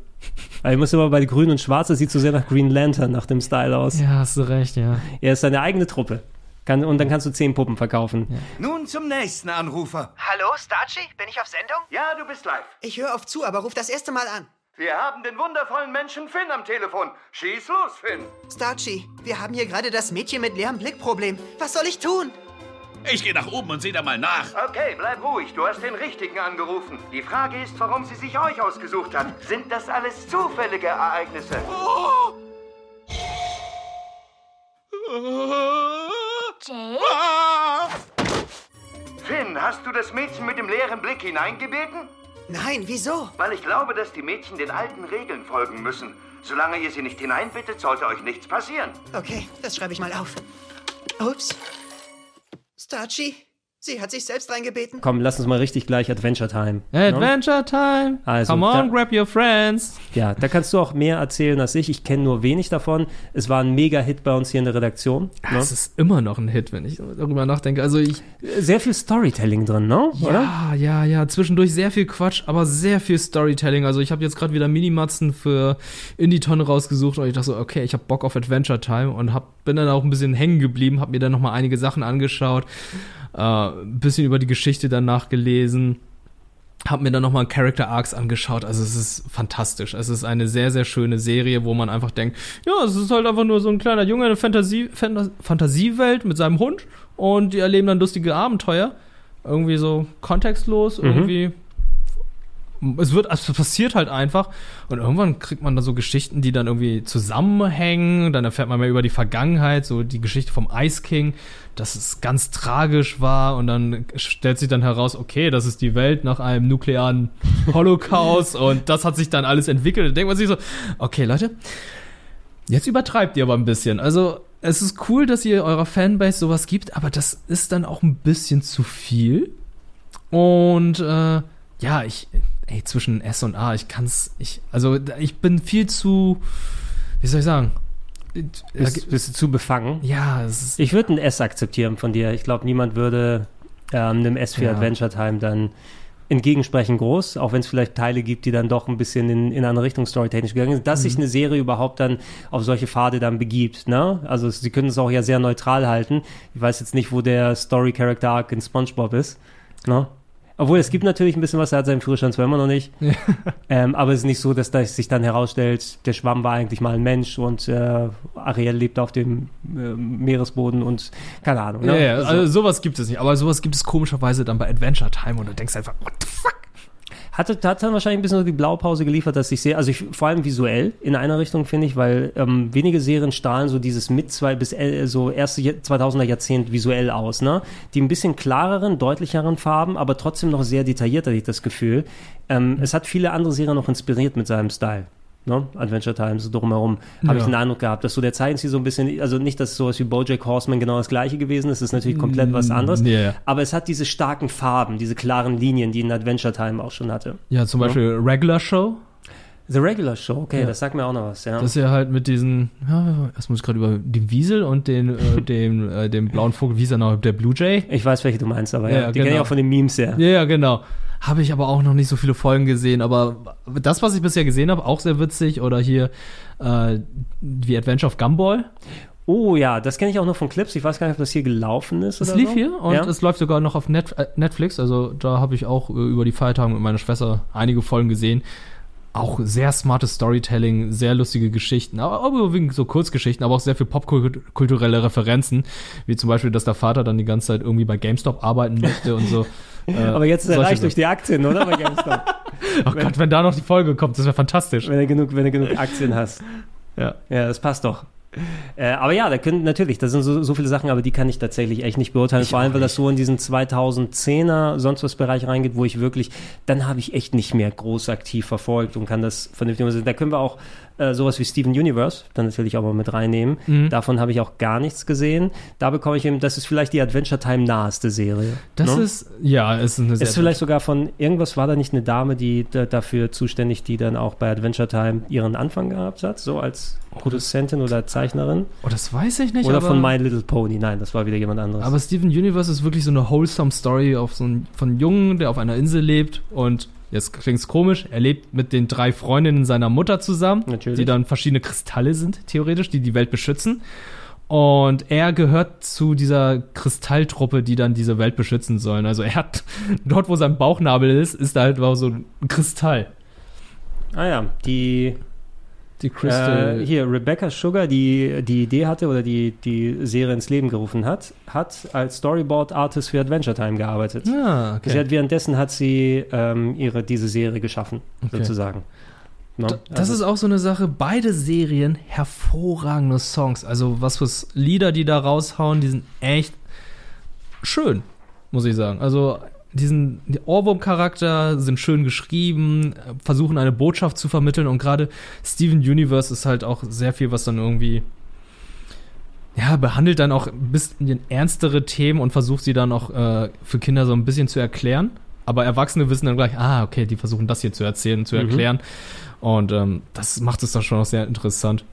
Speaker 2: Weil ich muss immer bei Grün und Schwarz, das sieht so sehr nach Green Lantern, nach dem Style aus.
Speaker 3: Ja, hast du recht, ja.
Speaker 2: Er ist seine eigene Truppe. Kann, und dann kannst du zehn Puppen verkaufen.
Speaker 23: Nun zum nächsten Anrufer.
Speaker 6: Hallo, Starchi? Bin ich auf Sendung?
Speaker 23: Ja, du bist live.
Speaker 6: Ich höre oft zu, aber ruf das erste Mal an.
Speaker 23: Wir haben den wundervollen Menschen Finn am Telefon. Schieß los, Finn.
Speaker 6: Starchi, wir haben hier gerade das Mädchen mit leerem Blickproblem. Was soll ich tun?
Speaker 23: Ich gehe nach oben und sehe da mal nach. Okay, bleib ruhig. Du hast den Richtigen angerufen. Die Frage ist, warum sie sich euch ausgesucht hat. Sind das alles zufällige Ereignisse?
Speaker 8: Jake?
Speaker 23: Ah! Finn, hast du das Mädchen mit dem leeren Blick hineingebeten? Nein, wieso? Weil ich glaube, dass die Mädchen den alten Regeln folgen müssen. Solange ihr sie nicht hineinbittet, sollte euch nichts passieren.
Speaker 6: Okay, das schreibe ich mal auf. Ups. Starchi, sie hat sich selbst reingebeten.
Speaker 2: Komm, lass uns mal richtig gleich Adventure Time. Ne?
Speaker 3: Adventure Time!
Speaker 2: Also,
Speaker 3: Come on,
Speaker 2: da-
Speaker 3: grab your friends!
Speaker 2: Ja, da kannst du auch mehr erzählen als ich. Ich kenne nur wenig davon. Es war ein Mega-Hit bei uns hier in der Redaktion. Ne?
Speaker 3: Ah, Es ist immer noch ein Hit, wenn ich darüber nachdenke. Also ich
Speaker 2: sehr viel Storytelling drin, ne?
Speaker 3: Ja, ja, ja. Zwischendurch sehr viel Quatsch, aber sehr viel Storytelling. Also ich habe jetzt gerade wieder Minimatzen für in die Tonne rausgesucht und ich dachte so, okay, ich habe Bock auf Adventure Time und hab, bin dann auch ein bisschen hängen geblieben, habe mir dann noch mal einige Sachen angeschaut, äh, ein bisschen über die Geschichte danach gelesen. Hab mir dann nochmal Character Arcs angeschaut. Also es ist fantastisch. Es ist eine sehr, sehr schöne Serie, wo man einfach denkt, ja, es ist halt einfach nur so ein kleiner Junge in einer Fantasie, Fantas- Fantasiewelt mit seinem Hund und die erleben dann lustige Abenteuer. Irgendwie so kontextlos,
Speaker 2: Mhm.
Speaker 3: irgendwie. Es wird, es passiert halt einfach. Und irgendwann kriegt man da so Geschichten, die dann irgendwie zusammenhängen. Dann erfährt man mehr über die Vergangenheit, so die Geschichte vom Ice King, dass es ganz tragisch war. Und dann stellt sich dann heraus, okay, das ist die Welt nach einem nuklearen Holocaust. und das hat sich dann alles entwickelt. Da denkt man sich so, okay, Leute, Jetzt übertreibt ihr aber ein bisschen. Also, es ist cool, dass ihr eurer Fanbase sowas gibt, aber das ist dann auch ein bisschen zu viel. Und äh, ja, ich. Ey, zwischen S und A, ich kann's. Ich, also, ich bin viel zu. Wie soll ich sagen? Äh,
Speaker 2: Bist, bist du zu befangen?
Speaker 3: Ja, es ist.
Speaker 2: Ich würde ein S akzeptieren von dir. Ich glaube, niemand würde ähm, einem S für
Speaker 3: Ja.
Speaker 2: Adventure Time dann entgegensprechen groß, auch wenn es vielleicht Teile gibt, die dann doch ein bisschen in, in eine Richtung storytechnisch gegangen sind, dass
Speaker 3: Mhm.
Speaker 2: sich eine Serie überhaupt dann auf solche Pfade dann begibt. Ne? Also es- sie können es auch ja sehr neutral halten. Ich weiß jetzt nicht, wo der Story-Character-Arc in SpongeBob ist. Ne? Obwohl, es gibt natürlich ein bisschen was, er hat seinen Führerschein zwar immer noch nicht. [laughs] ähm, aber es ist nicht so, dass das sich dann herausstellt, der Schwamm war eigentlich mal ein Mensch und äh, Ariel lebt auf dem äh, Meeresboden und keine Ahnung.
Speaker 3: Ja,
Speaker 2: Ne?
Speaker 3: ja,
Speaker 2: So.
Speaker 3: also sowas gibt es nicht. Aber sowas gibt es komischerweise dann bei Adventure Time und du denkst einfach, what the fuck?
Speaker 2: Hat, hat dann wahrscheinlich ein bisschen so die Blaupause geliefert, dass ich sehe, also ich, vor allem visuell in einer Richtung finde ich, weil ähm, wenige Serien strahlen so dieses mit zwei bis äh, so erste Jahr- 2000er Jahrzehnt visuell aus, ne? Die ein bisschen klareren, deutlicheren Farben, aber trotzdem noch sehr detailliert, hatte ich das Gefühl. Ähm, es hat viele andere Serien noch inspiriert mit seinem Style. Ne? Adventure Time, so drumherum, habe ich
Speaker 3: Ja.
Speaker 2: den Eindruck gehabt, dass so der Zeichenstil so ein bisschen, also nicht, dass sowas wie Bojack Horseman genau das gleiche gewesen ist, das ist natürlich komplett was anderes,
Speaker 3: Mm, Ja.
Speaker 2: aber es hat diese starken Farben, diese klaren Linien, die in Adventure Time auch schon hatte.
Speaker 3: Ja, zum Beispiel Regular Show.
Speaker 2: The Regular Show, okay,
Speaker 3: Ja.
Speaker 2: das sagt mir auch noch was, ja.
Speaker 3: Das ist ja halt mit diesen, ja, erst muss ich gerade über den Wiesel und den, äh, dem, äh, dem blauen Vogel, wie ist er noch, der Blue Jay?
Speaker 2: Ich weiß, welche du meinst, aber ja, die kenne ich auch von den Memes her.
Speaker 3: genau. Ja, ja, genau. Habe ich aber auch noch nicht so viele Folgen gesehen, aber das, was ich bisher gesehen habe, auch sehr witzig. Oder hier äh, die Adventure of Gumball.
Speaker 2: Oh ja, das kenne ich auch noch von Clips. Ich weiß gar nicht, ob das hier gelaufen ist.
Speaker 3: Das
Speaker 2: oder
Speaker 3: lief
Speaker 2: so.
Speaker 3: hier und
Speaker 2: ja?
Speaker 3: es läuft sogar noch auf Net äh, Netflix. Also da habe ich auch äh, über die Feiertage mit meiner Schwester einige Folgen gesehen. Auch sehr smartes Storytelling, sehr lustige Geschichten, aber aber überwiegend so Kurzgeschichten, aber auch sehr viel popkulturelle Referenzen, wie zum Beispiel, dass der Vater dann die ganze Zeit irgendwie bei GameStop arbeiten möchte und
Speaker 2: [laughs]
Speaker 3: so. Äh,
Speaker 2: aber jetzt ist er reich durch die Aktien, oder?
Speaker 3: [laughs]
Speaker 2: Bei GameStop.
Speaker 3: Oh Gott, wenn da noch die Folge kommt, das wäre fantastisch.
Speaker 2: Wenn du genug, wenn du genug Aktien hast.
Speaker 3: Ja.
Speaker 2: Ja, das passt doch. Äh, aber ja, da können natürlich, da sind so, so viele Sachen, aber die kann ich tatsächlich echt nicht beurteilen. Vor allem, weil das so in diesen 2010er sonst was Bereich reingeht, wo ich wirklich, dann habe ich echt nicht mehr groß aktiv verfolgt und kann das vernünftig. machen. Da können wir auch äh, sowas wie Steven Universe dann natürlich auch mal mit reinnehmen.
Speaker 3: Mhm.
Speaker 2: Davon habe ich auch gar nichts gesehen. Da bekomme ich eben, das ist vielleicht die Adventure Time naheste Serie.
Speaker 3: Das
Speaker 2: ne?
Speaker 3: ist, ja, ist eine sehr
Speaker 2: Ist vielleicht sogar von irgendwas war da nicht eine Dame, die da, dafür zuständig, die dann auch bei Adventure Time ihren Anfang gehabt hat, so als Produzentin oder Zeichnerin.
Speaker 3: Oh, das weiß ich nicht.
Speaker 2: Oder
Speaker 3: aber,
Speaker 2: von My Little Pony. Nein, das war wieder jemand anderes.
Speaker 3: Aber Steven Universe ist wirklich so eine wholesome Story auf so einen, von einem Jungen, der auf einer Insel lebt und jetzt klingt's komisch, er lebt mit den drei Freundinnen seiner Mutter zusammen, die dann verschiedene Kristalle sind, theoretisch, die die Welt beschützen. Und er gehört zu dieser Kristalltruppe, die dann diese Welt beschützen sollen. Also er hat, [laughs] dort wo sein Bauchnabel ist, ist da halt auch so ein Kristall.
Speaker 2: ah ja, die
Speaker 3: die Crystal-
Speaker 2: Äh, hier Rebecca Sugar, die die Idee hatte oder die die Serie ins Leben gerufen hat, hat als Storyboard Artist für Adventure Time gearbeitet.
Speaker 3: Ah, okay.
Speaker 2: Sie hat währenddessen hat sie ähm, ihre diese Serie geschaffen
Speaker 3: Okay.
Speaker 2: sozusagen. Ne?
Speaker 3: Das ist auch so eine Sache. Beide Serien hervorragende Songs. Also was für Lieder, die da raushauen, die sind echt schön, muss ich sagen. Also diesen die Ohrwurm-Charakter sind schön geschrieben, äh, versuchen eine Botschaft zu vermitteln und gerade Steven Universe ist halt auch sehr viel, was dann irgendwie ja, behandelt dann auch ein bisschen ernstere Themen und versucht sie dann auch äh, für Kinder so ein bisschen zu erklären. Aber Erwachsene wissen dann gleich, ah, okay, die versuchen das hier zu erzählen, zu
Speaker 2: Mhm.
Speaker 3: erklären. Und ähm, das macht es dann schon auch sehr interessant.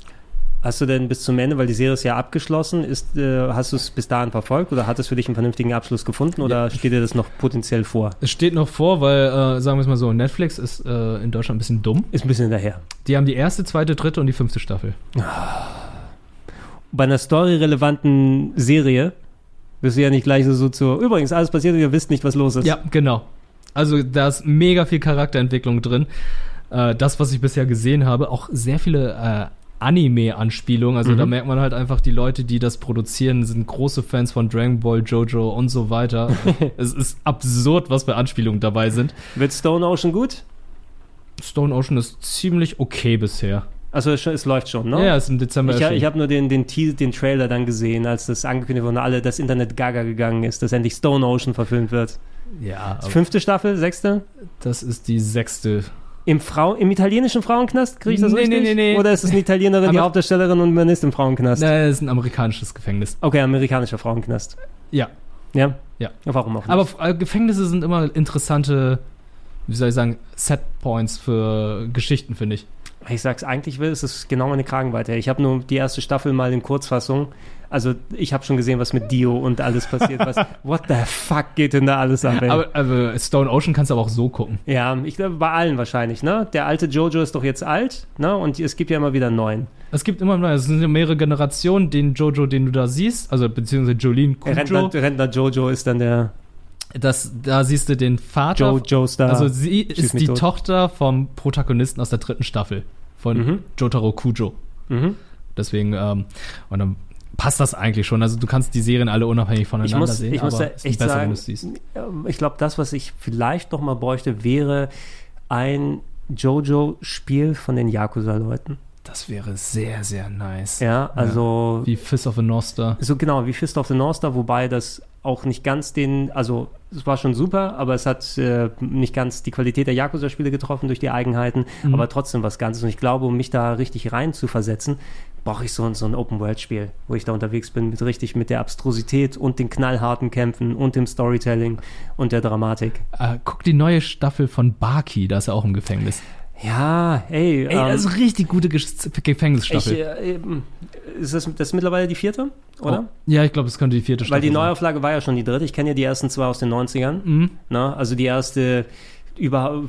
Speaker 2: Hast du denn bis zum Ende, weil die Serie ist ja abgeschlossen, ist, äh, hast du es bis dahin verfolgt oder hat es für dich einen vernünftigen Abschluss gefunden oder steht dir das noch potenziell vor?
Speaker 3: Es steht noch vor, weil, äh, sagen wir es mal so, Netflix ist äh, in Deutschland ein bisschen dumm.
Speaker 2: Ist ein bisschen hinterher.
Speaker 3: Die haben die erste, zweite, dritte und die fünfte Staffel.
Speaker 2: Bei einer storyrelevanten Serie wirst du ja nicht gleich so, so zu, übrigens, alles passiert und ihr wisst nicht, was los ist.
Speaker 3: Ja, genau. Also da ist mega viel Charakterentwicklung drin. Äh, das, was ich bisher gesehen habe, auch sehr viele äh, Anime-Anspielungen. Also
Speaker 2: Mhm.
Speaker 3: da merkt man halt einfach, die Leute, die das produzieren, sind große Fans von Dragon Ball, Jojo und so weiter.
Speaker 2: [laughs]
Speaker 3: es ist absurd, was für Anspielungen dabei sind.
Speaker 2: Wird Stone Ocean gut?
Speaker 3: Stone Ocean ist ziemlich okay bisher.
Speaker 2: Also es, es läuft schon, ne?
Speaker 3: Ja, ist im Dezember
Speaker 2: Ich, ha-
Speaker 3: erschienen.
Speaker 2: ich habe nur den, den, Teas- den Trailer dann gesehen, als das angekündigt wurde und alle das Internet gaga gegangen ist, dass endlich Stone Ocean verfilmt wird.
Speaker 3: Ja. aber-
Speaker 2: Fünfte Staffel, sechste?
Speaker 3: Das ist die sechste.
Speaker 2: Im, Frau Im italienischen Frauenknast? Kriege ich das
Speaker 3: Nee,
Speaker 2: richtig?
Speaker 3: nee, nee, nee.
Speaker 2: Oder ist es eine Italienerin, die
Speaker 3: Aber-
Speaker 2: Hauptdarstellerin und man ist im Frauenknast?
Speaker 3: Nein, es Äh, ist ein amerikanisches Gefängnis.
Speaker 2: Okay, amerikanischer Frauenknast.
Speaker 3: Ja.
Speaker 2: Ja?
Speaker 3: Ja.
Speaker 2: Warum auch nicht?
Speaker 3: Aber äh, Gefängnisse sind immer interessante, wie soll ich sagen, Setpoints für Geschichten, finde ich.
Speaker 2: Ich sag's eigentlich, Will, es ist genau meine Kragenweite. Ich habe nur die erste Staffel mal in Kurzfassung. Also ich habe schon gesehen, was mit Dio und alles passiert.
Speaker 3: [laughs]
Speaker 2: Was, what the fuck geht denn da alles ab? Ey?
Speaker 3: Aber, aber Stone Ocean kannst du aber auch so gucken.
Speaker 2: ja, ich glaube bei allen wahrscheinlich. Ne, der alte Jojo ist doch jetzt alt. Ne, und es gibt ja immer wieder einen neuen.
Speaker 3: Es gibt immer neue, es sind ja mehrere Generationen, den Jojo, den du da siehst, also beziehungsweise Jolene Kujo.
Speaker 2: Rentner, Rentner Jojo ist dann der.
Speaker 3: Das, da siehst du den Vater.
Speaker 2: Joe- Joe Star.
Speaker 3: Also sie
Speaker 2: Schieß
Speaker 3: ist
Speaker 2: mich
Speaker 3: die
Speaker 2: tot.
Speaker 3: Tochter vom Protagonisten aus der dritten Staffel von
Speaker 2: Mhm.
Speaker 3: Jotaro Kujo.
Speaker 2: Mhm.
Speaker 3: Deswegen, ähm, und dann passt das eigentlich schon. Also du kannst die Serien alle unabhängig
Speaker 2: Ich
Speaker 3: voneinander
Speaker 2: muss,
Speaker 3: sehen,
Speaker 2: ich muss da
Speaker 3: es ist
Speaker 2: echt
Speaker 3: besser, wenn
Speaker 2: sagen,
Speaker 3: du's siehst.
Speaker 2: ich glaube, das, was ich vielleicht noch mal bräuchte, wäre ein Jojo-Spiel von den Yakuza-Leuten.
Speaker 3: Das wäre sehr, sehr nice.
Speaker 2: Ja, also.
Speaker 3: Wie Fist of a North Star.
Speaker 2: So genau, wie Fist of the North Star, wobei das auch nicht ganz den, also es war schon super, aber es hat äh, nicht ganz die Qualität der Yakuza-Spiele getroffen durch die Eigenheiten,
Speaker 1: Mhm.
Speaker 2: aber trotzdem was Ganzes. Und ich glaube, um mich da richtig rein zu versetzen, brauche ich so, ein- so ein Open-World-Spiel, wo ich da unterwegs bin, mit richtig mit der Abstrusität und den knallharten Kämpfen und dem Storytelling und der Dramatik.
Speaker 3: Äh, guck die neue Staffel von Baki, da ist er auch im Gefängnis. Ähm,
Speaker 2: Ja, ey. ähm,
Speaker 3: Ey, also das ist richtig gute Ges- Gefängnisstaffel.
Speaker 2: Ich, äh, eben, ist das, das ist mittlerweile die vierte, oder?
Speaker 3: Oh. Ja, ich glaube, es könnte die vierte
Speaker 2: Weil
Speaker 3: Staffel
Speaker 2: die
Speaker 3: sein.
Speaker 2: Neuauflage war ja schon die dritte. Ich kenne ja die ersten zwei aus den 90ern.
Speaker 3: Mhm.
Speaker 2: Ne? Also die erste über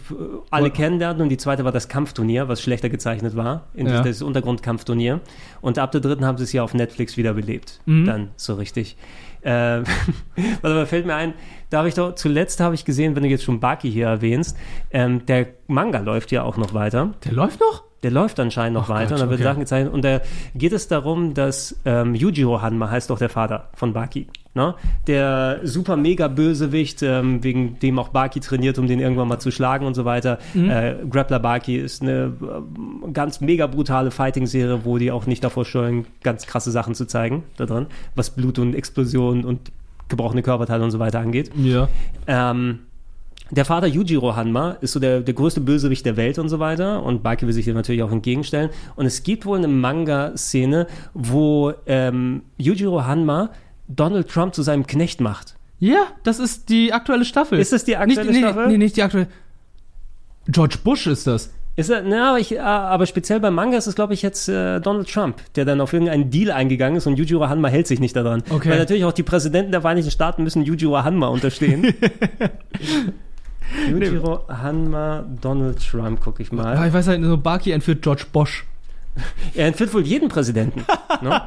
Speaker 2: alle kennenlernten und die zweite war das Kampfturnier, was schlechter gezeichnet war, in
Speaker 3: Ja.
Speaker 2: das Untergrundkampfturnier. Und ab der dritten haben sie es ja auf Netflix wiederbelebt.
Speaker 3: Mhm.
Speaker 2: Dann so richtig. Äh, [laughs] Warte mal, fällt mir ein, da habe ich doch, zuletzt habe ich gesehen, wenn du jetzt schon Baki hier erwähnst, ähm, der Manga läuft ja auch noch weiter.
Speaker 3: Der läuft noch?
Speaker 2: Der läuft anscheinend noch weiter
Speaker 3: Gott,
Speaker 2: und da wird
Speaker 3: okay.
Speaker 2: Sachen gezeichnet. Und da geht es darum, dass ähm, Yujiro Hanma heißt doch der Vater von Baki. Ne? Der super mega Bösewicht, ähm, wegen dem auch Baki trainiert, um den irgendwann mal zu schlagen und so weiter.
Speaker 1: Mhm.
Speaker 2: Äh, Grappler Baki ist eine ähm, ganz mega brutale Fighting-Serie, wo die auch nicht davor scheuen, ganz krasse Sachen zu zeigen da drin, was Blut und Explosionen und gebrochene Körperteile und so weiter angeht.
Speaker 3: Ja.
Speaker 2: Ähm, der Vater Yujiro Hanma ist so der, der größte Bösewicht der Welt und so weiter. Und Baki will sich dem natürlich auch entgegenstellen. Und es gibt wohl eine Manga-Szene, wo ähm, Yujiro Hanma Donald Trump zu seinem Knecht macht.
Speaker 3: Ja, das ist die aktuelle Staffel.
Speaker 2: Ist das die aktuelle
Speaker 3: nicht, nee,
Speaker 2: Staffel?
Speaker 3: Nee, nicht die aktuelle. George Bush ist das.
Speaker 2: Ist er, na, aber, ich, äh, aber speziell beim Manga ist es, glaube ich, jetzt äh, Donald Trump, der dann auf irgendeinen Deal eingegangen ist und Yujiro Hanma hält sich nicht daran.
Speaker 3: Okay.
Speaker 2: Weil natürlich auch die Präsidenten der Vereinigten Staaten müssen Yujiro Hanma unterstehen. Yujiro Hanma, Donald Trump, gucke ich mal.
Speaker 3: Aber ich weiß halt nur, Baki entführt George Bush.
Speaker 2: Er entführt wohl jeden Präsidenten. [laughs] ne?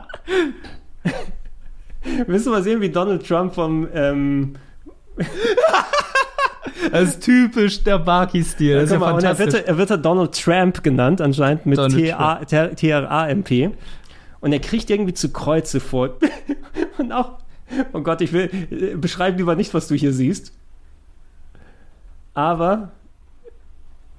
Speaker 2: Willst du mal sehen, wie Donald Trump vom. Ähm,
Speaker 3: Das ist typisch der Baki-Stil. Das ist ja
Speaker 2: guck mal, und er,
Speaker 3: fantastisch.
Speaker 2: wird, er wird ja Donald Trump genannt, anscheinend mit
Speaker 3: Donald
Speaker 2: TA T- TRA-MP. Und er kriegt irgendwie zu Kreuze vor. [laughs] und auch. Oh Gott, ich will. äh, Beschreib lieber nicht, was du hier siehst. Aber.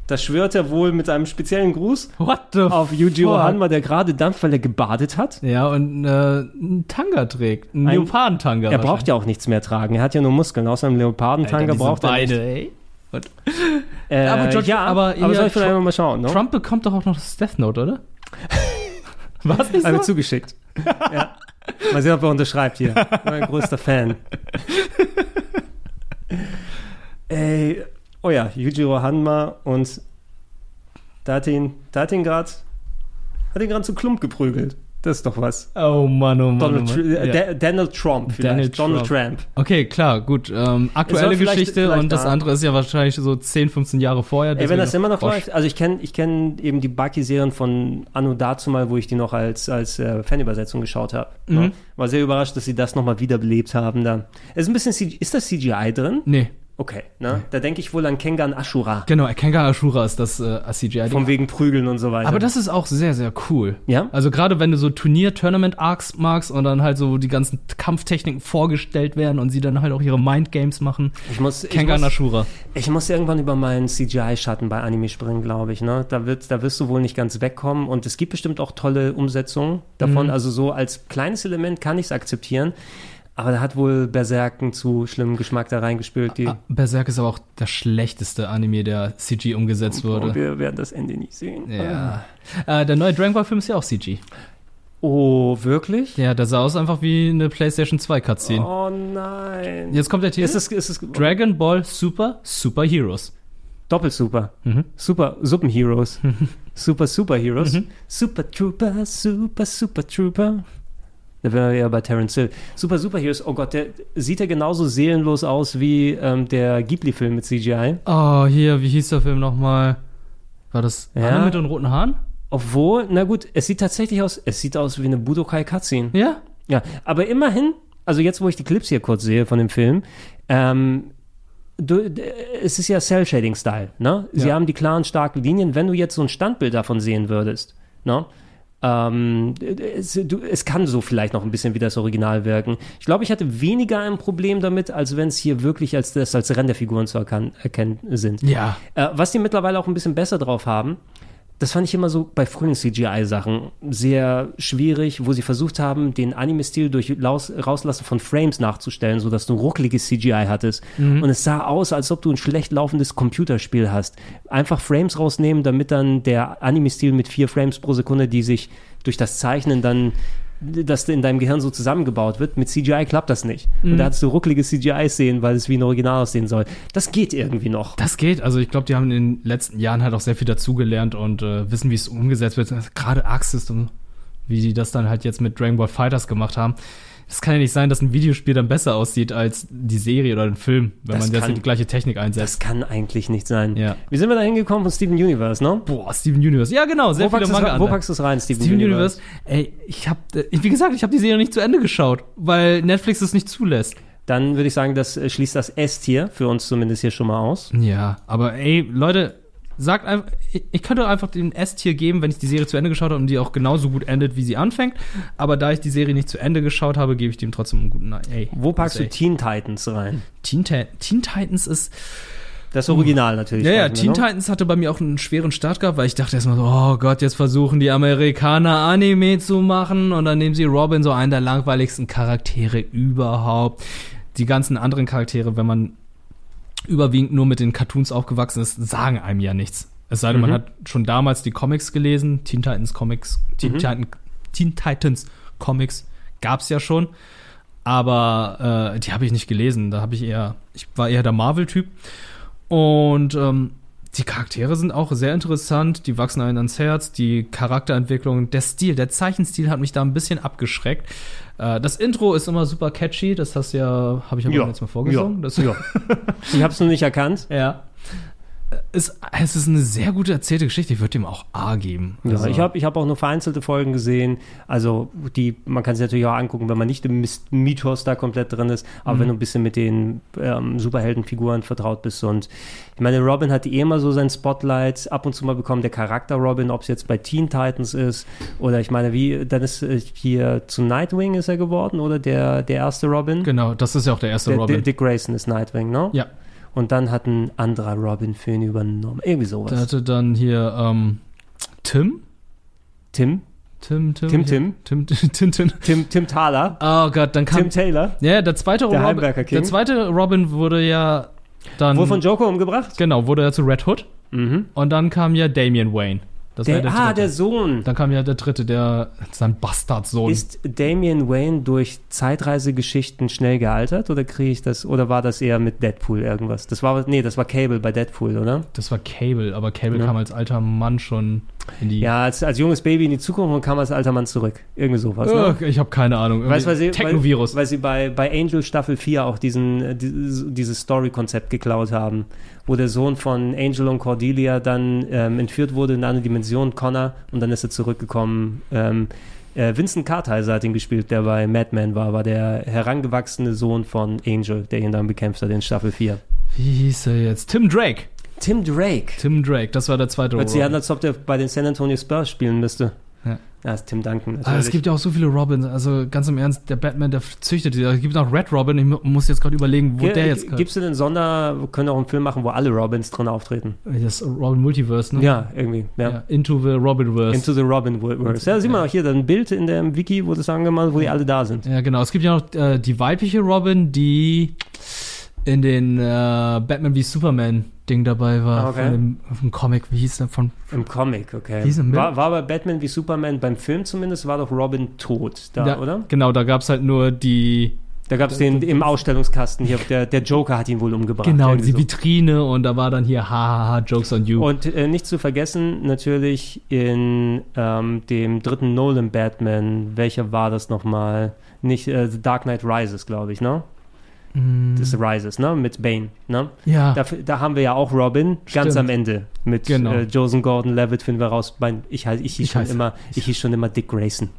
Speaker 2: Da schwört er wohl mit einem speziellen Gruß auf Yujiro
Speaker 3: fuck?
Speaker 2: Hanma, der gerade dampft, weil er gebadet hat.
Speaker 3: Ja, und äh, einen Tanga trägt. Einen
Speaker 2: Ein-
Speaker 3: Leopardentanga.
Speaker 2: Er braucht ja auch nichts mehr tragen. Er hat ja nur Muskeln. Außer einem Leopardentanga braucht er
Speaker 3: beide,
Speaker 2: nicht.
Speaker 3: ey. Und-
Speaker 2: Äh,
Speaker 3: aber George,
Speaker 2: ja,
Speaker 3: aber,
Speaker 2: aber soll ich vielleicht
Speaker 3: Trump,
Speaker 2: mal schauen, ne?
Speaker 3: Trump bekommt doch auch noch das Death Note,
Speaker 2: [laughs]
Speaker 3: oder? Was nicht
Speaker 2: Hat mir
Speaker 3: so?
Speaker 2: zugeschickt. ja. Mal sehen, ob er unterschreibt hier. Mein größter
Speaker 3: [laughs]
Speaker 2: Fan. Ey, oh ja, Yujiro Hanma und da hat ihn, da hat ihn gerade, hat ihn gerade zu Klump geprügelt. Das ist doch was.
Speaker 3: Oh Mann, oh Mann.
Speaker 2: Donald,
Speaker 3: oh
Speaker 2: Tr-
Speaker 3: Mann.
Speaker 2: äh, Da-
Speaker 3: Ja.
Speaker 2: Donald Trump vielleicht. Donald Trump.
Speaker 3: Okay, klar, gut. Ähm, aktuelle
Speaker 2: Ist er vielleicht-
Speaker 3: Geschichte
Speaker 2: vielleicht
Speaker 3: und das
Speaker 2: da.
Speaker 3: andere ist ja wahrscheinlich so 10, 15 Jahre vorher.
Speaker 2: Ey, wenn
Speaker 3: deswegen-
Speaker 2: das immer noch
Speaker 3: Oh,
Speaker 2: läuft, also ich kenne ich kenn eben die Bucky-Serien von Anno dazu mal, wo ich die noch als, als äh, Fanübersetzung geschaut habe.
Speaker 3: Mhm.
Speaker 2: War sehr überrascht, dass sie das nochmal wiederbelebt haben. Da. Es Ist, ein bisschen CG ist das CGI drin?
Speaker 3: Nee.
Speaker 2: Okay, ne? da denke ich wohl an Kengan Ashura.
Speaker 3: Genau, Kenga Ashura ist das äh, CGI.
Speaker 2: Von wegen Prügeln und so weiter.
Speaker 3: Aber das ist auch sehr, sehr cool.
Speaker 2: Ja?
Speaker 3: Also gerade wenn du so Turnier-Tournament-Arcs magst und dann halt so die ganzen Kampftechniken vorgestellt werden und sie dann halt auch ihre Mindgames machen.
Speaker 2: Ich muss,
Speaker 3: Kengan
Speaker 2: ich muss,
Speaker 3: Ashura.
Speaker 2: Ich muss irgendwann über meinen CGI-Schatten bei Anime springen, glaube ich. Ne? Da, wird, da wirst du wohl nicht ganz wegkommen. Und es gibt bestimmt auch tolle Umsetzungen davon.
Speaker 3: Mhm.
Speaker 2: Also so als kleines Element kann ich es akzeptieren. Aber da hat wohl Berserken zu schlimmem Geschmack da reingespült. Die
Speaker 3: Berserk ist aber auch der schlechteste Anime, der CG umgesetzt wurde.
Speaker 2: wir werden das Ende nicht sehen.
Speaker 3: ah, Ja. Äh, der neue Dragon Ball Film ist ja auch CG.
Speaker 2: Oh, wirklich?
Speaker 3: Ja, der sah aus einfach wie eine PlayStation 2 Cutscene.
Speaker 2: Oh nein.
Speaker 3: Jetzt kommt der Titel.
Speaker 2: Ist es, ist es
Speaker 3: Dragon Ball Super Super Heroes.
Speaker 2: Doppel super. Super Suppenheroes. super Superheroes. Super Trooper, Super Super Trooper. Da wären wir ja bei Terence Hill. Super Superheroes. Oh Gott, der sieht ja genauso seelenlos aus wie ähm, der Ghibli-Film mit CGI.
Speaker 3: Oh, hier, wie hieß der Film nochmal? War das
Speaker 2: Ja.
Speaker 3: Anne mit den roten Haaren?
Speaker 2: Obwohl, na gut, es sieht tatsächlich aus, es sieht aus wie eine Budokai Cutscene.
Speaker 3: Ja.
Speaker 2: Ja, aber immerhin, also jetzt, wo ich die Clips hier kurz sehe von dem Film, ähm, du, d- es ist ja Cell-Shading-Style, ne? Sie
Speaker 1: Ja.
Speaker 2: haben die klaren, starken Linien. Wenn du jetzt so ein Standbild davon sehen würdest, ne? Ähm, es, du, es kann so vielleicht noch ein bisschen wie das Original wirken. Ich glaube, ich hatte weniger ein Problem damit, als wenn es hier wirklich als das als Renderfiguren zu erkan- erkennen sind.
Speaker 3: Ja.
Speaker 2: Äh, was die mittlerweile auch ein bisschen besser drauf haben, das fand ich immer so bei frühen CGI-Sachen sehr schwierig, wo sie versucht haben, den Anime-Stil durch Laus Rauslassen von Frames nachzustellen, sodass du ruckeliges CGI hattest.
Speaker 1: Mhm.
Speaker 2: Und es sah aus, als ob du ein schlecht laufendes Computerspiel hast. Einfach Frames rausnehmen, damit dann der Anime-Stil mit vier Frames pro Sekunde, die sich durch das Zeichnen dann das in deinem Gehirn so zusammengebaut wird. Mit CGI klappt das nicht. Und
Speaker 3: Mhm.
Speaker 2: da hast du ruckelige CGI-Szenen, weil es wie ein Original aussehen soll. Das geht irgendwie noch.
Speaker 3: Das geht. Also ich glaube, die haben in den letzten Jahren halt auch sehr viel dazugelernt und äh, wissen, wie es umgesetzt wird. Also Gerade Arc System, wie die das dann halt jetzt mit Dragon Ball Fighters gemacht haben. Es kann ja nicht sein, dass ein Videospiel dann besser aussieht als die Serie oder ein Film, wenn
Speaker 2: Das
Speaker 3: man jetzt
Speaker 2: kann-
Speaker 3: die gleiche Technik einsetzt.
Speaker 2: Das kann eigentlich nicht sein.
Speaker 3: Ja.
Speaker 2: Wie sind wir da hingekommen von Steven Universe, ne?
Speaker 3: Boah, Steven Universe. Ja, genau. Sehr
Speaker 2: wo
Speaker 3: viele
Speaker 2: packst du's
Speaker 3: Manga
Speaker 2: rein- Wo packst du es rein, Steven,
Speaker 3: Steven, Universe. Ey, ich habe, wie gesagt, ich habe die Serie nicht zu Ende geschaut, weil Netflix es nicht zulässt.
Speaker 2: Dann würde ich sagen, das äh, schließt das S hier für uns zumindest hier schon mal aus.
Speaker 3: Ja, aber ey, Leute, sagt einfach, ich, ich könnte einfach den S-Tier geben, wenn ich die Serie zu Ende geschaut habe und die auch genauso gut endet, wie sie anfängt. Aber da ich die Serie nicht zu Ende geschaut habe, gebe ich dem trotzdem einen guten Ey.
Speaker 2: Wo packst
Speaker 3: Ey.
Speaker 2: du Teen Titans rein?
Speaker 3: Teen, Ti- Teen Titans ist.
Speaker 2: Das Original natürlich.
Speaker 3: Ja, ja,
Speaker 2: sprechen wir,
Speaker 3: Teen
Speaker 2: ne?
Speaker 3: Titans hatte bei mir auch einen schweren Start gehabt, weil ich dachte erstmal so, oh Gott, jetzt versuchen die Amerikaner Anime zu machen und dann nehmen sie Robin, so einen der langweiligsten Charaktere überhaupt. Die ganzen anderen Charaktere, wenn man überwiegend nur mit den Cartoons aufgewachsen ist, sagen einem ja nichts. Es sei denn, man
Speaker 2: Mhm.
Speaker 3: hat schon damals die Comics gelesen, Teen Titans Comics, Teen,
Speaker 2: Mhm.
Speaker 3: Titan, Teen Titans Comics gab's ja schon, aber äh, die habe ich nicht gelesen. Da habe ich eher, ich war eher der Marvel-Typ und ähm, die Charaktere sind auch sehr interessant, die wachsen einem ans Herz, die Charakterentwicklung, der Stil, der Zeichenstil hat mich da ein bisschen abgeschreckt. Äh, das Intro ist immer super catchy, das hast du ja, habe ich ja
Speaker 2: Ja,
Speaker 3: beim letzten Mal vorgesungen.
Speaker 2: ja,
Speaker 3: das,
Speaker 2: ja. Ich habe es noch nicht erkannt.
Speaker 3: [laughs] Ja. Es, es ist eine sehr gut erzählte Geschichte. Ich würde ihm auch A geben.
Speaker 2: Ja,
Speaker 3: Also-
Speaker 2: ich habe ich hab auch nur vereinzelte Folgen gesehen. Also, die, man kann es natürlich auch angucken, wenn man nicht im Mist- Mythos da komplett drin ist, aber
Speaker 3: Mhm.
Speaker 2: wenn du ein bisschen mit den ähm, Superheldenfiguren vertraut bist. Und ich meine, Robin hat eh immer so sein Spotlight ab und zu mal bekommen, der Charakter Robin, ob es jetzt bei Teen Titans ist oder ich meine, wie, dann ist äh, hier zu Nightwing ist er geworden oder der, der erste Robin?
Speaker 3: Genau, das ist ja auch der erste
Speaker 2: der,
Speaker 3: Robin.
Speaker 2: Dick Grayson ist Nightwing, ne?
Speaker 3: Ja.
Speaker 2: Und dann hat ein anderer Robin für ihn übernommen. Irgendwie sowas.
Speaker 3: Der hatte dann hier ähm, Tim.
Speaker 2: Tim?
Speaker 3: Tim, Tim.
Speaker 2: Tim,
Speaker 3: hier- Tim, Tim, Tim.
Speaker 2: Tim, Tim Thaler.
Speaker 3: Oh Gott, dann kam.
Speaker 2: Tim Taylor.
Speaker 3: Ja, der zweite
Speaker 2: Der
Speaker 3: Robin.
Speaker 2: Heimwerker King.
Speaker 3: Der zweite Robin wurde ja dann.
Speaker 2: Wurde von Joker umgebracht?
Speaker 3: Genau, wurde er zu Red Hood. Und dann kam ja Damian Wayne. Das
Speaker 2: Der-
Speaker 3: war
Speaker 2: ah,
Speaker 3: dritte.
Speaker 2: der Sohn.
Speaker 3: Dann kam ja der dritte, der sein Bastardsohn.
Speaker 2: Ist Damian Wayne durch Zeitreisegeschichten schnell gealtert oder kriege ich das oder war das eher mit Deadpool irgendwas? Das war nee, das war Cable bei Deadpool, oder?
Speaker 3: Das war Cable, aber Cable
Speaker 2: Ja.
Speaker 3: kam als alter Mann schon in die.
Speaker 2: Ja, als, als junges Baby in die Zukunft und kam als alter Mann zurück. Irgendwie sowas.
Speaker 3: Oh,
Speaker 2: Ne?
Speaker 3: ich habe keine Ahnung.
Speaker 2: Weißt du, weil sie,
Speaker 3: Technovirus.
Speaker 2: Weil, weil sie bei, bei Angel Staffel 4 auch diesen, äh, dieses, dieses Story-Konzept geklaut haben, wo der Sohn von Angel und Cordelia dann ähm, entführt wurde in eine andere Dimension, Connor, und dann ist er zurückgekommen. Ähm, äh, Vincent Kartheiser hat ihn gespielt, der bei Mad Men war, war der herangewachsene Sohn von Angel, der ihn dann bekämpft hat in Staffel 4.
Speaker 3: Wie hieß er jetzt? Tim Drake.
Speaker 2: Tim Drake.
Speaker 3: Tim Drake, das war der zweite
Speaker 2: Hört sich
Speaker 3: Robin.
Speaker 2: an, als ob der bei den San Antonio Spurs spielen müsste.
Speaker 3: Ja.
Speaker 2: Das ist Tim Duncan.
Speaker 3: Ah, es
Speaker 2: natürlich.
Speaker 3: gibt ja auch so viele Robins. Also ganz im Ernst, der Batman, der züchtet die. Es gibt auch Red Robin. Ich mu- muss jetzt gerade überlegen, wo
Speaker 2: Ge-
Speaker 3: der jetzt gerade-
Speaker 2: Gibst du den Sonder, wir können auch einen Film machen, wo alle Robins drin auftreten?
Speaker 3: Das Robin Multiverse, ne?
Speaker 2: Ja, irgendwie. Hm. Ja.
Speaker 3: Into the Robinverse.
Speaker 2: Into the Robin Verse. Ja, sieh mal auch hier dann ein Bild in dem Wiki, wo das angemalt, wo die alle da sind.
Speaker 3: Ja, genau. Es gibt ja noch äh, die weibliche Robin, die in den äh, Batman wie Superman Ding dabei war.
Speaker 2: Ah, okay.
Speaker 3: Von dem, vom Comic, wie hieß der von?
Speaker 2: Im Comic, okay.
Speaker 3: Wie ist denn mit-
Speaker 2: War, war bei Batman wie Superman, beim Film zumindest, war doch Robin tot da,
Speaker 3: Ja,
Speaker 2: oder?
Speaker 3: Genau, da gab es halt nur die.
Speaker 2: Da gab es den im Ausstellungskasten hier, der, der Joker hat ihn wohl umgebracht.
Speaker 3: Genau,
Speaker 2: Ah, Irgendwie
Speaker 3: die Vitrine und da war dann hier hahaha Jokes on You.
Speaker 2: Und äh, nicht zu vergessen, natürlich in ähm, dem dritten Nolan Batman, welcher war das nochmal? Nicht äh, The Dark Knight Rises, glaube ich, ne?
Speaker 3: Mm.
Speaker 2: Das ist Rises, ne? Mit Bane, ne?
Speaker 3: [laughs] Ja.
Speaker 2: Da, da haben wir ja auch Robin ganz
Speaker 3: Stimmt.
Speaker 2: am Ende mit
Speaker 3: Genau.
Speaker 2: äh, Joseph Gordon-Levitt finden wir raus. Mein, ich halt, ich hieß
Speaker 3: Ich
Speaker 2: schon
Speaker 3: heiße-
Speaker 2: immer, ich hieß schon immer Dick Grayson,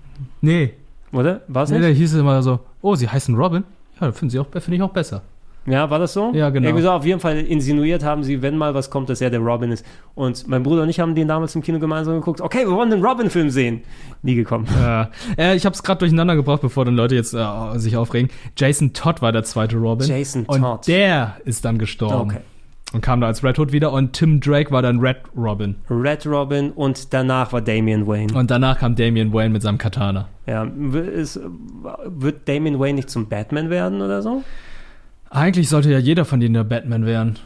Speaker 3: nee,
Speaker 2: oder? War's
Speaker 3: nee, da
Speaker 2: nicht?
Speaker 3: hieß es immer so, oh, sie heißen Robin. Ja, finde ich, find ich auch besser.
Speaker 2: Ja, war das so?
Speaker 3: Ja, genau.
Speaker 2: Irgendwie so, auf jeden Fall insinuiert haben sie, wenn mal was kommt, dass er der Robin ist. Und mein Bruder und ich haben den damals im Kino gemeinsam geguckt. Okay, wir wollen den Robin-Film sehen. Nie gekommen.
Speaker 3: Ja. Äh, ich habe es gerade durcheinander gebracht, bevor dann Leute jetzt äh, sich aufregen. Jason Todd war der zweite Robin.
Speaker 2: Jason
Speaker 3: und
Speaker 2: Todd.
Speaker 3: Der ist dann gestorben.
Speaker 2: Okay.
Speaker 3: Und kam da als Red Hood wieder und Tim Drake war dann Red Robin.
Speaker 2: Red Robin und danach war Damian Wayne.
Speaker 3: Und danach kam Damian Wayne mit seinem Katana.
Speaker 2: Ja, w- ist, wird Damian Wayne nicht zum Batman werden oder so?
Speaker 3: Eigentlich sollte ja jeder von denen der Batman werden.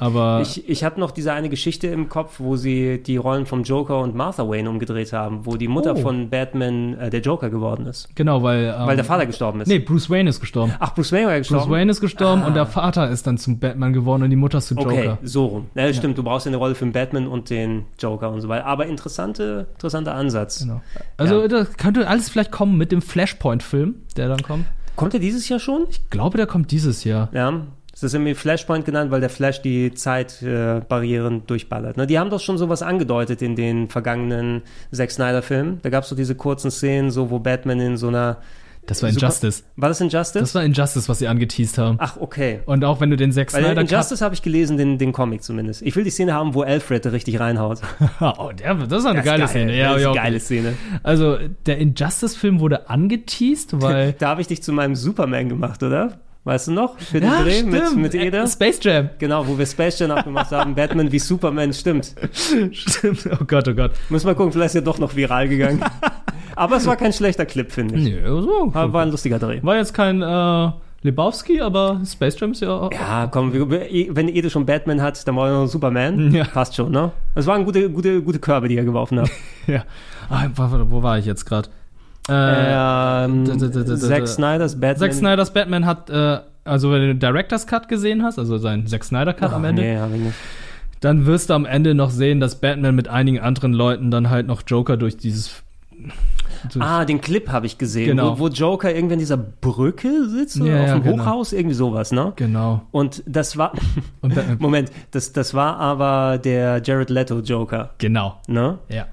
Speaker 3: Aber
Speaker 2: Ich, ich habe noch diese eine Geschichte im Kopf, wo sie die Rollen vom Joker und Martha Wayne umgedreht haben, wo die Mutter
Speaker 3: Oh.
Speaker 2: von Batman äh, der Joker geworden ist.
Speaker 3: genau, weil. ähm,
Speaker 2: Weil der Vater gestorben ist.
Speaker 3: Nee, Bruce Wayne ist gestorben.
Speaker 2: Ach, Bruce Wayne war gestorben.
Speaker 3: Bruce Wayne ist gestorben
Speaker 2: Ah.
Speaker 3: und der Vater ist dann zum Batman geworden und die Mutter zu Joker.
Speaker 2: Okay, so rum. Ja, Stimmt, du brauchst ja eine Rolle für den Batman und den Joker und so weiter. Aber interessante, interessanter Ansatz. Genau.
Speaker 3: Also das könnte alles vielleicht kommen mit dem Flashpoint-Film, der dann kommt.
Speaker 2: Kommt er dieses Jahr schon?
Speaker 3: Ich glaube, der kommt dieses Jahr.
Speaker 2: Ja. Es ist irgendwie Flashpoint genannt, weil der Flash die Zeitbarrieren äh, Barrieren durchballert. Ne? Die haben doch schon sowas angedeutet in den vergangenen Zack Snyder-Filmen. Da gab es so diese kurzen Szenen, so wo Batman in so einer.
Speaker 3: Das war
Speaker 2: Super-
Speaker 3: Injustice.
Speaker 2: War das Injustice?
Speaker 3: Das war Injustice, was sie angeteased haben.
Speaker 2: Ach, okay.
Speaker 3: Und auch wenn du den Zack
Speaker 2: Weil
Speaker 3: Snyder
Speaker 2: Injustice habe ich gelesen, den, den Comic zumindest. Ich will die Szene haben, wo Alfred richtig
Speaker 3: [laughs]
Speaker 2: reinhaut.
Speaker 3: [laughs] oh, der, das ist eine geile Szene.
Speaker 2: Ja,
Speaker 3: Ja,
Speaker 2: das ist eine
Speaker 3: ja, okay.
Speaker 2: geile Szene.
Speaker 3: Also, der Injustice-Film wurde angeteased, weil.
Speaker 2: [laughs] da habe ich dich zu meinem Superman gemacht, oder? Weißt du noch? Für den
Speaker 3: Ja,
Speaker 2: Dreh mit,
Speaker 3: stimmt. Äh,
Speaker 2: mit Ede?
Speaker 3: Space Jam.
Speaker 2: [laughs] Genau, wo wir Space Jam abgemacht
Speaker 3: [laughs]
Speaker 2: haben. Batman wie Superman, stimmt.
Speaker 3: Stimmt. Oh Gott, oh Gott.
Speaker 2: Müssen wir gucken, vielleicht ist ja doch noch viral
Speaker 3: [laughs]
Speaker 2: gegangen. Aber es war kein schlechter Clip, finde ich.
Speaker 3: Nö, so.
Speaker 2: Aber Ah, war ein lustiger Dreh.
Speaker 3: War jetzt kein äh, Lebowski, aber Space Jam ist ja.
Speaker 2: Ja, komm, wir- wir- wenn Ede schon Batman hat, dann wollen wir noch Superman. Ja. Passt schon, ne? Es waren gute, gute, gute Körbe, die er geworfen hat.
Speaker 3: ja. Ah, wo, wo war ich jetzt gerade?
Speaker 2: Ähm,
Speaker 3: d- d- d- d- d-
Speaker 2: Zack Snyders Batman.
Speaker 3: Zack Snyders Batman hat, äh, also wenn du den Director's Cut gesehen hast, also seinen Zack Snyder Cut
Speaker 2: Ach,
Speaker 3: am Ende,
Speaker 2: nee, hab ich nicht.
Speaker 3: dann wirst du am Ende noch sehen, dass Batman mit einigen anderen Leuten dann halt noch Joker durch dieses. durch-
Speaker 2: Ah, den Clip habe ich gesehen,
Speaker 3: Genau.
Speaker 2: wo, wo Joker irgendwie an dieser Brücke sitzt oder
Speaker 3: Ja,
Speaker 2: auf
Speaker 3: ja,
Speaker 2: dem
Speaker 3: genau.
Speaker 2: Hochhaus, irgendwie sowas, ne?
Speaker 3: Genau.
Speaker 2: Und das
Speaker 3: [laughs]
Speaker 2: war. [laughs] Moment, das, das war aber der Jared Leto Joker.
Speaker 3: Genau.
Speaker 2: Ne?
Speaker 3: Ja.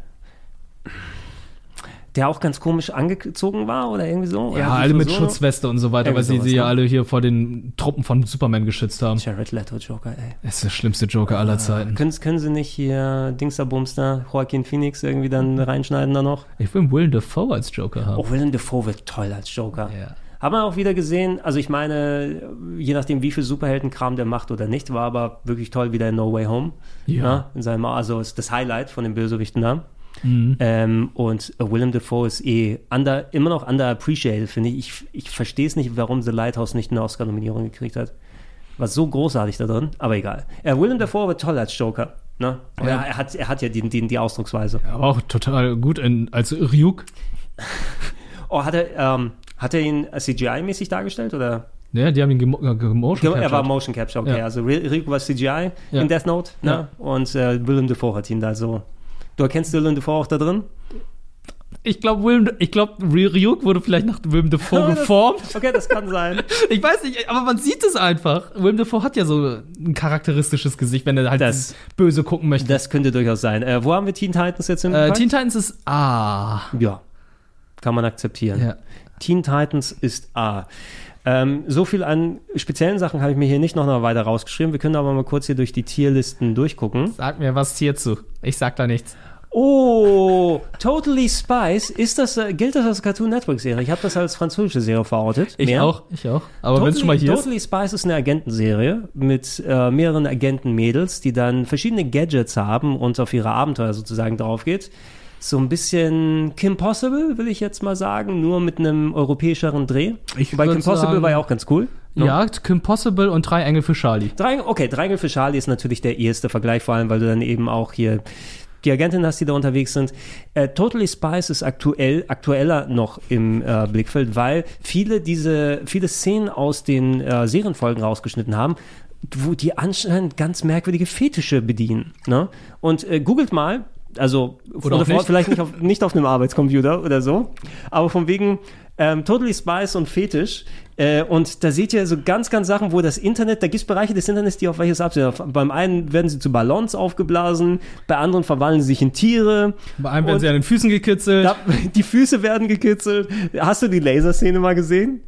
Speaker 2: Der auch ganz komisch angezogen war oder irgendwie so? Oder
Speaker 3: Ja,
Speaker 2: die
Speaker 3: alle mit
Speaker 2: Frisur noch?
Speaker 3: Schutzweste und so weiter,
Speaker 2: Irgendwie
Speaker 3: weil sie
Speaker 2: sowas,
Speaker 3: sie ja
Speaker 2: ne?
Speaker 3: alle hier vor den Truppen von Superman geschützt haben.
Speaker 2: Jared Leto Joker, ey.
Speaker 3: Das ist der schlimmste Joker
Speaker 2: Ah,
Speaker 3: aller Zeiten.
Speaker 2: Können, können sie nicht hier Dingsabumster, Joaquin Phoenix irgendwie dann reinschneiden da noch?
Speaker 3: Ich will Willem Dafoe als Joker haben.
Speaker 2: Auch Oh, Willem Dafoe wird toll als Joker. Haben wir auch wieder gesehen, also ich meine, je nachdem, wie viel Superheldenkram der macht oder nicht, war aber wirklich toll wieder in No Way Home.
Speaker 3: Ja.
Speaker 2: Na, in seinem, also ist das Highlight von den Bösewichten da.
Speaker 3: Mhm.
Speaker 2: Ähm, und äh, Willem Dafoe ist eh under, immer noch underappreciated, finde ich. Ich, ich verstehe es nicht, warum The Lighthouse nicht eine Oscar-Nominierung gekriegt hat. War so großartig da drin, aber egal. Äh, Willem Dafoe war toll als Joker. Ne?
Speaker 3: Ja.
Speaker 2: Ja. Er, hat, er hat ja die, die, die Ausdrucksweise.
Speaker 3: Aber auch total gut in, als Ryuk.
Speaker 2: Oh, hat er, ähm, hat er ihn CGI-mäßig dargestellt oder?
Speaker 3: Ja, ne? die haben ihn gemo äh, gemotion
Speaker 2: er war
Speaker 3: captured.
Speaker 2: Motion Capture, okay.
Speaker 3: Ja.
Speaker 2: Also Re- Rico war CGI
Speaker 3: Ja.
Speaker 2: in Death Note ne?
Speaker 3: Ja.
Speaker 2: und äh, Willem Dafoe hat ihn da so. Du erkennst Willem Dafoe auch da drin?
Speaker 3: Ich glaube, Willem, ich glaube, Ryuk wurde vielleicht nach Willem Dafoe
Speaker 2: Ah, das-
Speaker 3: geformt.
Speaker 2: Okay, das kann sein.
Speaker 3: Ich weiß nicht, aber man sieht es einfach. Willem Dafoe hat ja so ein charakteristisches Gesicht, wenn er halt das böse gucken
Speaker 2: [laughs]
Speaker 3: möchte.
Speaker 2: Das könnte durchaus sein. Äh, wo haben wir Teen Titans jetzt im
Speaker 3: Äh,
Speaker 2: Park?
Speaker 3: Teen Titans ist A.
Speaker 2: Ja, kann man akzeptieren.
Speaker 3: Ja.
Speaker 2: Teen Titans ist A. Ähm, so viel an speziellen Sachen habe ich mir hier nicht noch mal weiter rausgeschrieben. Wir können aber mal kurz hier durch die Tierlisten durchgucken.
Speaker 3: Sag mir was hierzu. Ich sag da nichts.
Speaker 2: Oh, Totally Spice, ist das, äh, gilt das als Cartoon Network Serie? Ich habe das als französische Serie verortet.
Speaker 3: Ich
Speaker 2: Mehr?
Speaker 3: auch, ich auch. Aber wenn es
Speaker 2: Totally-
Speaker 3: schon mal hier ist.
Speaker 2: Totally Spice ist eine Agentenserie mit äh, mehreren Agentenmädels, die dann verschiedene Gadgets haben und auf ihre Abenteuer sozusagen drauf geht. So ein bisschen Kim Possible, will ich jetzt mal sagen, nur mit einem europäischeren Dreh. Bei
Speaker 3: würd
Speaker 2: Kim Possible
Speaker 3: sagen-
Speaker 2: war ja auch ganz cool. ne?
Speaker 3: Jagd, Kim Possible und drei Engel für Charlie.
Speaker 2: Drei, okay, Dreigel für Charlie ist natürlich der erste Vergleich, vor allem, weil du dann eben auch hier die Agentin hast, die da unterwegs sind. Äh, Totally Spies ist aktuell, aktueller noch im äh, Blickfeld, weil viele diese, viele Szenen aus den äh, Serienfolgen rausgeschnitten haben, wo die anscheinend ganz merkwürdige Fetische bedienen. Ne? Und äh, googelt mal, also
Speaker 3: Oder auch
Speaker 2: vor-
Speaker 3: nicht.
Speaker 2: vielleicht nicht auf, nicht auf einem Arbeitscomputer oder so, aber von wegen ähm, Totally Spice und Fetisch. Äh, und da seht ihr so ganz, ganz Sachen, wo das Internet, da gibt es Bereiche des Internets, die auf welches abstehen. Auf- Beim einen werden sie zu Ballons aufgeblasen, bei anderen verwandeln sie sich in Tiere.
Speaker 3: Bei einem werden sie an den Füßen gekitzelt.
Speaker 2: Da, [laughs] die Füße werden gekitzelt. Hast du die Laserszene mal gesehen?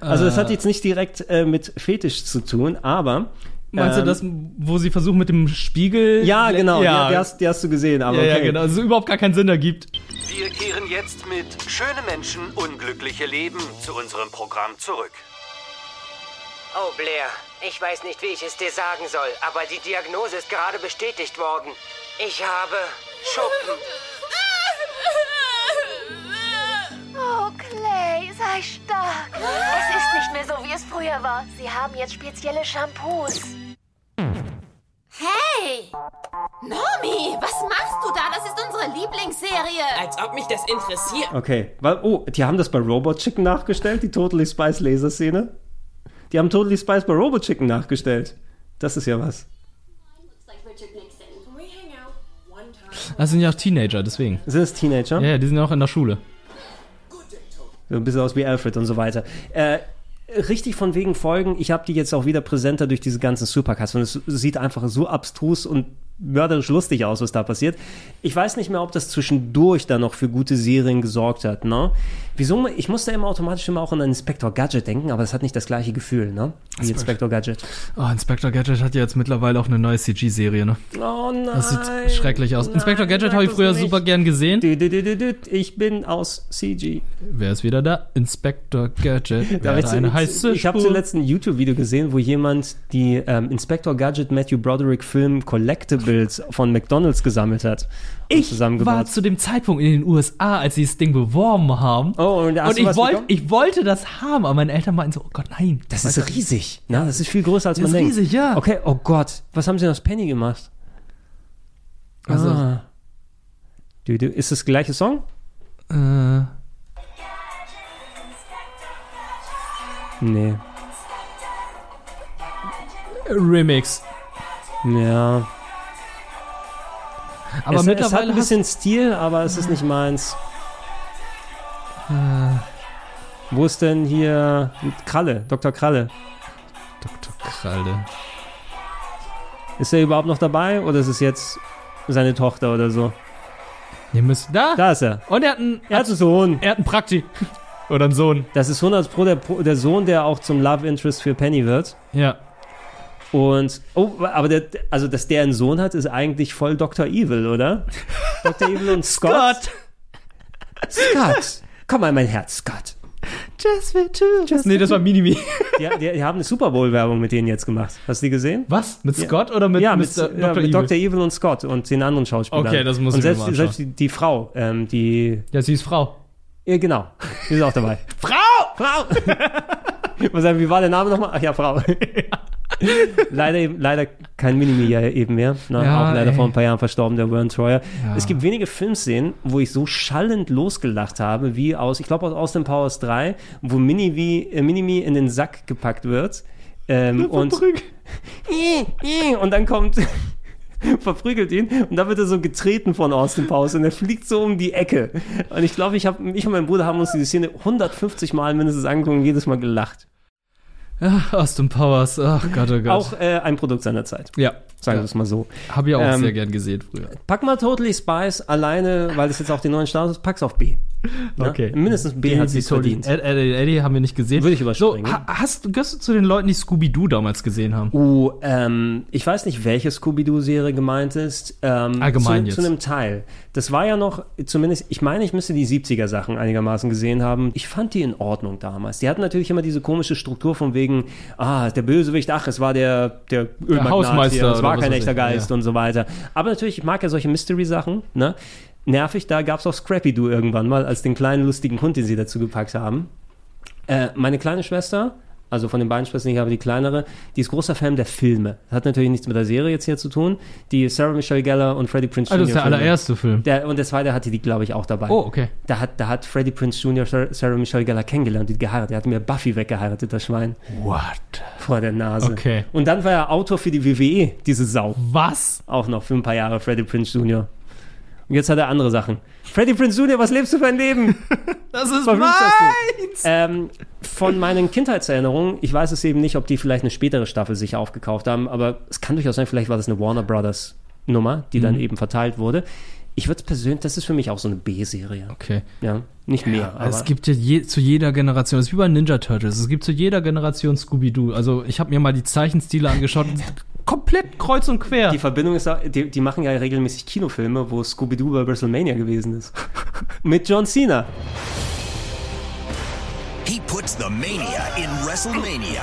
Speaker 2: Also das hat
Speaker 3: Äh.
Speaker 2: jetzt nicht direkt äh, mit Fetisch zu tun, aber
Speaker 3: Meinst
Speaker 2: ähm,
Speaker 3: du das, wo sie versuchen mit dem Spiegel?
Speaker 2: Ja, genau, ja.
Speaker 3: Ja,
Speaker 2: die, hast, die hast du gesehen, aber
Speaker 3: ja, ja
Speaker 2: okay.
Speaker 3: genau. Also überhaupt gar keinen Sinn ergibt.
Speaker 8: Wir kehren jetzt mit Schöne Menschen, unglückliche Leben zu unserem Programm zurück.
Speaker 12: Oh, Blair, ich weiß nicht, wie ich es dir sagen soll, aber die Diagnose ist gerade bestätigt worden. Ich habe Schuppen.
Speaker 11: Oh, Clay, sei stark. Es ist nicht mehr so, wie es früher
Speaker 7: früher war. Sie haben jetzt spezielle Shampoos.
Speaker 4: Hey! Nomi, was machst du da? Das ist unsere Lieblingsserie.
Speaker 13: Als ob mich das interessiert.
Speaker 2: Okay, weil, oh, die haben das bei Robot Chicken nachgestellt, die Totally Spice Laser-Szene. Die haben Totally Spice bei Robot Chicken nachgestellt. Das ist ja was.
Speaker 3: Das sind ja auch Teenager, deswegen.
Speaker 2: Sind es Teenager?
Speaker 3: Ja, ja, die sind ja auch in der Schule.
Speaker 2: So ein bisschen aus wie Alfred und so weiter. Äh, richtig von wegen Folgen, ich habe die jetzt auch wieder präsenter durch diese ganzen Supercuts und es sieht einfach so abstrus und mörderisch lustig aus, was da passiert. Ich weiß nicht mehr, ob das zwischendurch dann noch für gute Serien gesorgt hat, ne? Wieso, ich musste immer automatisch immer auch an Inspector Gadget denken, aber es hat nicht das gleiche Gefühl, ne? Wie Inspector Gadget.
Speaker 3: Oh, Inspector Gadget hat ja jetzt mittlerweile auch eine neue CG-Serie, ne?
Speaker 2: Oh nein.
Speaker 3: Das sieht schrecklich aus. Inspector Gadget habe ich früher super gern gesehen.
Speaker 2: Ich bin aus CG.
Speaker 3: Wer ist wieder da? Inspector Gadget.
Speaker 2: Da
Speaker 3: Wer hat
Speaker 2: wird's-
Speaker 3: eine heiße
Speaker 2: ich habe
Speaker 3: Spur?
Speaker 2: zuletzt ein YouTube-Video gesehen, wo jemand die ähm, Inspector Gadget Matthew Broderick Film Collectibles von McDonalds gesammelt hat. und
Speaker 3: Ich war zu dem Zeitpunkt in den USA, als sie das Ding beworben haben.
Speaker 2: Oh, und, hast
Speaker 3: und
Speaker 2: du
Speaker 3: ich,
Speaker 2: was
Speaker 3: wollt,
Speaker 2: bekommen?
Speaker 3: ich wollte das haben, aber meine Eltern meinten so, oh Gott, nein.
Speaker 2: Das ist riesig. Na, das ist viel größer, als
Speaker 3: Das
Speaker 2: man denkt.
Speaker 3: ist riesig, ja.
Speaker 2: Okay, oh Gott, was haben sie denn aus Penny gemacht?
Speaker 3: Also-
Speaker 2: Ah. Du, du, ist das gleiche Song?
Speaker 3: Äh,
Speaker 2: Nee.
Speaker 3: Remix.
Speaker 2: Ja.
Speaker 3: Aber
Speaker 2: es, es hat
Speaker 3: mittlerweile
Speaker 2: ein bisschen Stil, aber es ist nicht meins.
Speaker 3: Ah.
Speaker 2: Wo ist denn hier Kralle, Dr. Kralle?
Speaker 3: Dr. Kralle.
Speaker 2: Ist er überhaupt noch dabei oder ist es jetzt seine Tochter oder so?
Speaker 3: Ihr müsst da.
Speaker 2: Da ist
Speaker 3: [laughs]
Speaker 2: er.
Speaker 3: Und er hat einen,
Speaker 2: er hat einen Sohn.
Speaker 3: Er hat einen Prakti. [laughs] Oder einen Sohn.
Speaker 2: Das ist 100 Pro der, Pro- der Sohn, der auch zum Love Interest für Penny wird.
Speaker 3: Ja.
Speaker 2: Und, oh, aber der, also, dass der einen Sohn hat, ist eigentlich voll Dr. Evil,
Speaker 3: [laughs]
Speaker 2: oder? Dr. Evil und Scott. Scott. Scott. Komm mal, in mein Herz, Scott.
Speaker 3: Just for two. Just
Speaker 2: Nee,
Speaker 3: das war Minimi. [laughs]
Speaker 2: Die, die, die haben eine Super Bowl-Werbung mit denen jetzt gemacht. Hast du die gesehen?
Speaker 3: Was? Mit Scott oder mit
Speaker 2: ja, mit,
Speaker 3: Mr.
Speaker 2: ja,
Speaker 3: Dr.
Speaker 2: mit E-
Speaker 3: Evil?
Speaker 2: Dr. Evil und Scott und den anderen Schauspielern.
Speaker 3: Okay, das muss
Speaker 2: und
Speaker 3: ich mir
Speaker 2: selbst,
Speaker 3: mal anschauen.
Speaker 2: selbst die, die Frau, ähm, die.
Speaker 3: Ja, sie ist Frau.
Speaker 2: Ja, genau. Die ist auch dabei.
Speaker 3: [laughs] Frau!
Speaker 2: Frau! Was, sagen, wie war der Name nochmal? Ach ja,
Speaker 3: [laughs]
Speaker 2: Frau. leider, eben- leider kein Minimi ja eben mehr. Ne?
Speaker 3: Ja,
Speaker 2: auch leider
Speaker 3: ey.
Speaker 2: vor ein paar Jahren verstorben, der Warren Troyer.
Speaker 3: Ja.
Speaker 2: Es gibt wenige Filmszenen, wo ich so schallend losgelacht habe, wie aus, ich glaube aus Austin Powers 3, wo Minimi, äh, Minimi in den Sack gepackt wird. Ähm, und, [laughs] Ih, ih, und dann kommt, [laughs] verprügelt ihn und dann wird er so getreten von Austin Powers und er fliegt so um die Ecke. Und ich glaube, ich, hab, ich und mein Bruder haben uns diese Szene 150 Mal mindestens angeguckt und jedes Mal gelacht.
Speaker 3: Ja, Ah, Austin Powers. Ach Gott, oh Gott.
Speaker 2: Auch äh, ein Produkt seiner Zeit.
Speaker 3: ja.
Speaker 2: Sagen wir es mal so.
Speaker 3: Hab ich auch
Speaker 2: Ähm,
Speaker 3: sehr gern gesehen früher.
Speaker 2: Pack mal Totally Spice alleine, weil es jetzt auch den neuen Status ist, pack's auf B. Ne? Mindestens B hat sie
Speaker 3: Totally-
Speaker 2: verdient.
Speaker 3: Ed, Ed, Ed, Eddie haben wir nicht gesehen. Würde ich überspringen. So, ha, hast, gehörst du zu den Leuten, die Scooby-Doo damals gesehen haben?
Speaker 2: Oh, ähm, ich weiß nicht, welche Scooby-Doo-Serie gemeint ist. Ähm,
Speaker 3: Allgemein
Speaker 2: zu,
Speaker 3: jetzt.
Speaker 2: Zu einem Teil. Das war ja noch, zumindest, ich meine, ich müsste die 70er-Sachen einigermaßen gesehen haben. Ich fand die in Ordnung damals. Die hatten natürlich immer diese komische Struktur von wegen, ah, der Bösewicht, ach, es war der, der, Ölmagnat
Speaker 3: Hausmeister
Speaker 2: hier, es
Speaker 3: oder
Speaker 2: war
Speaker 3: was
Speaker 2: kein
Speaker 3: weiß
Speaker 2: echter
Speaker 3: ich,
Speaker 2: Geist
Speaker 3: ja.
Speaker 2: und so weiter. Aber natürlich, ich mag ja solche Mystery-Sachen, ne? Nervig, da gab's auch Scrappy-Doo irgendwann mal, als den kleinen lustigen Hund, den sie dazu gepackt haben. Äh, meine kleine Schwester, also von den beiden Schwestern, ich habe die kleinere, die ist großer Fan der Filme. Hat natürlich nichts mit der Serie jetzt hier zu tun. Die Sarah Michelle Gellar und Freddie Prinze
Speaker 3: Ah,
Speaker 2: Jr.
Speaker 3: das ist der
Speaker 2: Filme.
Speaker 3: allererste Film.
Speaker 2: Der, und der zweite hatte die, glaube ich, auch dabei.
Speaker 3: Oh, okay.
Speaker 2: Da hat, da hat Freddie Prinze Jr. Sar- Sarah Michelle Gellar kennengelernt, die hat geheiratet. Er hat mir Buffy weggeheiratet, das Schwein.
Speaker 3: What?
Speaker 2: Vor der Nase.
Speaker 3: Okay.
Speaker 2: Und dann war er Autor für die WWE, diese Sau.
Speaker 3: Was?
Speaker 2: Auch noch für ein paar Jahre, Freddie Prinze Jr. Und jetzt hat er andere Sachen. Freddie Prinze Jr., was lebst du für ein Leben?
Speaker 3: Das ist
Speaker 2: Warum lachst
Speaker 3: meins!
Speaker 2: Ähm, von meinen Kindheitserinnerungen, ich weiß es eben nicht, ob die vielleicht eine spätere Staffel sich aufgekauft haben, aber es kann durchaus sein, vielleicht war das eine Warner Brothers Nummer, die dann
Speaker 3: Mhm.
Speaker 2: eben verteilt wurde. Ich würde es persönlich, das ist für mich auch so eine B-Serie.
Speaker 3: Okay.
Speaker 2: Ja, nicht mehr. aber
Speaker 3: Es gibt ja je, zu jeder Generation, es ist wie bei Ninja Turtles, es gibt zu jeder Generation Scooby-Doo. Also ich habe mir mal die Zeichenstile
Speaker 2: [laughs]
Speaker 3: angeschaut. komplett kreuz und quer.
Speaker 2: Die Verbindung ist, auch- die, die machen ja regelmäßig Kinofilme, wo Scooby-Doo bei WrestleMania gewesen ist. [laughs] Mit John Cena.
Speaker 14: He puts the mania in WrestleMania.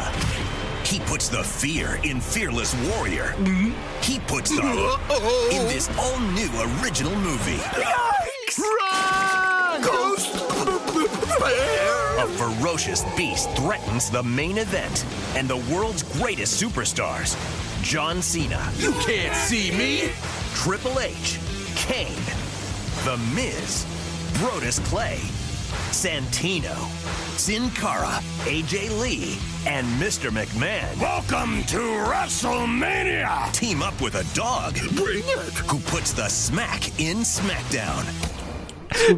Speaker 14: He puts the fear in Fearless Warrior. He puts the in this all new original movie. Ghost! A ferocious beast threatens the main event and the world's greatest superstars. John Cena. You can't see me! Triple H. Kane. The Miz. Brodus Clay. Santino. Sin Cara. AJ Lee. And Mr. McMahon. Welcome to WrestleMania! Team up with a dog. Bring it! Who puts the smack in SmackDown.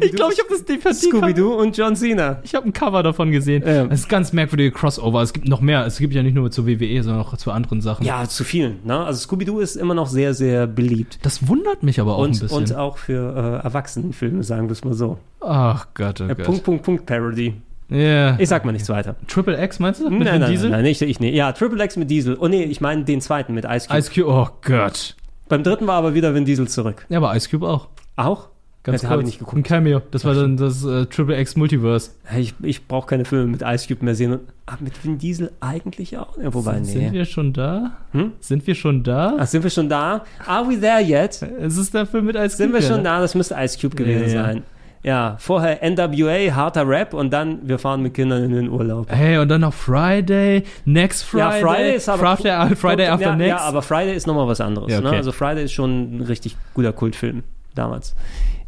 Speaker 3: Ich glaube, ich habe das DVD. Scooby-Doo
Speaker 2: und John Cena.
Speaker 3: Ich habe ein Cover davon gesehen. Es
Speaker 2: Ähm.
Speaker 3: ist ganz merkwürdige Crossover. Es gibt noch mehr. Es gibt ja nicht nur zu WWE, E, sondern auch zu anderen Sachen.
Speaker 2: Ja, zu vielen. Ne? Also Scooby-Doo ist immer noch sehr, sehr beliebt.
Speaker 3: Das wundert mich aber auch
Speaker 2: und,
Speaker 3: ein bisschen.
Speaker 2: Und auch für äh, Erwachsenenfilme, sagen wir es mal so.
Speaker 3: Ach Gott, oh
Speaker 2: Äh,
Speaker 3: Gott.
Speaker 2: Punkt, Punkt, Punkt, Parody.
Speaker 3: Ja.
Speaker 2: Ich sag mal nichts weiter.
Speaker 3: Triple X meinst du? Mit
Speaker 2: nein,
Speaker 3: Vin
Speaker 2: nein,
Speaker 3: Diesel?
Speaker 2: nein, nicht ich. Nee. Ja, Triple X mit Diesel. Oh nee, ich meine den zweiten mit Ice Cube.
Speaker 3: Ice Cube, oh Gott.
Speaker 2: Beim dritten war aber wieder Vin Diesel zurück.
Speaker 3: Ja, aber Ice Cube auch.
Speaker 2: Auch?
Speaker 3: Ganz
Speaker 2: Ja,
Speaker 3: kurz.
Speaker 2: habe ich nicht geguckt.
Speaker 3: Ein Cameo. Das war dann das äh, Triple X Multiverse.
Speaker 2: Ich, ich brauche keine Filme mit Ice Cube mehr sehen. Und, ah, mit Vin Diesel eigentlich auch? Ja, wobei, nee.
Speaker 3: Sind wir schon da?
Speaker 2: Hm?
Speaker 3: Sind wir schon da?
Speaker 2: [laughs] Ach, sind wir schon da? Are we there yet?
Speaker 3: Es ist der Film mit Ice Cube.
Speaker 2: Sind wir
Speaker 3: ja,
Speaker 2: schon
Speaker 3: ne?
Speaker 2: da? Das müsste Ice Cube gewesen
Speaker 3: Ja, ja.
Speaker 2: sein. Ja, vorher NWA, harter Rap und dann wir fahren mit Kindern in den Urlaub.
Speaker 3: Hey, und dann noch Friday, Next Friday.
Speaker 2: ja, Friday ist aber
Speaker 3: Friday, äh, [laughs] Friday After
Speaker 2: ja,
Speaker 3: Next.
Speaker 2: Ja, aber Friday ist nochmal was anderes.
Speaker 3: Ja, okay.
Speaker 2: ne? Also Friday ist schon ein richtig guter Kultfilm damals.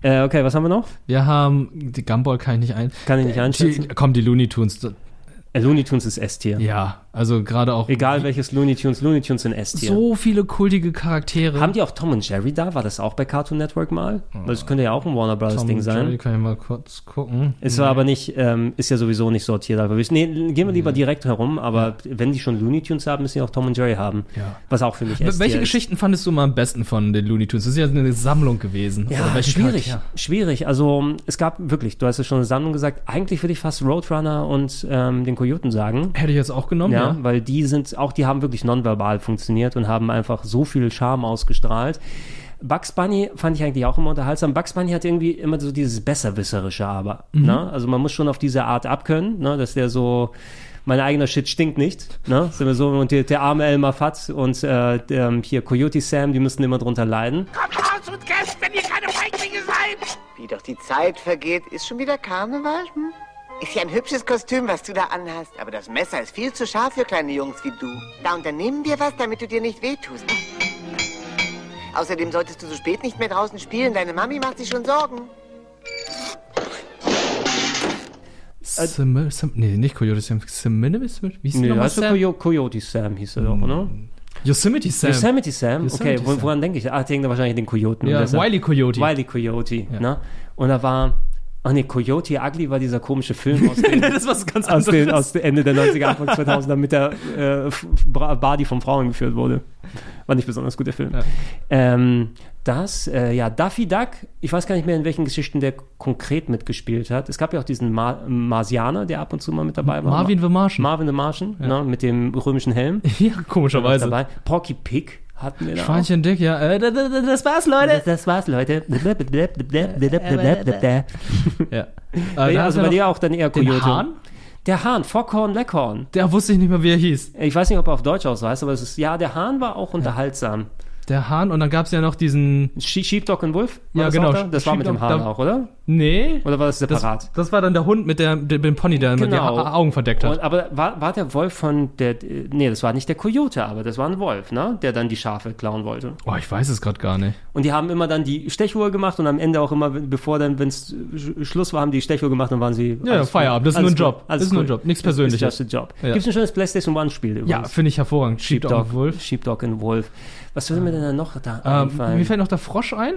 Speaker 2: Äh, okay, was haben wir noch?
Speaker 3: Wir haben, die Gumball kann ich nicht ein.
Speaker 2: Kann ich nicht einschätzen. Äh,
Speaker 3: Die, komm, die Looney Tunes.
Speaker 2: Looney Tunes ist S-Tier.
Speaker 3: Ja, also gerade auch.
Speaker 2: Egal welches Looney Tunes, Looney Tunes sind S-Tier.
Speaker 3: So viele kultige Charaktere.
Speaker 2: Haben die auch Tom und Jerry da? War das auch bei Cartoon Network mal? Weil das könnte ja auch ein Warner Brothers
Speaker 3: Oh. Tom
Speaker 2: Ding
Speaker 3: und
Speaker 2: sein.
Speaker 3: Jerry, kann ich mal kurz gucken.
Speaker 2: Es war aber nicht, ähm, ist ja sowieso nicht sortiert alphabetisch. Nee, gehen wir lieber direkt herum, aber wenn die schon Looney Tunes haben, müssen die auch Tom und Jerry haben.
Speaker 3: Ja.
Speaker 2: Was auch für mich
Speaker 3: Wel-
Speaker 2: S-Tier
Speaker 3: Welche
Speaker 2: ist.
Speaker 3: Geschichten fandest du mal am besten von den Looney Tunes? Das ist ja eine Sammlung gewesen. Oder
Speaker 2: Ja,
Speaker 3: welche
Speaker 2: schwierig,
Speaker 3: Charaktere?
Speaker 2: schwierig. Also es gab wirklich, du hast es schon eine Sammlung gesagt, eigentlich würde ich fast Roadrunner und ähm, den Kojoten sagen.
Speaker 3: Hätte ich jetzt auch genommen, ne?
Speaker 2: Ja,
Speaker 3: ja.
Speaker 2: weil die sind, auch die haben wirklich nonverbal funktioniert und haben einfach so viel Charme ausgestrahlt. Bugs Bunny fand ich eigentlich auch immer unterhaltsam. Bugs Bunny hat irgendwie immer so dieses Besserwisserische aber.
Speaker 1: Mhm.
Speaker 2: Ne? Also man muss schon auf diese Art abkönnen, ne? dass der so, mein eigener Shit stinkt nicht. Ne? Sind wir so, und der, der arme Elmer Fudd und äh, der, ähm, hier Coyote Sam, die müssen immer drunter leiden.
Speaker 15: Kommt raus mit Gästen, wenn ihr keine Feiglinge seid!
Speaker 20: Wie doch die Zeit vergeht, ist schon wieder Karneval. Hm? Ist ja ein hübsches Kostüm, was du da anhast. Aber das Messer ist viel zu scharf für kleine Jungs wie du. Da unternehmen wir was, damit du dir nicht wehtust. Außerdem solltest du so spät nicht mehr draußen spielen. Deine Mami macht sich schon Sorgen.
Speaker 3: Sim, Sim, nee, nicht Coyote Sam. Siminimus? Wie hieß die
Speaker 2: Äh, Nee,
Speaker 3: nochmal,
Speaker 2: also
Speaker 3: Sam?
Speaker 2: Coyo Coyote Sam hieß er doch, oder?
Speaker 3: Yosemite Sam. [laughs]
Speaker 2: Yosemite Sam? Okay,
Speaker 3: Yosemite
Speaker 2: wo-
Speaker 3: Hm, Sam.
Speaker 2: woran denke ich? Ah, ich denke da wahrscheinlich an den Kojoten.
Speaker 3: Ja,
Speaker 2: Und deshalb-
Speaker 3: Wile E. Coyote.
Speaker 2: Wile E. Coyote, ne? Und da war, ach nee, Coyote Ugly war dieser komische
Speaker 3: [laughs]
Speaker 2: Film aus den,
Speaker 3: das war ganz
Speaker 2: aus den,
Speaker 3: anderes.
Speaker 2: aus den Ende der 90er,
Speaker 3: [laughs]
Speaker 2: Anfang 2000er mit der äh, F- Bra- Bar, die von Frauen geführt wurde. War nicht besonders gut, der Film. Ähm, das, äh, ja, Daffy Duck, ich weiß gar nicht mehr, in welchen Geschichten der konkret mitgespielt hat. Es gab ja auch diesen Ma Marsianer, der ab und zu mal mit dabei war.
Speaker 3: Marvin the Martian.
Speaker 2: Marvin the Martian, ne, mit dem römischen
Speaker 3: [laughs]
Speaker 2: Helm.
Speaker 3: Ja, komischerweise.
Speaker 2: Dabei. Porky Pig hatten wir da auch.
Speaker 3: Schweinchen dick, ja. Äh, das, das war's, Leute.
Speaker 2: Das war's,
Speaker 3: [laughs]
Speaker 2: Leute. ja.
Speaker 3: dann
Speaker 2: also
Speaker 3: hatten wir
Speaker 2: bei dir
Speaker 3: noch
Speaker 2: auch dann eher
Speaker 3: den
Speaker 2: Coyote.
Speaker 3: Hahn?
Speaker 2: Der Hahn, Fockhorn, Leckhorn.
Speaker 3: Der wusste ich nicht mehr, wie er hieß.
Speaker 2: Ich weiß nicht, ob er auf Deutsch ausweist, aber es ist, ja, der Hahn war auch unterhaltsam.
Speaker 3: Der Hahn und dann gab's ja noch diesen.
Speaker 2: Sheepdog und Wolf? War
Speaker 3: ja,
Speaker 2: das
Speaker 3: genau.
Speaker 2: auch da? Das war mit dem Hahn
Speaker 3: da-
Speaker 2: auch, oder?
Speaker 3: Nee.
Speaker 2: Oder war das separat?
Speaker 3: Das, war dann der Hund mit, der, mit dem Pony, der die
Speaker 2: Genau.
Speaker 3: Ha- Augen verdeckt hat.
Speaker 2: Und, aber war, war der Wolf von der. Nee, das war nicht der Coyote, aber das war ein Wolf, ne? Der dann die Schafe klauen wollte.
Speaker 3: oh, ich weiß es gerade gar nicht.
Speaker 2: Und die haben immer dann die Stechuhr gemacht und am Ende auch immer, bevor dann, wenn es Schluss war, haben die Stechuhr gemacht und waren sie.
Speaker 3: Ja, ja,
Speaker 2: alles
Speaker 3: Feierabend. Das ist
Speaker 2: alles
Speaker 3: nur ein
Speaker 2: cool,
Speaker 3: Job.
Speaker 2: alles
Speaker 3: Das ist nur ein
Speaker 2: cool.
Speaker 3: Job. Nichts
Speaker 2: Ist- ist
Speaker 3: Persönliches.
Speaker 2: just a Job.
Speaker 3: Ja.
Speaker 2: Gibt es ein schönes PlayStation One-Spiel übrigens.
Speaker 3: Ja, finde ich hervorragend. Sheepdog und Wolf.
Speaker 2: Sheepdog und Wolf. Was würde mir denn da noch da
Speaker 3: Ähm,
Speaker 2: einfallen?
Speaker 3: mir fällt noch der Frosch ein.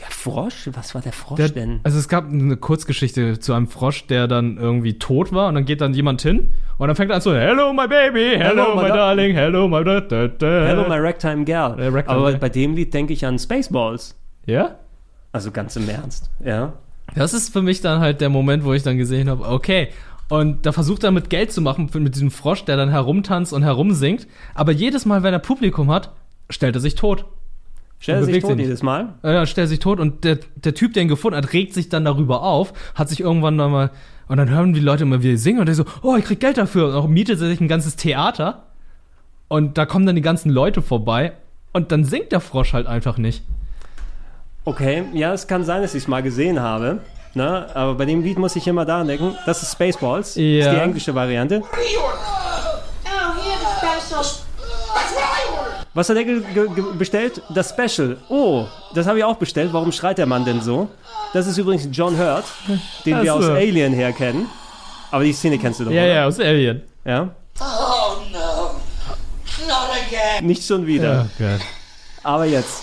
Speaker 2: der Frosch? Was war der Frosch
Speaker 3: Der,
Speaker 2: denn?
Speaker 3: also es gab eine Kurzgeschichte zu einem Frosch, der dann irgendwie tot war und dann geht dann jemand hin und dann fängt er an zu Hello my baby, hello,
Speaker 2: Hello, my
Speaker 3: my
Speaker 2: da-
Speaker 3: darling, hello my da, da, da.
Speaker 2: Hello, my Ragtime Girl.
Speaker 3: Ragtime
Speaker 2: Aber
Speaker 3: Girl.
Speaker 2: bei dem Lied denke ich an Spaceballs.
Speaker 3: Ja?
Speaker 2: Also ganz im Ernst. Ja.
Speaker 3: Das ist für mich dann halt der Moment, wo ich dann gesehen habe, okay. Und da versucht er mit Geld zu machen, mit diesem Frosch, der dann herumtanzt und herumsingt. Aber jedes Mal, wenn er Publikum hat, stellt er sich tot.
Speaker 2: Stellt er sich
Speaker 3: bewegt
Speaker 2: tot
Speaker 3: nicht.
Speaker 2: jedes Mal?
Speaker 3: Ja, Ja, stellt Äh, er sich tot und der, der Typ, der ihn gefunden hat, regt sich dann darüber auf, hat sich irgendwann dann mal. Und dann hören die Leute immer, wie er singt und der so, oh, ich krieg Geld dafür. Und auch mietet er sich ein ganzes Theater. Und da kommen dann die ganzen Leute vorbei. Und dann singt der Frosch halt einfach nicht.
Speaker 2: Okay, ja, es kann sein, dass ich es mal gesehen habe. Ne? Aber bei dem Lied muss ich immer daran denken, das ist Spaceballs,
Speaker 3: Ja.
Speaker 2: ist die englische Variante. Was hat er ge ge ge- bestellt? Das Special. Oh, das habe ich auch bestellt. Warum schreit der Mann denn so? Das ist übrigens John Hurt, den wir
Speaker 3: Ach
Speaker 2: aus
Speaker 3: so.
Speaker 2: Alien her kennen. Aber die Szene kennst du doch,
Speaker 3: Ja,
Speaker 2: oder?
Speaker 3: ja, aus Alien.
Speaker 2: Ja?
Speaker 15: Oh no. Not again.
Speaker 2: Nicht schon wieder. Aber jetzt.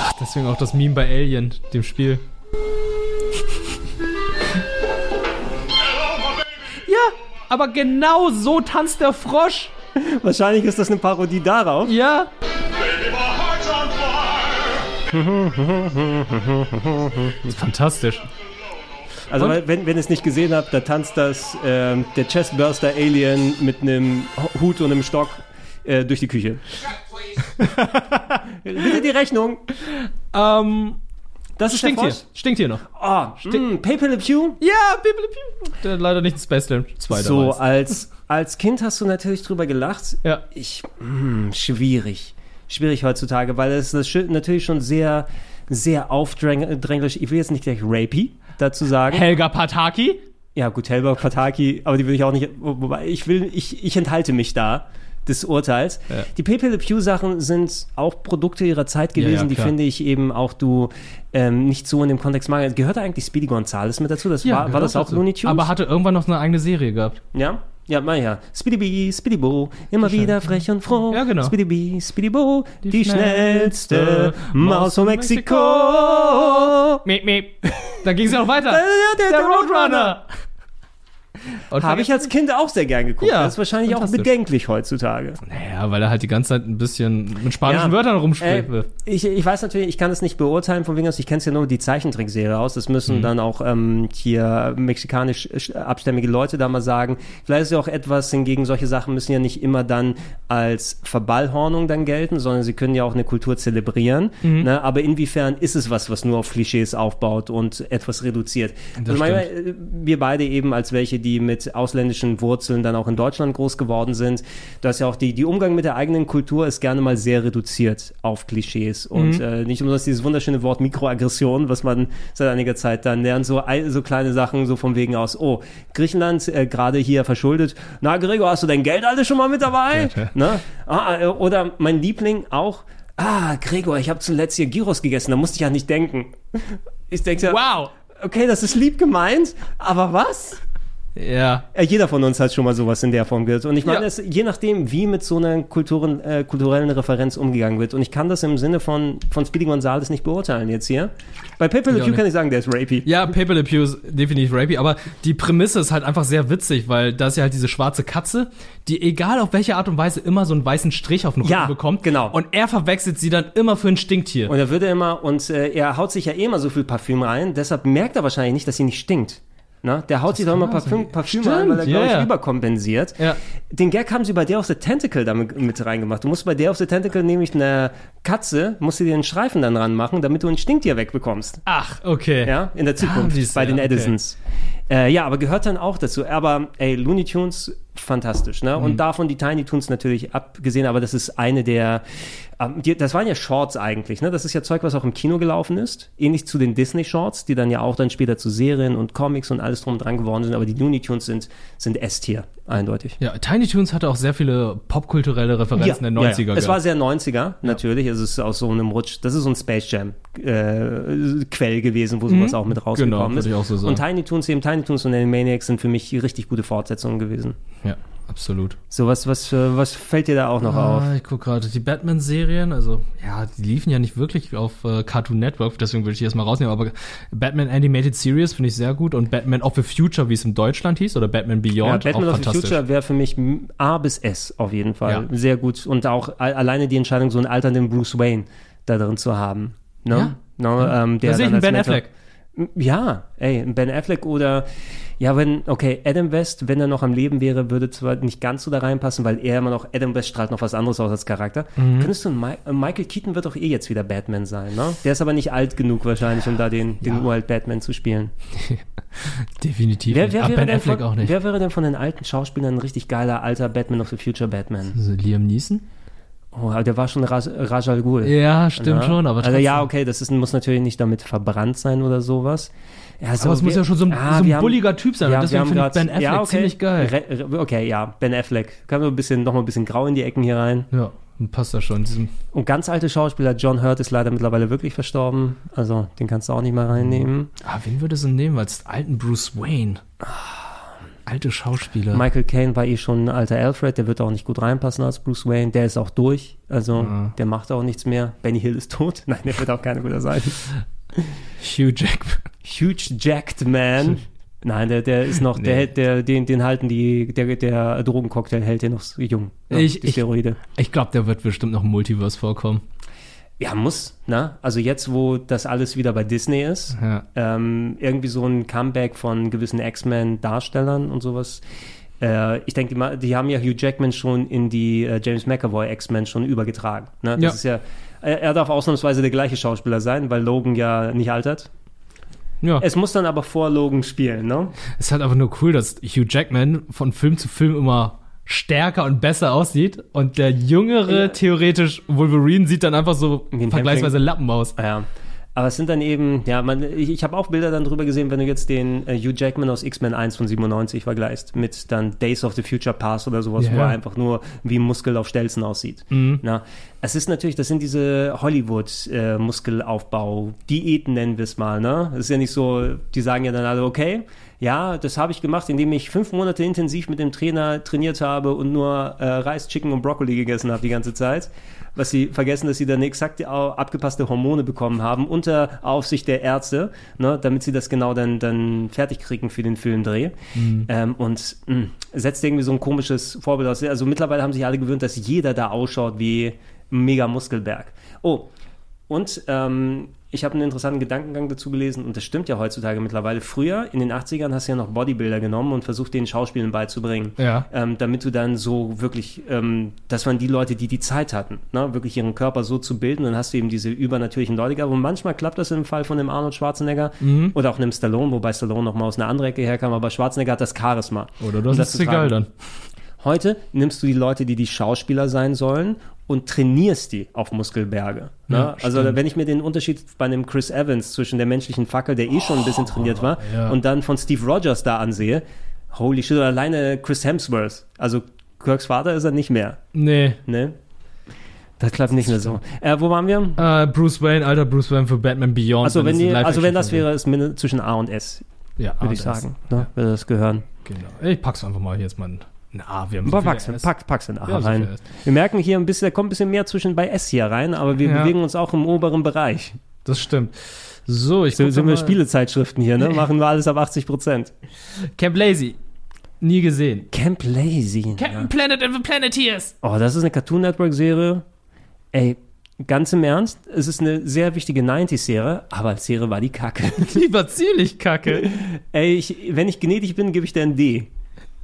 Speaker 3: Ach, deswegen auch das Meme bei Alien, dem [laughs] Spiel. ja, aber genau so tanzt der Frosch.
Speaker 2: Wahrscheinlich ist das eine Parodie darauf.
Speaker 3: Ja. Fantastisch.
Speaker 2: Also,
Speaker 3: Und-
Speaker 2: weil- wenn, wenn ihr es nicht gesehen habt, da tanzt das ähm, der Chestburster Alien mit einem Ho- Hut und einem Stock äh, durch die
Speaker 3: [laughs]
Speaker 2: Küche. Bitte die Rechnung.
Speaker 3: Ähm,
Speaker 2: das ist
Speaker 3: stinkt
Speaker 2: der
Speaker 3: hier.
Speaker 2: Frosch.
Speaker 3: Stinkt hier noch.
Speaker 2: Oh, mm, Paper Le Pew?
Speaker 3: Ja, Paper Le Pew. Der leider nicht in Space Jam 2
Speaker 2: So,
Speaker 3: dabei
Speaker 2: als, als Kind hast du natürlich drüber gelacht.
Speaker 3: Ja.
Speaker 2: Ich, mm, schwierig. Schwierig heutzutage, weil es ist schö- natürlich schon sehr, sehr aufdränglich. Ich will jetzt nicht gleich rapey dazu sagen.
Speaker 3: ist. Helga Pataki?
Speaker 2: Ja, gut, Helber Pataki, aber die will ich auch nicht. wo- Wobei, ich will, ich, ich enthalte mich da des Urteils. Die Pepe Le Pew Sachen sind auch Produkte ihrer Zeit
Speaker 3: Ja, ja,
Speaker 2: gewesen, die
Speaker 3: klar.
Speaker 2: finde ich eben auch du ähm, nicht so in dem Kontext mal. Gehört da eigentlich Speedy Gonzales mit dazu? Das war, war
Speaker 3: gehört
Speaker 2: das auch
Speaker 3: genau dazu.
Speaker 2: Looney Tunes?
Speaker 3: Aber hatte irgendwann noch eine eigene Serie gehabt.
Speaker 2: ja? Ja, mal ja. Speedy Bee, Speedy Bo, immer wieder frech und froh. Ja,
Speaker 3: genau.
Speaker 2: Speedy Bee, Speedy Bo, die, schnellste
Speaker 3: schnellste
Speaker 2: Maus von Mexiko.
Speaker 3: Miep, [laughs] miep. Dann ging es ja noch
Speaker 2: Äh,
Speaker 3: weiter. der, Roadrunner.
Speaker 2: Habe ich als Kind auch sehr gern geguckt.
Speaker 3: Ja,
Speaker 2: das ist wahrscheinlich auch
Speaker 3: fantastisch.
Speaker 2: bedenklich heutzutage.
Speaker 3: Ja, weil er halt die ganze Zeit ein bisschen mit spanischen Wörtern rumspielt.
Speaker 2: Äh, ich, ich weiß natürlich, ich kann es nicht beurteilen von wegen aus, ich kenne es ja nur die Zeichentrickserie aus. Das müssen
Speaker 3: Mhm.
Speaker 2: dann auch ähm, hier mexikanisch äh, abstämmige Leute da mal sagen. Vielleicht ist ja auch etwas, hingegen solche Sachen müssen ja nicht immer dann als Verballhornung dann gelten, sondern sie können ja auch eine Kultur zelebrieren.
Speaker 3: Mhm.
Speaker 2: Ne? Aber inwiefern ist es was, was nur auf Klischees aufbaut und etwas reduziert?
Speaker 3: Das
Speaker 2: Also manchmal, äh, wir beide eben als welche, die mit ausländischen Wurzeln dann auch in Deutschland groß geworden sind, da ist ja auch die, die Umgang mit der eigenen Kultur ist gerne mal sehr reduziert auf Klischees und
Speaker 3: Mhm.
Speaker 2: äh, nicht umsonst dieses wunderschöne Wort Mikroaggression, was man seit einiger Zeit dann lernt, so, ei- so kleine Sachen so vom Wegen aus, oh, Griechenland äh, gerade hier verschuldet, na Gregor, hast du dein Geld alle schon mal mit dabei? ne? ah, äh, oder mein Liebling auch, ah Gregor, ich habe zuletzt hier Gyros gegessen, da musste ich ja nicht denken. [laughs] Ich denke ja,
Speaker 3: wow.
Speaker 2: Okay, das ist lieb gemeint, aber was?
Speaker 3: Ja.
Speaker 2: Äh, Jeder von uns hat schon mal sowas in der Form gehört. Und ich meine,
Speaker 3: Ja.
Speaker 2: es, je nachdem, wie mit so einer Kulturen, äh, kulturellen Referenz umgegangen wird. Und ich kann das im Sinne von, von Speedy Gonzales nicht beurteilen jetzt hier. Bei Pepe Le
Speaker 3: auch
Speaker 2: Pew kann
Speaker 3: nicht.
Speaker 2: ich sagen, der ist rapey.
Speaker 3: Ja, Paper Le Pew ist definitiv rapey, aber die Prämisse ist halt einfach sehr witzig, weil da ist ja halt diese schwarze Katze, die egal auf welche Art und Weise immer so einen weißen Strich auf den Rücken bekommt. genau. Und er verwechselt sie dann immer für ein Stinktier.
Speaker 2: Und er würde immer, und äh, er haut sich ja eh immer so viel Parfüm rein, deshalb merkt er wahrscheinlich nicht, dass sie nicht stinkt. Na, der haut sich doch immer
Speaker 3: kann
Speaker 2: Parfüm,
Speaker 3: sein.
Speaker 2: Parfüm
Speaker 3: Stimmt,
Speaker 2: rein, weil er,
Speaker 3: ja,
Speaker 2: glaube ich,
Speaker 3: ja.
Speaker 2: überkompensiert. Den Gag haben sie bei Day of the Tentacle damit mit reingemacht. Du musst bei Day of the Tentacle nämlich eine Katze, musst du dir einen Streifen dann ranmachen, damit du ein Stinktier wegbekommst.
Speaker 3: Ach, okay. Ah,
Speaker 2: Ja, in der Zukunft, bei den Edisons. Äh, ja, aber gehört dann auch dazu. Aber ey, Looney Tunes, fantastisch. Ne? Und
Speaker 3: Mhm.
Speaker 2: davon die Tiny Tunes natürlich abgesehen, aber das ist eine der, ähm, die, das waren ja Shorts eigentlich. Ne? Das ist ja Zeug, was auch im Kino gelaufen ist. Ähnlich zu den Disney Shorts, die dann ja auch dann später zu Serien und Comics und alles drum und dran geworden sind. Aber die Looney Tunes sind, sind S-Tier, eindeutig.
Speaker 3: Ja, Tiny Toons hatte auch sehr viele popkulturelle Referenzen der 90er.
Speaker 2: Es
Speaker 3: gehabt.
Speaker 2: war sehr 90er, natürlich. Es ist aus so einem Rutsch. Das ist so ein Space Jam-Quell gewesen, wo sowas
Speaker 3: Mhm.
Speaker 2: auch mit rausgekommen
Speaker 3: Genau, würde
Speaker 2: ist.
Speaker 3: ich auch so sagen.
Speaker 2: Und Tiny Toons, eben Tiny Toons und Animaniacs sind für mich richtig gute Fortsetzungen gewesen.
Speaker 3: Ja, absolut.
Speaker 2: So, was, was, äh, was fällt dir da auch noch auf?
Speaker 3: Ah, ich gucke gerade die Batman-Serien, also ja, die liefen ja nicht wirklich auf äh, Cartoon Network, deswegen würde ich die erstmal rausnehmen, aber Batman Animated Series finde ich sehr gut und Batman of the Future, wie es in Deutschland hieß, oder Batman
Speaker 2: Ja,
Speaker 3: Beyond,
Speaker 2: Batman
Speaker 3: auch
Speaker 2: of the
Speaker 3: fantastisch.
Speaker 2: Future wäre für mich m- A bis S auf jeden Fall.
Speaker 3: Ja.
Speaker 2: Sehr gut. Und auch a- alleine die Entscheidung, so einen alternden Bruce Wayne da drin zu haben. Ne?
Speaker 3: Ja.
Speaker 2: Ne, ähm, der
Speaker 3: Da sehe ich
Speaker 2: dann
Speaker 3: einen
Speaker 2: als
Speaker 3: Ben
Speaker 2: Mentor- M- Ja, ey, ein Ben Affleck oder ja, wenn, okay, Adam West, wenn er noch am Leben wäre, würde zwar nicht ganz so da reinpassen, weil er immer noch, Adam West strahlt noch was anderes aus als Charakter.
Speaker 3: Mhm.
Speaker 2: Könntest du, Mi äh, Michael Keaton wird doch eh jetzt wieder Batman sein, ne? Der ist aber nicht alt genug wahrscheinlich, um da den, den uralt Batman zu spielen.
Speaker 3: Definitiv.
Speaker 2: Wer,
Speaker 3: nicht.
Speaker 2: wer,
Speaker 3: Ah,
Speaker 2: wäre
Speaker 3: ben
Speaker 2: denn
Speaker 3: Affleck
Speaker 2: von,
Speaker 3: auch nicht.
Speaker 2: wer wäre denn von den alten Schauspielern ein richtig geiler alter Batman of the Future Batman?
Speaker 3: Also Liam Neeson?
Speaker 2: Oh, aber der war schon Ras- Rajal Ghul.
Speaker 3: Ja, stimmt schon, aber
Speaker 2: Also ja,
Speaker 3: trotzdem.
Speaker 2: okay, das ist, muss natürlich nicht damit verbrannt sein oder sowas. Ja,
Speaker 3: Aber es muss ja schon so ein- so ein
Speaker 2: wir haben-
Speaker 3: bulliger Typ sein und deswegen
Speaker 2: wir haben
Speaker 3: finde ich
Speaker 2: grad-
Speaker 3: Ben Affleck
Speaker 2: ja, okay,
Speaker 3: ziemlich geil.
Speaker 2: Re, re, okay, ja, Ben Affleck. Können wir ein bisschen, noch mal ein bisschen grau in die Ecken hier rein.
Speaker 3: Ja, passt ja schon.
Speaker 2: Und ganz alte Schauspieler, John Hurt ist leider mittlerweile wirklich verstorben. Also den kannst du auch nicht mal reinnehmen.
Speaker 3: Ah, wen würdest du denn nehmen als alten Bruce Wayne?
Speaker 2: Ah.
Speaker 3: Alte Schauspieler.
Speaker 2: Michael Caine war eh schon ein alter Alfred, der wird auch nicht gut reinpassen als Bruce Wayne. Der ist auch durch, also der macht auch nichts mehr. Benny Hill ist tot. [laughs] Nein, der wird auch keiner guter sein.
Speaker 3: Hugh Jackman.
Speaker 2: Huge Jacked
Speaker 3: [laughs]
Speaker 2: Man. Nein, der, der ist noch, der,
Speaker 3: Nee.
Speaker 2: hält- der, den, den halten die, der, der Drogencocktail hält den noch jung. Ja,
Speaker 3: Ich-
Speaker 2: die
Speaker 3: ich-
Speaker 2: Steroide.
Speaker 3: Ich glaube, der wird bestimmt noch im Multiverse vorkommen.
Speaker 2: Ja, muss, ne? Also jetzt, wo das alles wieder bei Disney ist,
Speaker 3: Ja.
Speaker 2: ähm, irgendwie so ein Comeback von gewissen X-Men-Darstellern und sowas. Äh, ich denke, die, ma- die haben ja Hugh Jackman schon in die äh, James McAvoy X-Men schon übergetragen. Ne? Das
Speaker 3: Ja.
Speaker 2: ist ja, er, er darf ausnahmsweise der gleiche Schauspieler sein, weil Logan ja nicht altert.
Speaker 3: Ja.
Speaker 2: Es muss dann aber vor Logan spielen, ne?
Speaker 3: Es ist halt einfach nur cool, dass Hugh Jackman von Film zu Film immer stärker und besser aussieht und der jüngere,
Speaker 2: Ja.
Speaker 3: theoretisch Wolverine, sieht dann einfach so
Speaker 2: Wie ein Äh,
Speaker 3: vergleichsweise
Speaker 2: Hämpfling.
Speaker 3: Lappen aus.
Speaker 2: Ja. Aber es sind dann eben, ja, man, ich, ich habe auch Bilder dann drüber gesehen, wenn du jetzt den äh, Hugh Jackman aus X-Men 1 von 97 vergleichst mit dann Days of the Future Past oder sowas,
Speaker 3: Ja,
Speaker 2: wo er
Speaker 3: ja.
Speaker 2: einfach nur wie ein Muskel auf Stelzen aussieht.
Speaker 3: Mhm.
Speaker 2: Na, es ist natürlich, das sind diese Hollywood-Muskelaufbau-Diäten, nennen wir es mal. Ne? Es ist ja nicht so, die sagen ja dann alle, okay, ja, das habe ich gemacht, indem ich fünf Monate intensiv mit dem Trainer trainiert habe und nur äh, Reis, Chicken und Broccoli gegessen habe die ganze Zeit. Was sie vergessen, dass sie dann exakt die au- abgepasste Hormone bekommen haben, unter Aufsicht der Ärzte, ne, damit sie das genau dann, dann fertig kriegen für den Filmdreh.
Speaker 1: Mhm.
Speaker 2: Ähm, und mh, setzt irgendwie so ein komisches Vorbild aus. Also mittlerweile haben sich alle gewöhnt, dass jeder da ausschaut wie ein mega Muskelberg. Oh, und ähm, ich habe einen interessanten Gedankengang dazu gelesen und das stimmt ja heutzutage mittlerweile. Früher, in den 80ern, hast du ja noch Bodybuilder genommen und versucht, den Schauspielern beizubringen.
Speaker 3: Ja.
Speaker 2: Ähm, damit du dann so wirklich, ähm, das waren die Leute, die die Zeit hatten, ne? wirklich ihren Körper so zu bilden. Dann hast du eben diese übernatürlichen Leute gehabt. Und manchmal klappt das im Fall von dem Arnold Schwarzenegger
Speaker 3: Mhm.
Speaker 2: oder auch einem Stallone, wobei Stallone nochmal aus einer anderen Ecke herkam. Aber Schwarzenegger hat das Charisma.
Speaker 3: Oder
Speaker 2: um
Speaker 3: das ist
Speaker 2: zu
Speaker 3: egal
Speaker 2: tragen.
Speaker 3: dann.
Speaker 2: Heute nimmst du die Leute, die die Schauspieler sein sollen und trainierst die auf Muskelberge. Ne?
Speaker 1: Ja,
Speaker 2: also
Speaker 1: stimmt.
Speaker 2: wenn ich mir den Unterschied bei einem Chris Evans zwischen der menschlichen Fackel, der eh schon ein bisschen trainiert war,
Speaker 1: ja.
Speaker 2: und dann von Steve Rogers da ansehe, holy shit, oder alleine Chris Hemsworth, also Kirks Vater ist er nicht mehr.
Speaker 3: Nee.
Speaker 2: Ne? Das klappt nicht mehr so. Äh, wo waren wir?
Speaker 3: Äh, Bruce Wayne, alter Bruce Wayne für Batman Beyond.
Speaker 2: Also wenn,
Speaker 3: es ein
Speaker 2: die, also wenn
Speaker 3: Live-Action-Film
Speaker 2: das wäre, ist min- zwischen A und S,
Speaker 3: Ja, A
Speaker 2: würde
Speaker 3: und
Speaker 2: ich
Speaker 3: S.
Speaker 2: sagen. Ne? Würde das gehören.
Speaker 3: Genau. Ich pack's einfach mal jetzt mal in in A. Wir haben
Speaker 2: Aber
Speaker 3: viel
Speaker 2: pack's,
Speaker 3: S.
Speaker 2: pack, pack's in A
Speaker 3: Ja, so viel
Speaker 2: rein.
Speaker 3: S.
Speaker 2: Wir merken hier ein bisschen, da kommt ein bisschen mehr zwischen bei S hier rein, aber wir
Speaker 3: Ja.
Speaker 2: bewegen uns auch im oberen Bereich.
Speaker 3: Das stimmt. So, ich
Speaker 2: so,
Speaker 3: guck
Speaker 2: sind
Speaker 3: noch
Speaker 2: wir
Speaker 3: mal.
Speaker 2: Spielezeitschriften hier, ne? Machen wir alles ab 80 Prozent.
Speaker 3: Camp Lazy. Nie gesehen.
Speaker 2: Camp Lazy.
Speaker 3: Captain Planet and the Planeteers.
Speaker 2: Oh, das ist eine Cartoon Network-Serie. Ey, ganz im Ernst, es ist eine sehr wichtige 90s-Serie, aber als Serie war die Kacke.
Speaker 3: [laughs]
Speaker 2: [laughs]
Speaker 3: Die war ziemlich kacke.
Speaker 2: Ey, ich, wenn ich gnädig bin, gebe ich dir ein D.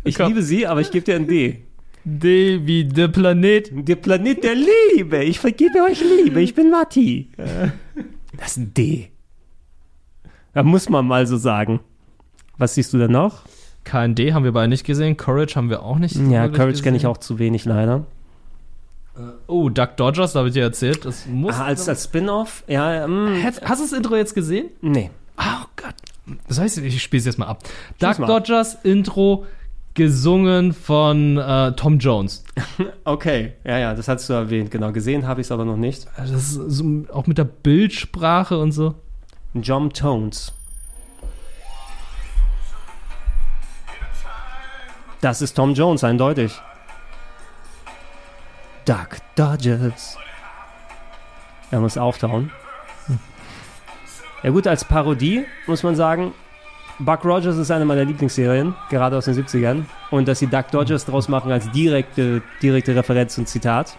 Speaker 2: Ich liebe sie, aber ich gebe dir ein D.
Speaker 3: D wie der Planet.
Speaker 2: Der Planet der Liebe. Ich vergebe euch Liebe. Ich bin Matti. Das ist ein D. Da muss man mal so sagen. Was siehst du denn noch?
Speaker 3: KND haben wir beide nicht gesehen. Courage haben wir auch nicht
Speaker 2: Ja,
Speaker 3: wirklich
Speaker 2: Courage kenne ich
Speaker 3: gesehen.
Speaker 2: auch zu wenig leider.
Speaker 3: Oh, Duck Dodgers, da habe ich dir erzählt. Das muss.
Speaker 2: Ah, als als Spin-off? Ja, ähm,
Speaker 3: hast, hast du das Intro jetzt gesehen?
Speaker 2: Nee.
Speaker 3: Ah, oh Das heißt, ich spiele es jetzt mal ab.
Speaker 2: Schieß
Speaker 3: Duck
Speaker 2: mal.
Speaker 3: Dodgers Intro gesungen von äh, Tom Jones.
Speaker 2: Okay, ja, ja, das hast du erwähnt, genau. Gesehen habe ich es aber noch nicht.
Speaker 3: Also Das ist so, auch mit der Bildsprache und so.
Speaker 2: John Tones. Das ist Tom Jones, eindeutig. Duck Dodgers. Er muss auftauen. Ja gut, als Parodie muss man sagen, Buck Rogers ist eine meiner Lieblingsserien, gerade aus den 70ern. Und dass sie Duck Dodgers draus machen als direkte, direkte Referenz und Zitat.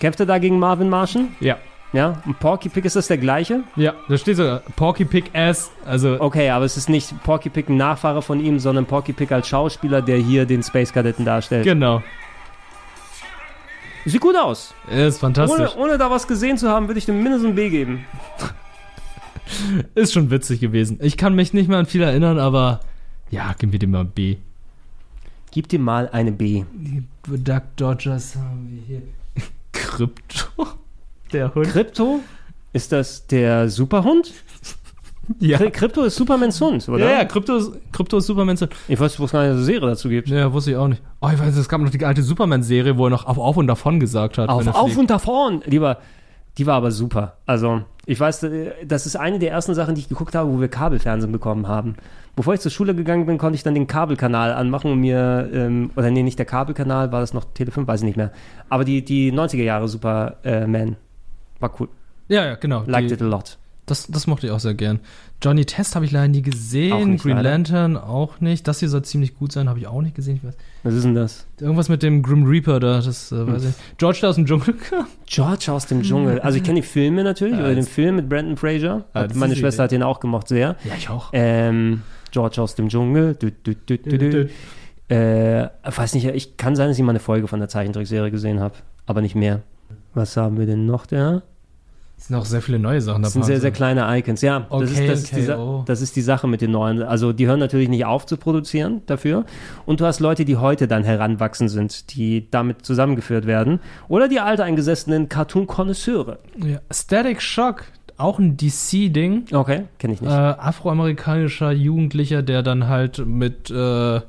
Speaker 2: Kämpft er da gegen Marvin Martian?
Speaker 3: Ja.
Speaker 2: Ja, und Porky Pig ist das der gleiche?
Speaker 3: Ja, da steht sogar Porky Pig Ass. Also
Speaker 2: Okay, aber es ist nicht Porky Pig ein Nachfahre von ihm, sondern Porky Pig als Schauspieler, der hier den Space Kadetten darstellt.
Speaker 3: genau.
Speaker 2: Sieht gut aus.
Speaker 3: Ist fantastisch.
Speaker 2: Ohne, ohne da was gesehen zu haben, würde ich dem mindestens ein B geben.
Speaker 3: Ist schon witzig gewesen. Ich kann mich nicht mehr an viel erinnern, aber ja, geben wir dem mal ein B.
Speaker 2: Gib dem mal eine B.
Speaker 3: Die Duck Dodgers haben wir hier. [laughs] Krypto. Der Hund.
Speaker 2: Krypto? Ist das der Superhund?
Speaker 3: Ja.
Speaker 2: Kry- Krypto ist Supermans Hund, oder?
Speaker 3: Ja, ja, Krypto ist, Krypto ist Superman.
Speaker 2: Ich weiß, wo es eine Serie dazu gibt.
Speaker 3: Ja, wusste ich auch nicht. Oh, ich weiß, es gab noch die alte Superman-Serie, wo er noch auf, auf und davon gesagt hat.
Speaker 2: Auf,
Speaker 3: wenn er
Speaker 2: auf
Speaker 3: fliegt.
Speaker 2: und davon, lieber. Die war aber super. Also, ich weiß, äh, das ist eine der ersten Sachen, die ich geguckt habe, wo wir Kabelfernsehen bekommen haben. Bevor ich zur Schule gegangen bin, konnte ich dann den Kabelkanal anmachen und mir, ähm, oder nee, nicht der Kabelkanal, war das noch Tele 5, weiß ich nicht mehr. Aber die, die 90er Jahre Superman war cool.
Speaker 3: Ja, ja, genau.
Speaker 2: Liked
Speaker 3: Die-
Speaker 2: it a lot.
Speaker 3: Das, das mochte ich auch sehr gern. Johnny Test habe ich leider nie
Speaker 2: Auch
Speaker 3: gesehen.
Speaker 2: nicht,
Speaker 3: Green
Speaker 2: leider.
Speaker 3: Lantern auch nicht. Das hier soll ziemlich gut sein, habe ich auch nicht gesehen. Ich weiß.
Speaker 2: Was ist denn das?
Speaker 3: Irgendwas mit dem Grim Reaper da, das äh, weiß
Speaker 2: Hm.
Speaker 3: ich. George da aus dem Dschungel.
Speaker 2: George aus dem Dschungel. Also ich kenne die Filme natürlich,
Speaker 3: Ja,
Speaker 2: oder den
Speaker 3: jetzt-
Speaker 2: Film mit Brandon Fraser.
Speaker 3: Ja,
Speaker 2: Hat,
Speaker 3: das
Speaker 2: meine
Speaker 3: ist die
Speaker 2: Schwester hat den auch gemocht sehr.
Speaker 3: Ja, ich auch.
Speaker 2: Ähm, George aus dem Dschungel. Dü, dü, dü, dü, dü. Äh, weiß nicht, ich kann sein, dass ich mal eine Folge von der Zeichentrickserie gesehen habe, aber nicht mehr. Was haben wir denn noch da?
Speaker 3: Es sind auch sehr viele neue Sachen Also,
Speaker 2: Das sind sehr, sehr kleine Icons. Ja, das,
Speaker 3: Okay,
Speaker 2: ist, das, ist die,
Speaker 3: okay,
Speaker 2: Sa-
Speaker 3: oh.
Speaker 2: das ist die Sache mit den neuen. Also die hören natürlich nicht auf zu produzieren dafür. Und du hast Leute, die heute dann heranwachsen sind, die damit zusammengeführt werden. Oder die alteingesessenen Cartoon-Konnoisseure.
Speaker 3: Ja. Static Shock, auch ein DC-Ding.
Speaker 2: Okay, kenne ich
Speaker 3: nicht. Äh, afroamerikanischer Jugendlicher, der dann halt mit äh,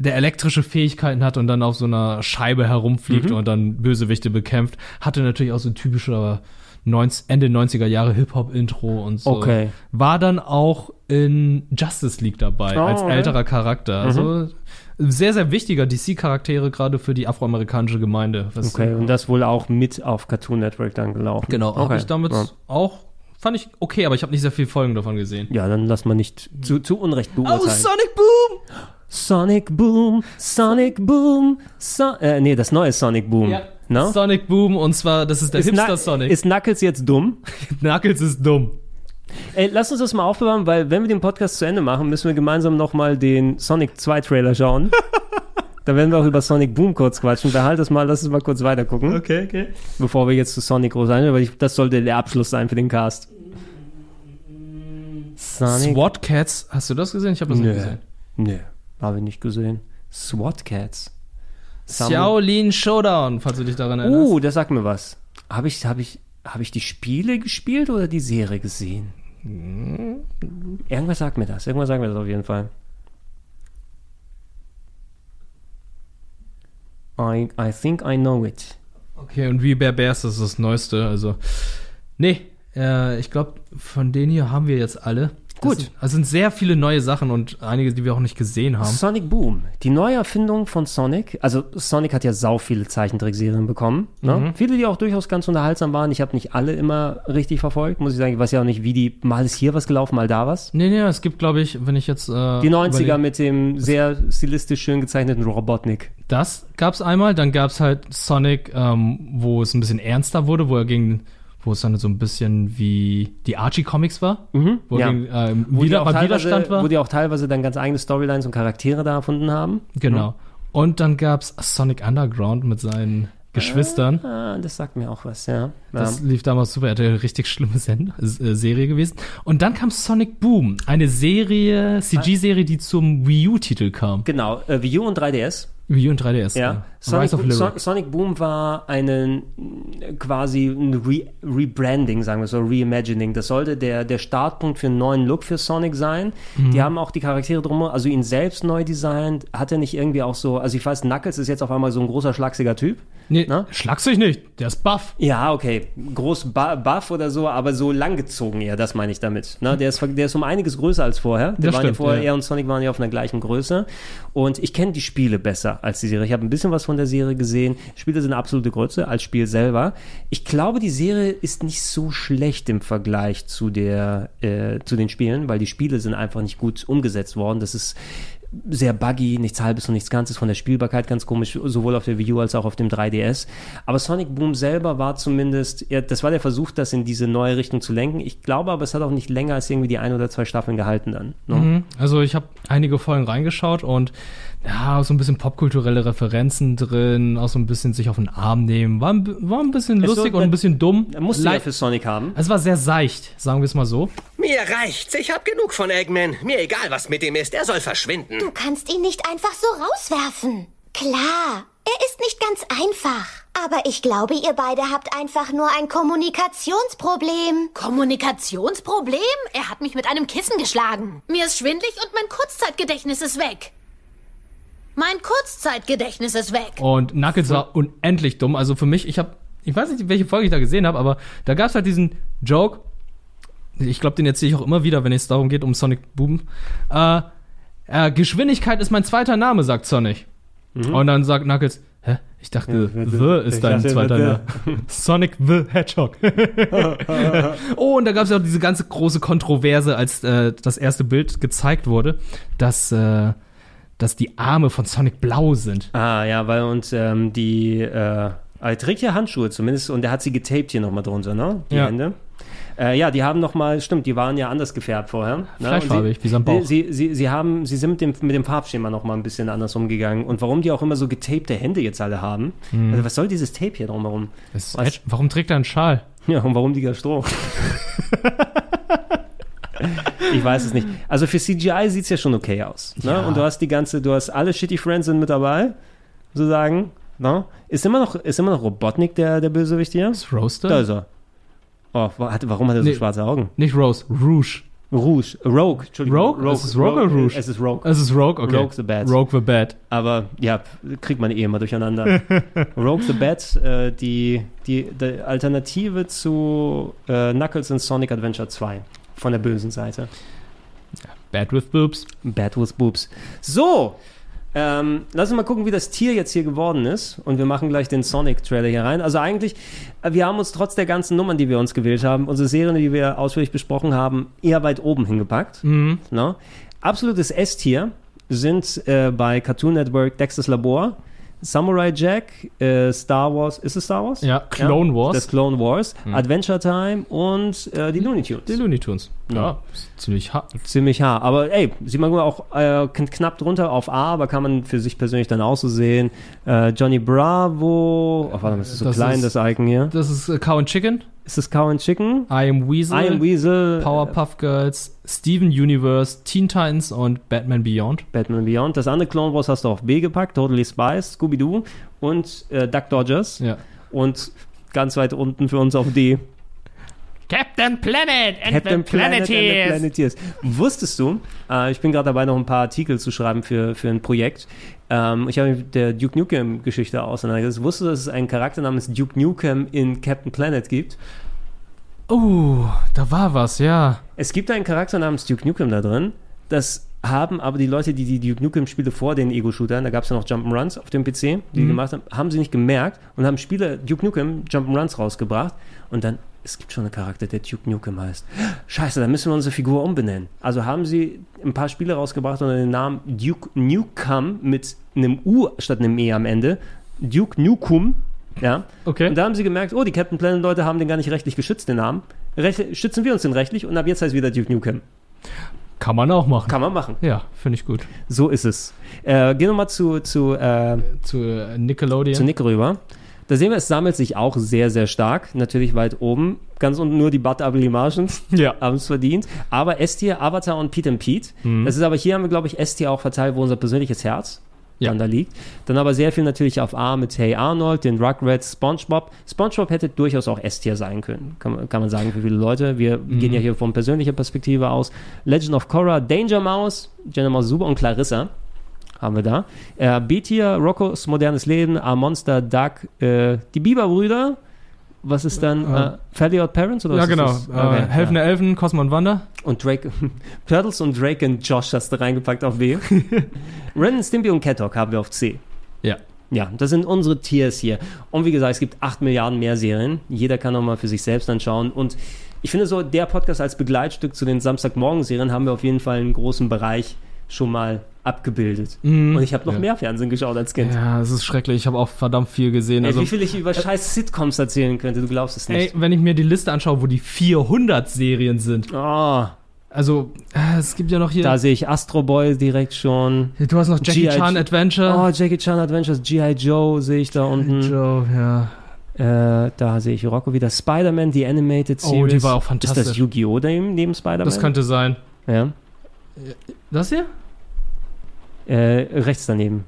Speaker 3: der elektrische Fähigkeiten hat und dann auf so einer Scheibe herumfliegt
Speaker 2: Mhm.
Speaker 3: und dann Bösewichte bekämpft. Hatte natürlich auch so ein typischer 90, Ende 90er Jahre Hip-Hop-Intro und so.
Speaker 2: Okay.
Speaker 3: War dann auch in Justice League dabei,
Speaker 2: Oh,
Speaker 3: als
Speaker 2: okay.
Speaker 3: älterer Charakter.
Speaker 2: Mhm.
Speaker 3: Also sehr, sehr wichtiger DC-Charaktere, gerade für die afroamerikanische Gemeinde. Was-
Speaker 2: Okay, und das wohl auch mit auf Cartoon Network dann gelaufen.
Speaker 3: Genau,
Speaker 2: okay.
Speaker 3: habe ich damals
Speaker 2: Ja.
Speaker 3: auch, fand ich okay, aber ich habe nicht sehr viele Folgen davon gesehen.
Speaker 2: Ja, dann lass mal nicht zu, zu Unrecht
Speaker 3: Oh,
Speaker 2: beurteilen.
Speaker 3: Boom!
Speaker 2: Sonic Boom, Sonic Boom, so äh, nee, das neue Sonic Boom.
Speaker 3: Ja.
Speaker 2: Ne?
Speaker 3: Sonic Boom und zwar, das ist der
Speaker 2: Ist
Speaker 3: Hipster
Speaker 2: Knuck-
Speaker 3: Sonic.
Speaker 2: Ist Knuckles jetzt dumm?
Speaker 3: Knuckles ist dumm.
Speaker 2: Ey, lass uns das mal aufbewahren, weil wenn wir den Podcast zu Ende machen, müssen wir gemeinsam nochmal den Sonic 2 Trailer
Speaker 3: [laughs]
Speaker 2: schauen. da werden wir auch über Sonic Boom kurz quatschen. Behalt das mal, lass uns mal kurz weitergucken.
Speaker 3: Okay, okay.
Speaker 2: Bevor wir jetzt zu Sonic groß ein, weil ich, das sollte der Abschluss sein für den Cast. Sonic.
Speaker 3: SWAT Cats, hast du das gesehen? Ich habe das
Speaker 2: Nö.
Speaker 3: nicht gesehen.
Speaker 2: Nö, habe ich nicht gesehen. SWAT Cats. Samu-
Speaker 3: Shaolin Showdown, falls du dich daran erinnerst.
Speaker 2: Uh, das sagt mir was. Habe ich, hab ich, hab ich die Spiele gespielt oder die Serie gesehen? Hm. Irgendwas sagt mir das. Irgendwas sagt mir das auf jeden Fall. I, I think I know it.
Speaker 3: Okay, und wie Bear Bears, das ist das Neueste. Also, nee, äh, ich glaube, von denen hier haben wir jetzt alle. Gut. Sind, also sind sehr viele neue Sachen und einige, die wir auch nicht gesehen haben.
Speaker 2: Sonic Boom, die Neuerfindung von Sonic. Also Sonic hat ja sau viele Zeichentrickserien bekommen. Ne?
Speaker 3: Mhm.
Speaker 2: Viele, die auch durchaus ganz unterhaltsam waren. Ich habe nicht alle immer richtig verfolgt, muss ich sagen. Ich weiß ja auch nicht, wie die, mal ist hier was gelaufen, mal da was.
Speaker 3: Nee, nee, es gibt, glaube ich, wenn ich jetzt. Äh,
Speaker 2: Die 90er
Speaker 3: überlege-
Speaker 2: mit dem sehr stilistisch schön gezeichneten Robotnik.
Speaker 3: Das gab's einmal, dann gab's halt Sonic, ähm, wo es ein bisschen ernster wurde, wo er gegen, wo es dann so ein bisschen wie die Archie Comics war, wo er
Speaker 2: Mhm. ja.
Speaker 3: gegen, ähm,
Speaker 2: Wo die
Speaker 3: wieder,
Speaker 2: auch
Speaker 3: beim
Speaker 2: teilweise-
Speaker 3: Widerstand war.
Speaker 2: Wo die auch teilweise dann ganz eigene Storylines und Charaktere da erfunden haben.
Speaker 3: genau. Und dann gab's Sonic Underground mit seinen Geschwistern.
Speaker 2: Ah, das sagt mir auch was, ja.
Speaker 3: Das
Speaker 2: ja.
Speaker 3: lief damals super, hatte eine richtig schlimme Send S- äh, Serie gewesen. Und dann kam Sonic Boom, eine Serie, CG-Serie, die zum Wii U-Titel kam.
Speaker 2: Genau, äh, Wii U und 3DS.
Speaker 3: Wii U und 3DS.
Speaker 2: Ja. Sonic,
Speaker 3: Rise of Lyric.
Speaker 2: Son Sonic Boom war einen äh, quasi ein Re Rebranding, sagen wir so, Reimagining. Das sollte der, der Startpunkt für einen neuen Look für Sonic sein.
Speaker 1: Mhm.
Speaker 2: Die haben auch die Charaktere drum, also ihn selbst neu designt. Hat er nicht irgendwie auch so, also ich weiß, Knuckles ist jetzt auf einmal so ein großer schlagsiger Typ.
Speaker 3: Nee, schlagst dich nicht, der ist buff.
Speaker 2: Ja, okay. Groß ba- buff oder so, aber so langgezogen eher, das meine ich damit. Ne? Der, ist, ver- der ist um einiges größer als vorher. Der
Speaker 3: Das
Speaker 2: waren
Speaker 3: stimmt,
Speaker 2: ja vorher,
Speaker 3: ja.
Speaker 2: Er und Sonic waren ja auf einer gleichen Größe. Und ich kenne die Spiele besser als die Serie. Ich habe ein bisschen was von der Serie gesehen. Spiele sind eine absolute Größe als Spiel selber. Ich glaube, die Serie ist nicht so schlecht im Vergleich zu, der, äh, zu den Spielen, weil die Spiele sind einfach nicht gut umgesetzt worden. Das ist sehr buggy, nichts halbes und nichts ganzes, von der Spielbarkeit ganz komisch, sowohl auf der Wii U als auch auf dem 3DS. Aber Sonic Boom selber war zumindest, ja, das war der Versuch, das in diese neue Richtung zu lenken. Ich glaube aber, es hat auch nicht länger als irgendwie die ein oder zwei Staffeln gehalten dann. Ne?
Speaker 3: Mhm. Also ich habe einige Folgen reingeschaut und ja, so ein bisschen popkulturelle Referenzen drin, auch so ein bisschen sich auf den Arm nehmen. War ein, bi- war ein bisschen
Speaker 2: Es äh,
Speaker 3: lustig
Speaker 2: so-
Speaker 3: und ein bisschen dumm.
Speaker 2: Musste ja
Speaker 3: Leicht-
Speaker 2: für Sonic haben.
Speaker 3: Es war sehr seicht, sagen wir es mal so.
Speaker 16: Mir reicht's. Ich hab genug von Eggman. Mir egal, was mit ihm ist. Er soll verschwinden.
Speaker 7: Du kannst ihn nicht einfach so rauswerfen. Klar,
Speaker 17: Er ist nicht ganz einfach. Aber ich glaube, ihr beide habt einfach nur ein Kommunikationsproblem.
Speaker 18: Kommunikationsproblem? Er hat mich mit einem Kissen geschlagen. Mir ist schwindlig und mein Kurzzeitgedächtnis ist weg. Mein Kurzzeitgedächtnis ist weg.
Speaker 3: Und Knuckles war unendlich dumm. Also für mich, ich habe, ich weiß nicht, welche Folge ich da gesehen habe, aber da gab es halt diesen Joke. Ich glaube, den erzähle ich auch immer wieder, wenn es darum geht, um Sonic Boom. Äh, äh, Geschwindigkeit ist mein zweiter Name, sagt Sonic.
Speaker 2: Mhm.
Speaker 3: Und dann sagt Knuckles, hä? Ich dachte, The ist
Speaker 2: ich
Speaker 3: dein
Speaker 2: dachte,
Speaker 3: zweiter
Speaker 2: The. [laughs]
Speaker 3: Name. Sonic the Hedgehog. oh, und da gab es ja auch diese ganze große Kontroverse, als äh, das erste Bild gezeigt wurde, dass, äh, dass die Arme von Sonic blau sind.
Speaker 2: Ah, ja, weil uns ähm, die. Äh, er trägt ja Handschuhe zumindest und er hat sie getaped hier nochmal drunter, ne? Die
Speaker 3: Ja.
Speaker 2: Hände. Äh, ja, die haben nochmal, stimmt, die waren ja anders gefärbt vorher. ne?
Speaker 3: Fleischfarbig,
Speaker 2: Und
Speaker 3: wie sein Bauch.
Speaker 2: Sie, sie, sie, haben, sie sind mit dem, mit dem Farbschema nochmal ein bisschen anders umgegangen. Und warum die auch immer so getapte Hände jetzt alle haben,
Speaker 3: Mhm.
Speaker 2: also was soll dieses Tape hier drumherum?
Speaker 3: Das
Speaker 2: Was-
Speaker 3: Hedge- warum trägt er einen Schal?
Speaker 2: [laughs] Ja, und warum die Stroh?
Speaker 3: [laughs]
Speaker 2: Ich weiß es nicht. Also für CGI sieht es ja schon okay aus. Ne?
Speaker 3: Ja.
Speaker 2: Und du hast die ganze, du hast alle Shitty Friends sind mit dabei, sozusagen. Ne? Ist, immer noch, ist immer noch Robotnik der, der Bösewicht hier? Ist
Speaker 3: Roaster?
Speaker 2: Da ist er. Oh, wa- hat, warum hat er so
Speaker 3: Nee.
Speaker 2: schwarze Augen?
Speaker 3: Nicht Rose, Rouge.
Speaker 2: Rouge, Rogue, Entschuldigung.
Speaker 3: Rogue? Ist es Rogue oder Rouge?
Speaker 2: Es ist Rogue.
Speaker 3: Es ist Rogue, okay.
Speaker 2: Rogue the Bad.
Speaker 3: Rogue the Bad.
Speaker 2: Aber ja, kriegt man eh immer durcheinander. Rogue the Bad, äh, die, die, die Alternative zu äh, Knuckles in Sonic Adventure 2 von der bösen Seite.
Speaker 3: Bad with Boobs.
Speaker 2: Bad with Boobs. So, ähm, lass uns mal gucken, wie das Tier jetzt hier geworden ist. Und wir machen gleich den Sonic-Trailer hier rein. Also eigentlich, äh, wir haben uns trotz der ganzen Nummern, die wir uns gewählt haben, unsere Serien, die wir ausführlich besprochen haben, eher weit oben hingepackt.
Speaker 3: Mhm.
Speaker 2: Ne? Absolutes S-Tier sind äh, bei Cartoon Network Dexter's Labor, Samurai Jack, äh, Star Wars, ist es Star Wars?
Speaker 3: Ja, Clone Wars.
Speaker 2: Das Clone Wars,
Speaker 3: Mhm.
Speaker 2: Adventure Time und äh, die Looney Tunes. Die
Speaker 3: Looney Tunes.
Speaker 2: Ja.
Speaker 3: Ziemlich hart.
Speaker 2: Ziemlich hart. Aber ey, sieht man auch äh, kn- knapp drunter auf A, aber kann man für sich persönlich dann auch so sehen. Äh, Johnny Bravo. Oh, warte, das ist so
Speaker 3: Das
Speaker 2: klein, das
Speaker 3: ist-
Speaker 2: Icon hier.
Speaker 3: Das ist äh, Cow and Chicken.
Speaker 2: Ist das Cow and Chicken?
Speaker 3: I am Weasel.
Speaker 2: I Am Weasel.
Speaker 3: Powerpuff Girls, Steven Universe, Teen Titans und Batman Beyond.
Speaker 2: Batman Beyond. Das andere Clone Wars hast du auf B gepackt. Totally Spice, Scooby-Doo und äh, Duck Dodgers.
Speaker 3: Ja.
Speaker 2: Und ganz weit unten für uns auf D.
Speaker 3: Captain Planet and
Speaker 2: Captain Planet, and the Planeteers. Wusstest du, äh, ich bin gerade dabei, noch ein paar Artikel zu schreiben für, für ein Projekt. Ähm, ich habe mich mit der Duke Nukem-Geschichte auseinandergesetzt. Wusstest du, dass es einen Charakter namens Duke Nukem in Captain Planet gibt?
Speaker 3: Oh, da war was, ja.
Speaker 2: Es gibt einen Charakter namens Duke Nukem da drin. Das haben aber die Leute, die die Duke Nukem-Spiele vor den Ego-Shootern, da gab es ja noch Jump'n'Runs auf dem PC, die die
Speaker 3: Mhm.
Speaker 2: gemacht haben, haben sie nicht gemerkt und haben Spiele Duke Nukem Jump'n'Runs rausgebracht und dann, es gibt schon einen Charakter, der Duke Nukem heißt. Scheiße, dann müssen wir unsere Figur umbenennen. Also haben sie ein paar Spiele rausgebracht unter dem Namen Duke Nukem mit einem U statt einem E am Ende. Duke Nukem, ja.
Speaker 3: Okay.
Speaker 2: Und da haben sie gemerkt, oh, die Captain Planet-Leute haben den gar nicht rechtlich geschützt, den Namen. Rech schützen wir uns den rechtlich und ab jetzt heißt wieder Duke Nukem.
Speaker 3: Kann man auch machen.
Speaker 2: Kann man machen.
Speaker 3: Ja, finde ich gut.
Speaker 2: So ist es. Äh, gehen wir mal zu, zu, äh,
Speaker 3: zu Nickelodeon.
Speaker 2: Zu Nick rüber. Da sehen wir, es sammelt sich auch sehr, sehr stark. Natürlich weit oben. Ganz unten nur die Bud Ugly Martians. [laughs]
Speaker 3: Ja.
Speaker 2: Haben es verdient. Aber S-Tier, Avatar und Pete and Pete.
Speaker 3: Mhm.
Speaker 2: Das ist aber hier haben wir, glaube ich, S-Tier auch verteilt, wo unser persönliches Herz dann da liegt. Dann aber sehr viel natürlich auf A mit Hey Arnold, den Rugrats, Spongebob. Spongebob hätte durchaus auch S-Tier sein können, kann, man- kann man sagen für viele Leute. Wir
Speaker 3: Mhm.
Speaker 2: gehen ja hier von persönlicher Perspektive aus. Legend of Korra, Danger Mouse, Jenna Mouse Super und Clarissa haben wir da. Äh, B-Tier, Roccos modernes Leben, A-Monster, Duck, äh, die Biberbrüder. Was ist dann?
Speaker 3: Äh,
Speaker 2: Äh, Fairly Odd Parents oder
Speaker 3: ja,
Speaker 2: was
Speaker 3: genau.
Speaker 2: Ist das?
Speaker 3: äh, Helfende Elfen, Cosmo und Wanda.
Speaker 2: Und Drake, [laughs] Turtles und Drake und Josh hast du reingepackt auf
Speaker 3: [laughs]
Speaker 2: B. Ren, Stimpy und Cat Dog haben wir auf C.
Speaker 3: Ja.
Speaker 2: Ja, das sind unsere Tiers hier. Und wie gesagt, es gibt 8 Milliarden mehr Serien. Jeder kann nochmal für sich selbst anschauen. Und ich finde so, der Podcast als Begleitstück zu den Samstagmorgen-Serien haben wir auf jeden Fall einen großen Bereich schon mal abgebildet.
Speaker 3: Mhm.
Speaker 2: Und ich habe noch
Speaker 3: Ja.
Speaker 2: mehr Fernsehen geschaut als Kind.
Speaker 3: Ja, es ist schrecklich. Ich habe auch verdammt viel gesehen.
Speaker 2: Ey,
Speaker 3: also,
Speaker 2: wie viel ich über scheiß Sitcoms erzählen könnte, du glaubst es
Speaker 3: ey,
Speaker 2: nicht.
Speaker 3: wenn ich mir die Liste anschaue, wo die 400 Serien sind. Also, äh, es gibt ja noch hier.
Speaker 2: Da sehe ich Astro Boy direkt schon.
Speaker 3: Du hast noch Jackie
Speaker 2: G.I.
Speaker 3: Chan Adventure. Hm.
Speaker 2: Oh, Jackie Chan Adventures, G.I. Joe sehe ich da unten.
Speaker 3: Joe, ja.
Speaker 2: Äh, da sehe ich Rocco wieder. Spider-Man, die Animated
Speaker 3: Oh, die
Speaker 2: Series.
Speaker 3: war auch fantastisch.
Speaker 2: Ist das Yu-Gi-Oh! daneben- neben Spider-Man?
Speaker 3: das könnte sein.
Speaker 2: Ja.
Speaker 3: Das hier?
Speaker 2: Äh, rechts daneben.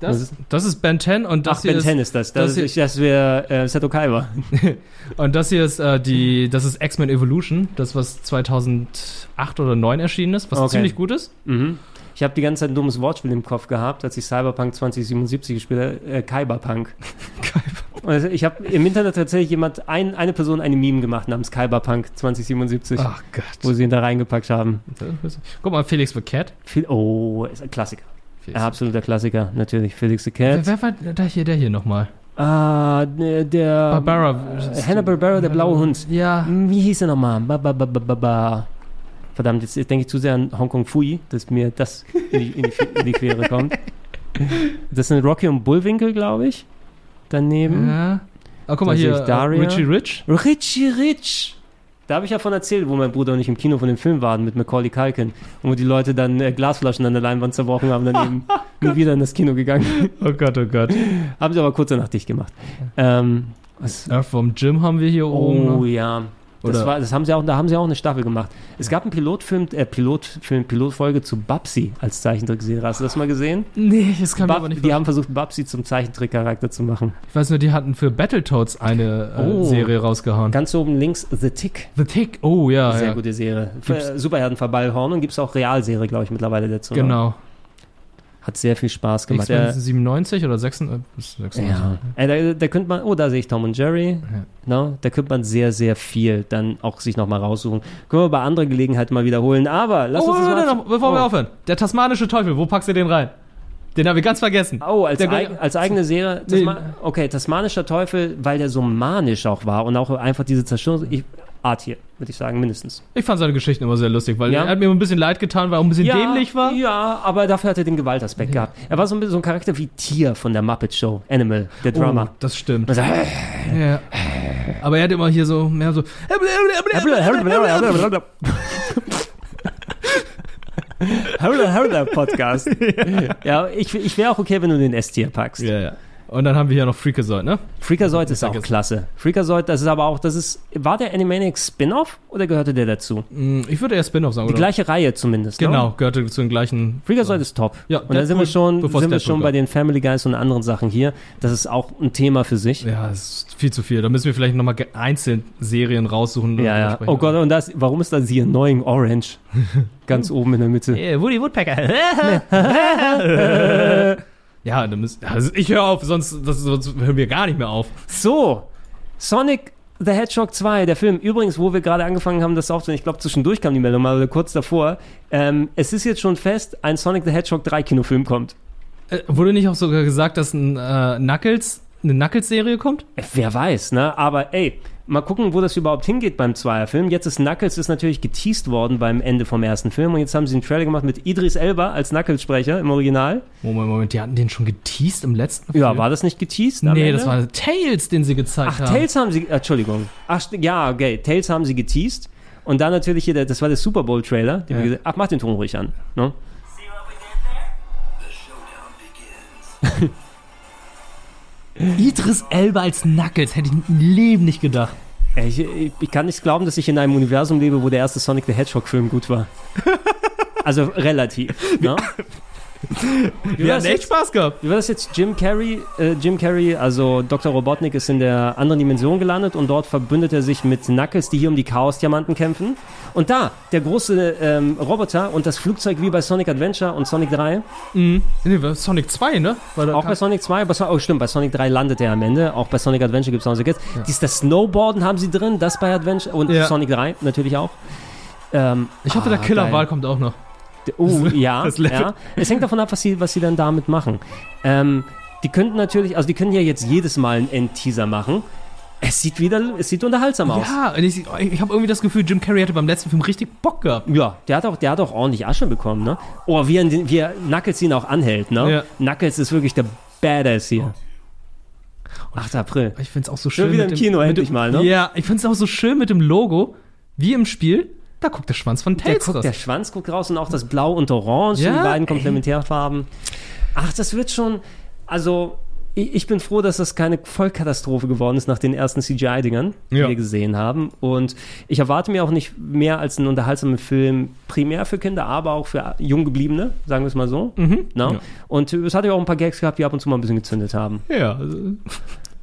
Speaker 3: Das, das, ist, das ist Ben 10 und das
Speaker 2: Ach,
Speaker 3: hier
Speaker 2: Ben 10 ist das. Das, ist, ich- das wäre äh, Seto Kaiba.
Speaker 3: und das hier ist äh, die, das ist X-Men Evolution, das was 2008 oder 2009 erschienen ist, was
Speaker 2: Okay.
Speaker 3: ziemlich gut ist.
Speaker 2: Mhm. Ich habe die ganze Zeit ein dummes Wortspiel im Kopf gehabt, als ich Cyberpunk 2077 gespielt habe. Äh, Kyberpunk. Also ich habe im Internet tatsächlich jemand, ein, eine Person eine Meme gemacht namens Kyberpunk 2077.
Speaker 3: Ach Gott.
Speaker 2: Wo sie ihn da reingepackt haben.
Speaker 3: Guck mal, Felix the Cat.
Speaker 2: Viel, oh, ist ein Klassiker.
Speaker 3: Felix
Speaker 2: Ein absoluter Klassiker, natürlich. Felix the
Speaker 3: Wer,
Speaker 2: Cat.
Speaker 3: wer war da hier, der hier nochmal?
Speaker 2: Ah, der. der
Speaker 3: Barbara.
Speaker 2: Äh, Hanna-Barbera, der blaue Hund.
Speaker 3: Ja.
Speaker 2: Wie hieß er nochmal? Ba, ba, ba, ba, ba, ba. Verdammt, jetzt denke ich zu sehr an Hongkong Fui, dass mir das in die, in die, in die Quere kommt. Das sind Rocky und Bullwinkel, glaube ich. Daneben.
Speaker 3: Ja. Ah, guck
Speaker 2: Da
Speaker 3: mal
Speaker 2: sehe
Speaker 3: hier,
Speaker 2: ich
Speaker 3: äh,
Speaker 2: Hm. Daria.
Speaker 3: Richie Rich.
Speaker 2: Richie Rich. Da habe ich ja von erzählt, wo mein Bruder und ich im Kino von dem Film waren mit Macaulay Culkin und wo die Leute dann äh, Glasflaschen an der Leinwand zerbrochen haben, daneben nie wieder in das Kino gegangen. [laughs]
Speaker 3: Oh Gott, oh Gott.
Speaker 2: haben sie aber kurz danach dicht gemacht. Ähm, was?
Speaker 3: vom Jim haben wir hier oben. ne?
Speaker 2: Oh ja. Das,
Speaker 3: Oder-
Speaker 2: war, das haben sie auch, da haben sie auch eine Staffel gemacht. Es gab einen Pilotfilm, äh, Pilotfilm, Pilotfolge zu Babsi als Zeichentrickserie. Hast du das mal gesehen?
Speaker 3: Nee, das kann man aber nicht.
Speaker 2: Die haben versucht, Babsi zum Zeichentrickcharakter zu machen.
Speaker 3: Ich weiß nur, die hatten für Battletoads eine äh,
Speaker 2: Oh.
Speaker 3: Serie rausgehauen.
Speaker 2: Ganz oben links The Tick.
Speaker 3: The Tick, oh ja.
Speaker 2: Sehr
Speaker 3: ja.
Speaker 2: gute Serie.
Speaker 3: Gibt's-
Speaker 2: Äh, Superherdenverballhorn und gibt es auch Realserie, glaube ich, mittlerweile dazu. ne?
Speaker 3: Genau.
Speaker 2: Hat sehr viel Spaß gemacht.
Speaker 3: X-Men
Speaker 2: Äh,
Speaker 3: 97 oder äh, 96?
Speaker 2: ja. Äh, da, da könnte man, oh, da sehe ich Tom und Jerry. Ne? Da könnte man sehr, sehr viel dann auch sich nochmal raussuchen. Können wir bei anderer Gelegenheit mal wiederholen. Aber lass
Speaker 3: oh,
Speaker 2: uns das
Speaker 3: warte,
Speaker 2: mal
Speaker 3: noch, bevor wir
Speaker 2: Oh.
Speaker 3: aufhören. Der tasmanische Teufel, wo packst du den rein? Den haben wir ganz vergessen.
Speaker 2: Oh, als,
Speaker 3: der,
Speaker 2: eig als eigene Serie. Tasma Okay, Tasmanischer Teufel, weil der so manisch auch war und auch einfach diese Zerstörung. Ich, Art hier, würde ich sagen, mindestens.
Speaker 3: Ich fand seine Geschichten immer sehr lustig, weil
Speaker 2: Ja.
Speaker 3: er hat mir immer ein bisschen leid getan, weil er auch ein bisschen dämlich
Speaker 2: war? Ja, aber dafür hat er den Gewaltaspekt gehabt. Er war so ein bisschen so ein Charakter wie Tier von der Muppet Show, Animal, der
Speaker 3: Oh,
Speaker 2: Drummer.
Speaker 3: das stimmt.
Speaker 2: [laughs] Also,
Speaker 3: Ja. Aber er hat immer hier so
Speaker 2: [laughs]
Speaker 3: mehr so. [laughs]
Speaker 2: Harold Harold Podcast. [laughs] ja, ich, ich wäre auch okay, wenn du den S-Tier packst.
Speaker 3: Ja, ja. Und dann haben wir hier noch Freakazoid, ne?
Speaker 2: Freakazoid ist auch klasse. Freakazoid, das ist aber auch, das ist, war der Animaniacs Spin-Off oder gehörte der dazu?
Speaker 3: Ich würde eher Spin-off sagen,
Speaker 2: Die
Speaker 3: oder?
Speaker 2: gleiche Reihe zumindest.
Speaker 3: Genau,
Speaker 2: Ne?
Speaker 3: gehörte zu den gleichen.
Speaker 2: Freakazoid ist top.
Speaker 3: Ja,
Speaker 2: und da sind wir
Speaker 3: Deadpool,
Speaker 2: schon,
Speaker 3: bevor es
Speaker 2: sind wir
Speaker 3: Deadpool
Speaker 2: schon bei
Speaker 3: gab.
Speaker 2: den Family Guys und anderen Sachen hier. Das ist auch ein Thema für sich.
Speaker 3: Ja, es ist viel zu viel. Da müssen wir vielleicht nochmal einzeln Serien raussuchen. und
Speaker 2: Ja, ja.
Speaker 3: besprechen.
Speaker 2: Oh Gott, und das, warum ist da sie Annoying
Speaker 3: [laughs]
Speaker 2: Orange? Ganz oben in der Mitte.
Speaker 3: Äh, Woody Woodpecker. [laughs] ja, dann müssen, also ich höre auf, sonst, das, sonst hören wir gar nicht mehr auf.
Speaker 2: So, Sonic the Hedgehog 2, der Film. Übrigens, wo wir gerade angefangen haben, das aufzunehmen, ich glaube, zwischendurch kam die Meldung mal oder kurz davor. Ähm, es ist jetzt schon fest, ein Sonic the Hedgehog 3 Kinofilm kommt.
Speaker 3: Äh, wurde nicht auch sogar gesagt, dass ein äh, Knuckles, eine Knuckles-Serie kommt?
Speaker 2: Wer weiß, ne? Aber ey, mal gucken, wo das überhaupt hingeht beim Zweierfilm. Jetzt ist Knuckles ist natürlich geteased worden beim Ende vom ersten Film und jetzt haben sie einen Trailer gemacht mit Idris Elba als Knuckles-Sprecher im Original.
Speaker 3: Moment, Moment, die hatten den schon geteased im letzten Film?
Speaker 2: Ja, war das nicht geteased? am
Speaker 3: Nee,
Speaker 2: Ende?
Speaker 3: das war Tails, den sie gezeigt
Speaker 2: Ach,
Speaker 3: haben.
Speaker 2: Tails haben sie, Entschuldigung. Ach, st- ja, okay. Tails haben sie geteased. Und dann natürlich hier, der, das war der Super Bowl-Trailer. den wir gesagt- Ach, mach den Ton ruhig an. Ne?
Speaker 3: Idris Elba als Knuckles, hätte ich im Leben nicht gedacht.
Speaker 2: Ey, Ich, ich, ich kann nicht glauben, dass ich in einem Universum lebe, wo der erste Sonic the Hedgehog-Film gut
Speaker 3: [laughs]
Speaker 2: war. Also relativ. ne?
Speaker 3: Wir
Speaker 2: war
Speaker 3: hatten
Speaker 2: das
Speaker 3: echt
Speaker 2: jetzt?
Speaker 3: Spaß gehabt.
Speaker 2: Wie war das jetzt? Jim Carrey, äh, Jim Carrey, also Dr. Robotnik, ist in der anderen Dimension gelandet und dort verbündet er sich mit Knuckles, die hier um die Chaos-Diamanten kämpfen. Und da, der große ähm, Roboter und das Flugzeug wie bei Sonic Adventure und Sonic 3.
Speaker 3: Mhm. Nee, war Sonic 2, ne? Weil da
Speaker 2: Auch
Speaker 3: kam-
Speaker 2: bei Sonic 2, bei, Son- oh stimmt, bei Sonic 3 landet er am Ende. Auch bei Sonic Adventure gibt es noch so Kids. Dies, das Snowboarden haben sie drin, das bei Adventure und
Speaker 3: Ja.
Speaker 2: Sonic 3 natürlich auch. Ähm,
Speaker 3: ich hoffe,
Speaker 2: ah,
Speaker 3: der Killer-Wahl
Speaker 2: geil.
Speaker 3: kommt auch noch.
Speaker 2: Oh, ja,
Speaker 3: [laughs] das Level.
Speaker 2: ja. Es hängt davon ab, was sie, was sie dann damit machen. Ähm, die könnten natürlich, also die können ja jetzt jedes Mal einen Endteaser machen. Es sieht wieder, es sieht unterhaltsam aus.
Speaker 3: Ja, und ich, ich habe irgendwie das Gefühl, Jim Carrey hatte beim letzten Film richtig Bock gehabt.
Speaker 2: Ja, der hat auch, der hat auch ordentlich Asche bekommen, ne? Oh, wie, er den- wie er Knuckles ihn auch anhält, ne?
Speaker 3: Ja.
Speaker 2: Knuckles ist wirklich der Badass hier. 8. April.
Speaker 3: Ich find's auch so
Speaker 2: Schon
Speaker 3: schön.
Speaker 2: wieder im
Speaker 3: mit dem-
Speaker 2: Kino
Speaker 3: mit
Speaker 2: endlich
Speaker 3: dem,
Speaker 2: mal, ne?
Speaker 3: Ja, ich find's auch so schön mit dem Logo, wie im Spiel. Da guckt der Schwanz von
Speaker 2: Der,
Speaker 3: Tails
Speaker 2: guckt,
Speaker 3: raus.
Speaker 2: der Schwanz guckt raus und auch das Blau und Orange,
Speaker 3: Ja,
Speaker 2: die beiden
Speaker 3: ey.
Speaker 2: Komplementärfarben. Ach, das wird schon. Also, ich, ich bin froh, dass das keine Vollkatastrophe geworden ist nach den ersten CGI-Dingern, die
Speaker 3: Ja.
Speaker 2: wir gesehen haben. Und ich erwarte mir auch nicht mehr als einen unterhaltsamen Film, primär für Kinder, aber auch für Junggebliebene, sagen wir es mal so.
Speaker 3: Mhm.
Speaker 2: Na?
Speaker 3: Ja.
Speaker 2: Und äh, es hat ja auch ein paar Gags gehabt, die ab und zu mal ein bisschen gezündet haben.
Speaker 3: Ja. Also,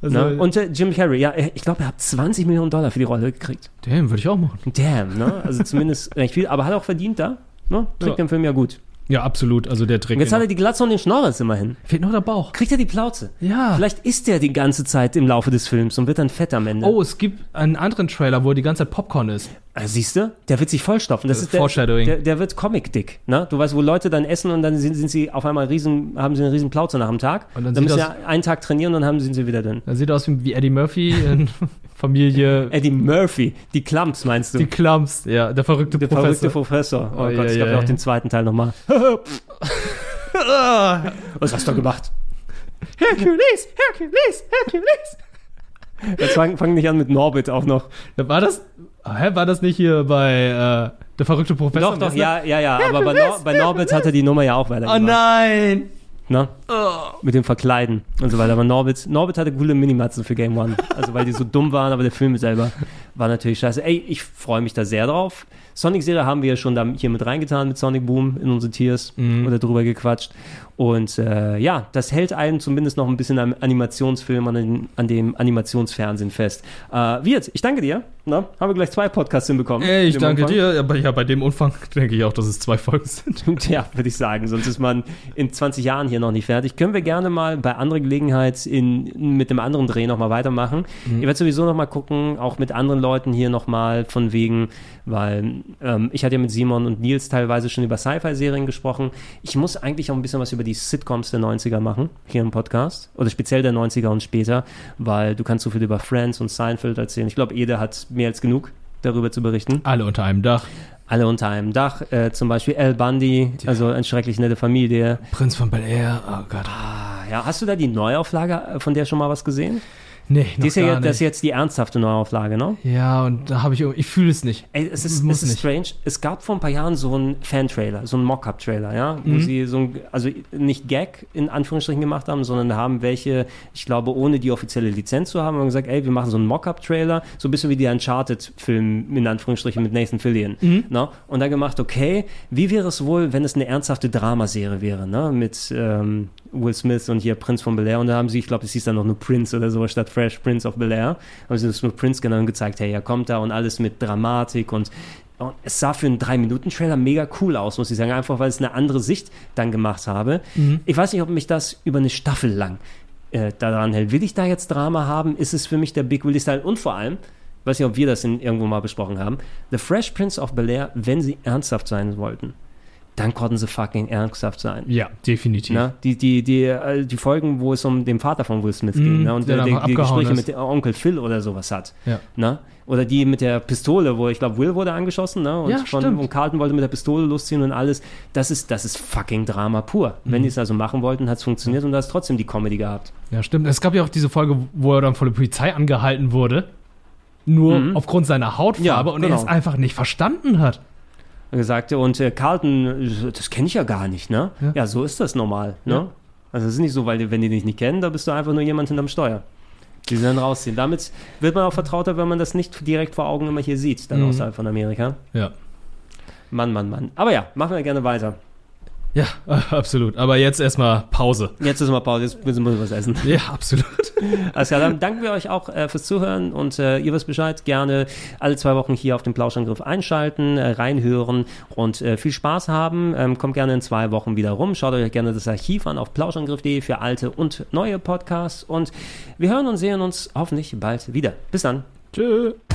Speaker 3: also,
Speaker 2: Na? Und äh, Jim Carrey, ja, äh, ich glaube, er hat 20 Millionen Dollar für die Rolle gekriegt.
Speaker 3: Damn, würde ich auch machen.
Speaker 2: Damn, ne? Also zumindest recht viel, aber hat auch verdient da. Ne? Trägt
Speaker 3: Ja.
Speaker 2: den Film ja gut.
Speaker 3: Ja, absolut. Also der Trick.
Speaker 2: Und jetzt hat er die Glatze und den Schnorres immerhin.
Speaker 3: Fehlt noch der Bauch.
Speaker 2: Kriegt er die Plauze?
Speaker 3: Ja.
Speaker 2: Vielleicht isst er die ganze Zeit im Laufe des Films und wird dann fett am Ende.
Speaker 3: Oh, es gibt einen anderen Trailer, wo er die ganze Zeit Popcorn ist.
Speaker 2: Ah, Siehst du? Der wird sich vollstopfen. Das
Speaker 3: Äh,
Speaker 2: ist der,
Speaker 3: Foreshadowing.
Speaker 2: Der, der wird Comic-dick. Ne? Du weißt, wo Leute dann essen und dann sind, sind sie auf einmal riesen, haben sie eine riesen Plauze nach dem Tag. Und
Speaker 3: dann
Speaker 2: dann
Speaker 3: sieht
Speaker 2: müssen
Speaker 3: das-
Speaker 2: sie einen Tag trainieren und dann haben- sind sie wieder dünn.
Speaker 3: Er sieht aus wie wie Eddie
Speaker 2: [laughs]
Speaker 3: Murphy in Familie.
Speaker 2: Eddie Murphy, die Klumps meinst du?
Speaker 3: Die Klumps, ja, der verrückte
Speaker 2: Der
Speaker 3: Professor.
Speaker 2: verrückte Professor. Oh,
Speaker 3: Oh,
Speaker 2: Gott,
Speaker 3: ja,
Speaker 2: ich
Speaker 3: ja,
Speaker 2: glaube ja. auch
Speaker 3: ja.
Speaker 2: den zweiten Teil nochmal. Was hast du gemacht?
Speaker 3: [laughs] Hercules, Hercules, Hercules.
Speaker 2: Jetzt fang, fang nicht an mit Norbit auch noch.
Speaker 3: War das, Ah, hä, war das nicht hier bei äh, der verrückte Professor?
Speaker 2: Doch, doch, ja,
Speaker 3: Messner?
Speaker 2: ja, ja. Aber bei, Nor bei Norbit hat er die Nummer ja auch weiter.
Speaker 3: Oh nein!
Speaker 2: Ne?
Speaker 3: Oh.
Speaker 2: Mit dem Verkleiden und so weiter. Aber Norbit, Norbit hatte coole Minimatzen für Game One. Also, weil die so dumm waren, aber der Film selber war natürlich scheiße. Ey, ich freue mich da sehr drauf. Sonic-Serie haben wir ja schon da hier mit reingetan mit Sonic Boom in unsere Tiers
Speaker 3: Mhm.
Speaker 2: oder drüber gequatscht. Und äh, ja, das hält einen zumindest noch ein bisschen am Animationsfilm, an, den, an dem Animationsfernsehen fest. Äh, Wirt, ich danke dir. Na, haben wir gleich zwei Podcasts hinbekommen.
Speaker 3: Ey, ich
Speaker 2: Dem
Speaker 3: danke
Speaker 2: Umfang.
Speaker 3: dir. Aber ja, bei dem Umfang [laughs] denke ich auch, dass es zwei Folgen sind.
Speaker 2: Ja, würde ich sagen. Sonst ist man in 20 Jahren hier noch nicht fertig. Können wir gerne mal bei anderer Gelegenheit in, mit einem anderen Dreh nochmal weitermachen. Ich werde sowieso nochmal gucken, auch mit anderen Leuten hier nochmal von wegen, weil ähm, ich hatte ja mit Simon und Nils teilweise schon über Sci-Fi-Serien gesprochen. Ich muss eigentlich auch ein bisschen was über die Sitcoms der 90er machen, hier im Podcast. Oder speziell der 90er und später, weil du kannst so viel über Friends und Seinfeld erzählen. Ich glaube, Ede hat mehr als genug darüber zu berichten
Speaker 3: Alle unter einem Dach.
Speaker 2: alle unter einem Dach. Äh, zum Beispiel El Bundy, also eine schrecklich nette Familie.
Speaker 3: Prinz von Bel Air, oh Gott.
Speaker 2: Ah, ja, hast du da die Neuauflage äh, von der schon mal was gesehen?
Speaker 3: Nee,
Speaker 2: Die
Speaker 3: noch
Speaker 2: ist ja
Speaker 3: gar
Speaker 2: jetzt, das ist
Speaker 3: nicht.
Speaker 2: jetzt die ernsthafte Neuauflage, ne?
Speaker 3: Ja, und da habe ich irgendwie, ich fühle es nicht.
Speaker 2: Ey, es ist,
Speaker 3: Muss
Speaker 2: es ist
Speaker 3: nicht.
Speaker 2: strange. Es gab vor ein paar Jahren so einen Fan-Trailer, so einen Mock-Up-Trailer, ja, wo
Speaker 3: Mhm.
Speaker 2: sie so ein, also nicht Gag in Anführungsstrichen gemacht haben, sondern da haben welche, ich glaube, ohne die offizielle Lizenz zu haben, haben gesagt, ey, wir machen so einen Mock-Up-Trailer, so ein bisschen wie der Uncharted-Film in Anführungsstrichen mit Nathan Fillion.
Speaker 3: Mhm.
Speaker 2: Ne? Und dann gemacht, okay, wie wäre es wohl, wenn es eine ernsthafte Dramaserie wäre, ne? Mit ähm, Will Smith und hier Prinz von Bel Air. Und da haben sie, ich glaube, es hieß dann noch nur Prince oder so, statt Fresh Prince of Bel Air. Haben sie das nur Prince genannt und gezeigt, hey, er kommt da und alles mit Dramatik und. und Es sah für einen 3-Minuten-Trailer mega cool aus, muss ich sagen, einfach weil es eine andere Sicht dann gemacht habe.
Speaker 3: Mhm.
Speaker 2: Ich weiß nicht, ob mich das über eine Staffel lang äh, daran hält. Will ich da jetzt Drama haben? Ist es für mich der Big Willy-Style? Und vor allem, weiß nicht, ob wir das in, irgendwo mal besprochen haben, The Fresh Prince of Bel-Air, wenn sie ernsthaft sein wollten, dann konnten sie fucking ernsthaft sein.
Speaker 3: Ja, definitiv.
Speaker 2: Na, Ne? die, die, die, äh, die Folgen, wo es um den Vater von Will Smith
Speaker 3: Mhm,
Speaker 2: ging ne? und
Speaker 3: der
Speaker 2: der,
Speaker 3: einfach
Speaker 2: die, die
Speaker 3: abgehauen
Speaker 2: Gespräche
Speaker 3: ist.
Speaker 2: mit dem Onkel Phil oder sowas hat.
Speaker 3: Ja.
Speaker 2: Na? Oder die mit der Pistole, wo ich glaube, Will wurde angeschossen, ne? Und,
Speaker 3: Ja,
Speaker 2: von,
Speaker 3: stimmt.
Speaker 2: und Carlton wollte mit der Pistole losziehen und alles. Das ist, das ist fucking Drama pur.
Speaker 3: Mhm.
Speaker 2: Wenn die es also machen wollten, hat es funktioniert und da ist trotzdem die Comedy gehabt.
Speaker 3: Ja, stimmt. Es gab ja auch diese Folge, wo er dann von der Polizei angehalten wurde. Nur
Speaker 2: Mhm.
Speaker 3: aufgrund seiner Hautfarbe und er
Speaker 2: genau.
Speaker 3: es einfach nicht verstanden hat.
Speaker 2: Und er sagte, und äh, Carlton, äh, das kenne ich ja gar nicht, ne? Ja, so ist das normal, ne?
Speaker 3: Ja.
Speaker 2: Also es ist nicht so, weil die- wenn die dich nicht kennen, da bist du einfach nur jemand hinterm Steuer. Die sie dann rausziehen. Damit wird man auch vertrauter, wenn man das nicht direkt vor Augen immer hier sieht, dann
Speaker 3: Mhm.
Speaker 2: außerhalb von Amerika.
Speaker 3: Ja.
Speaker 2: Mann, Mann, Mann. Aber ja, machen wir gerne weiter.
Speaker 3: Ja, [laughs] absolut. Aber jetzt erstmal Pause.
Speaker 2: Jetzt ist mal Pause, jetzt müssen wir was essen.
Speaker 3: Ja, absolut.
Speaker 2: Alles klar, dann danken wir euch auch äh, fürs Zuhören und äh, ihr wisst Bescheid, gerne alle zwei Wochen hier auf den Plauschangriff einschalten, äh, reinhören und äh, viel Spaß haben. Ähm, kommt gerne in zwei Wochen wieder rum. Schaut euch gerne das Archiv an auf plauschangriff.de für alte und neue Podcasts und wir hören und sehen uns hoffentlich bald wieder. Bis dann.
Speaker 3: Tschüss.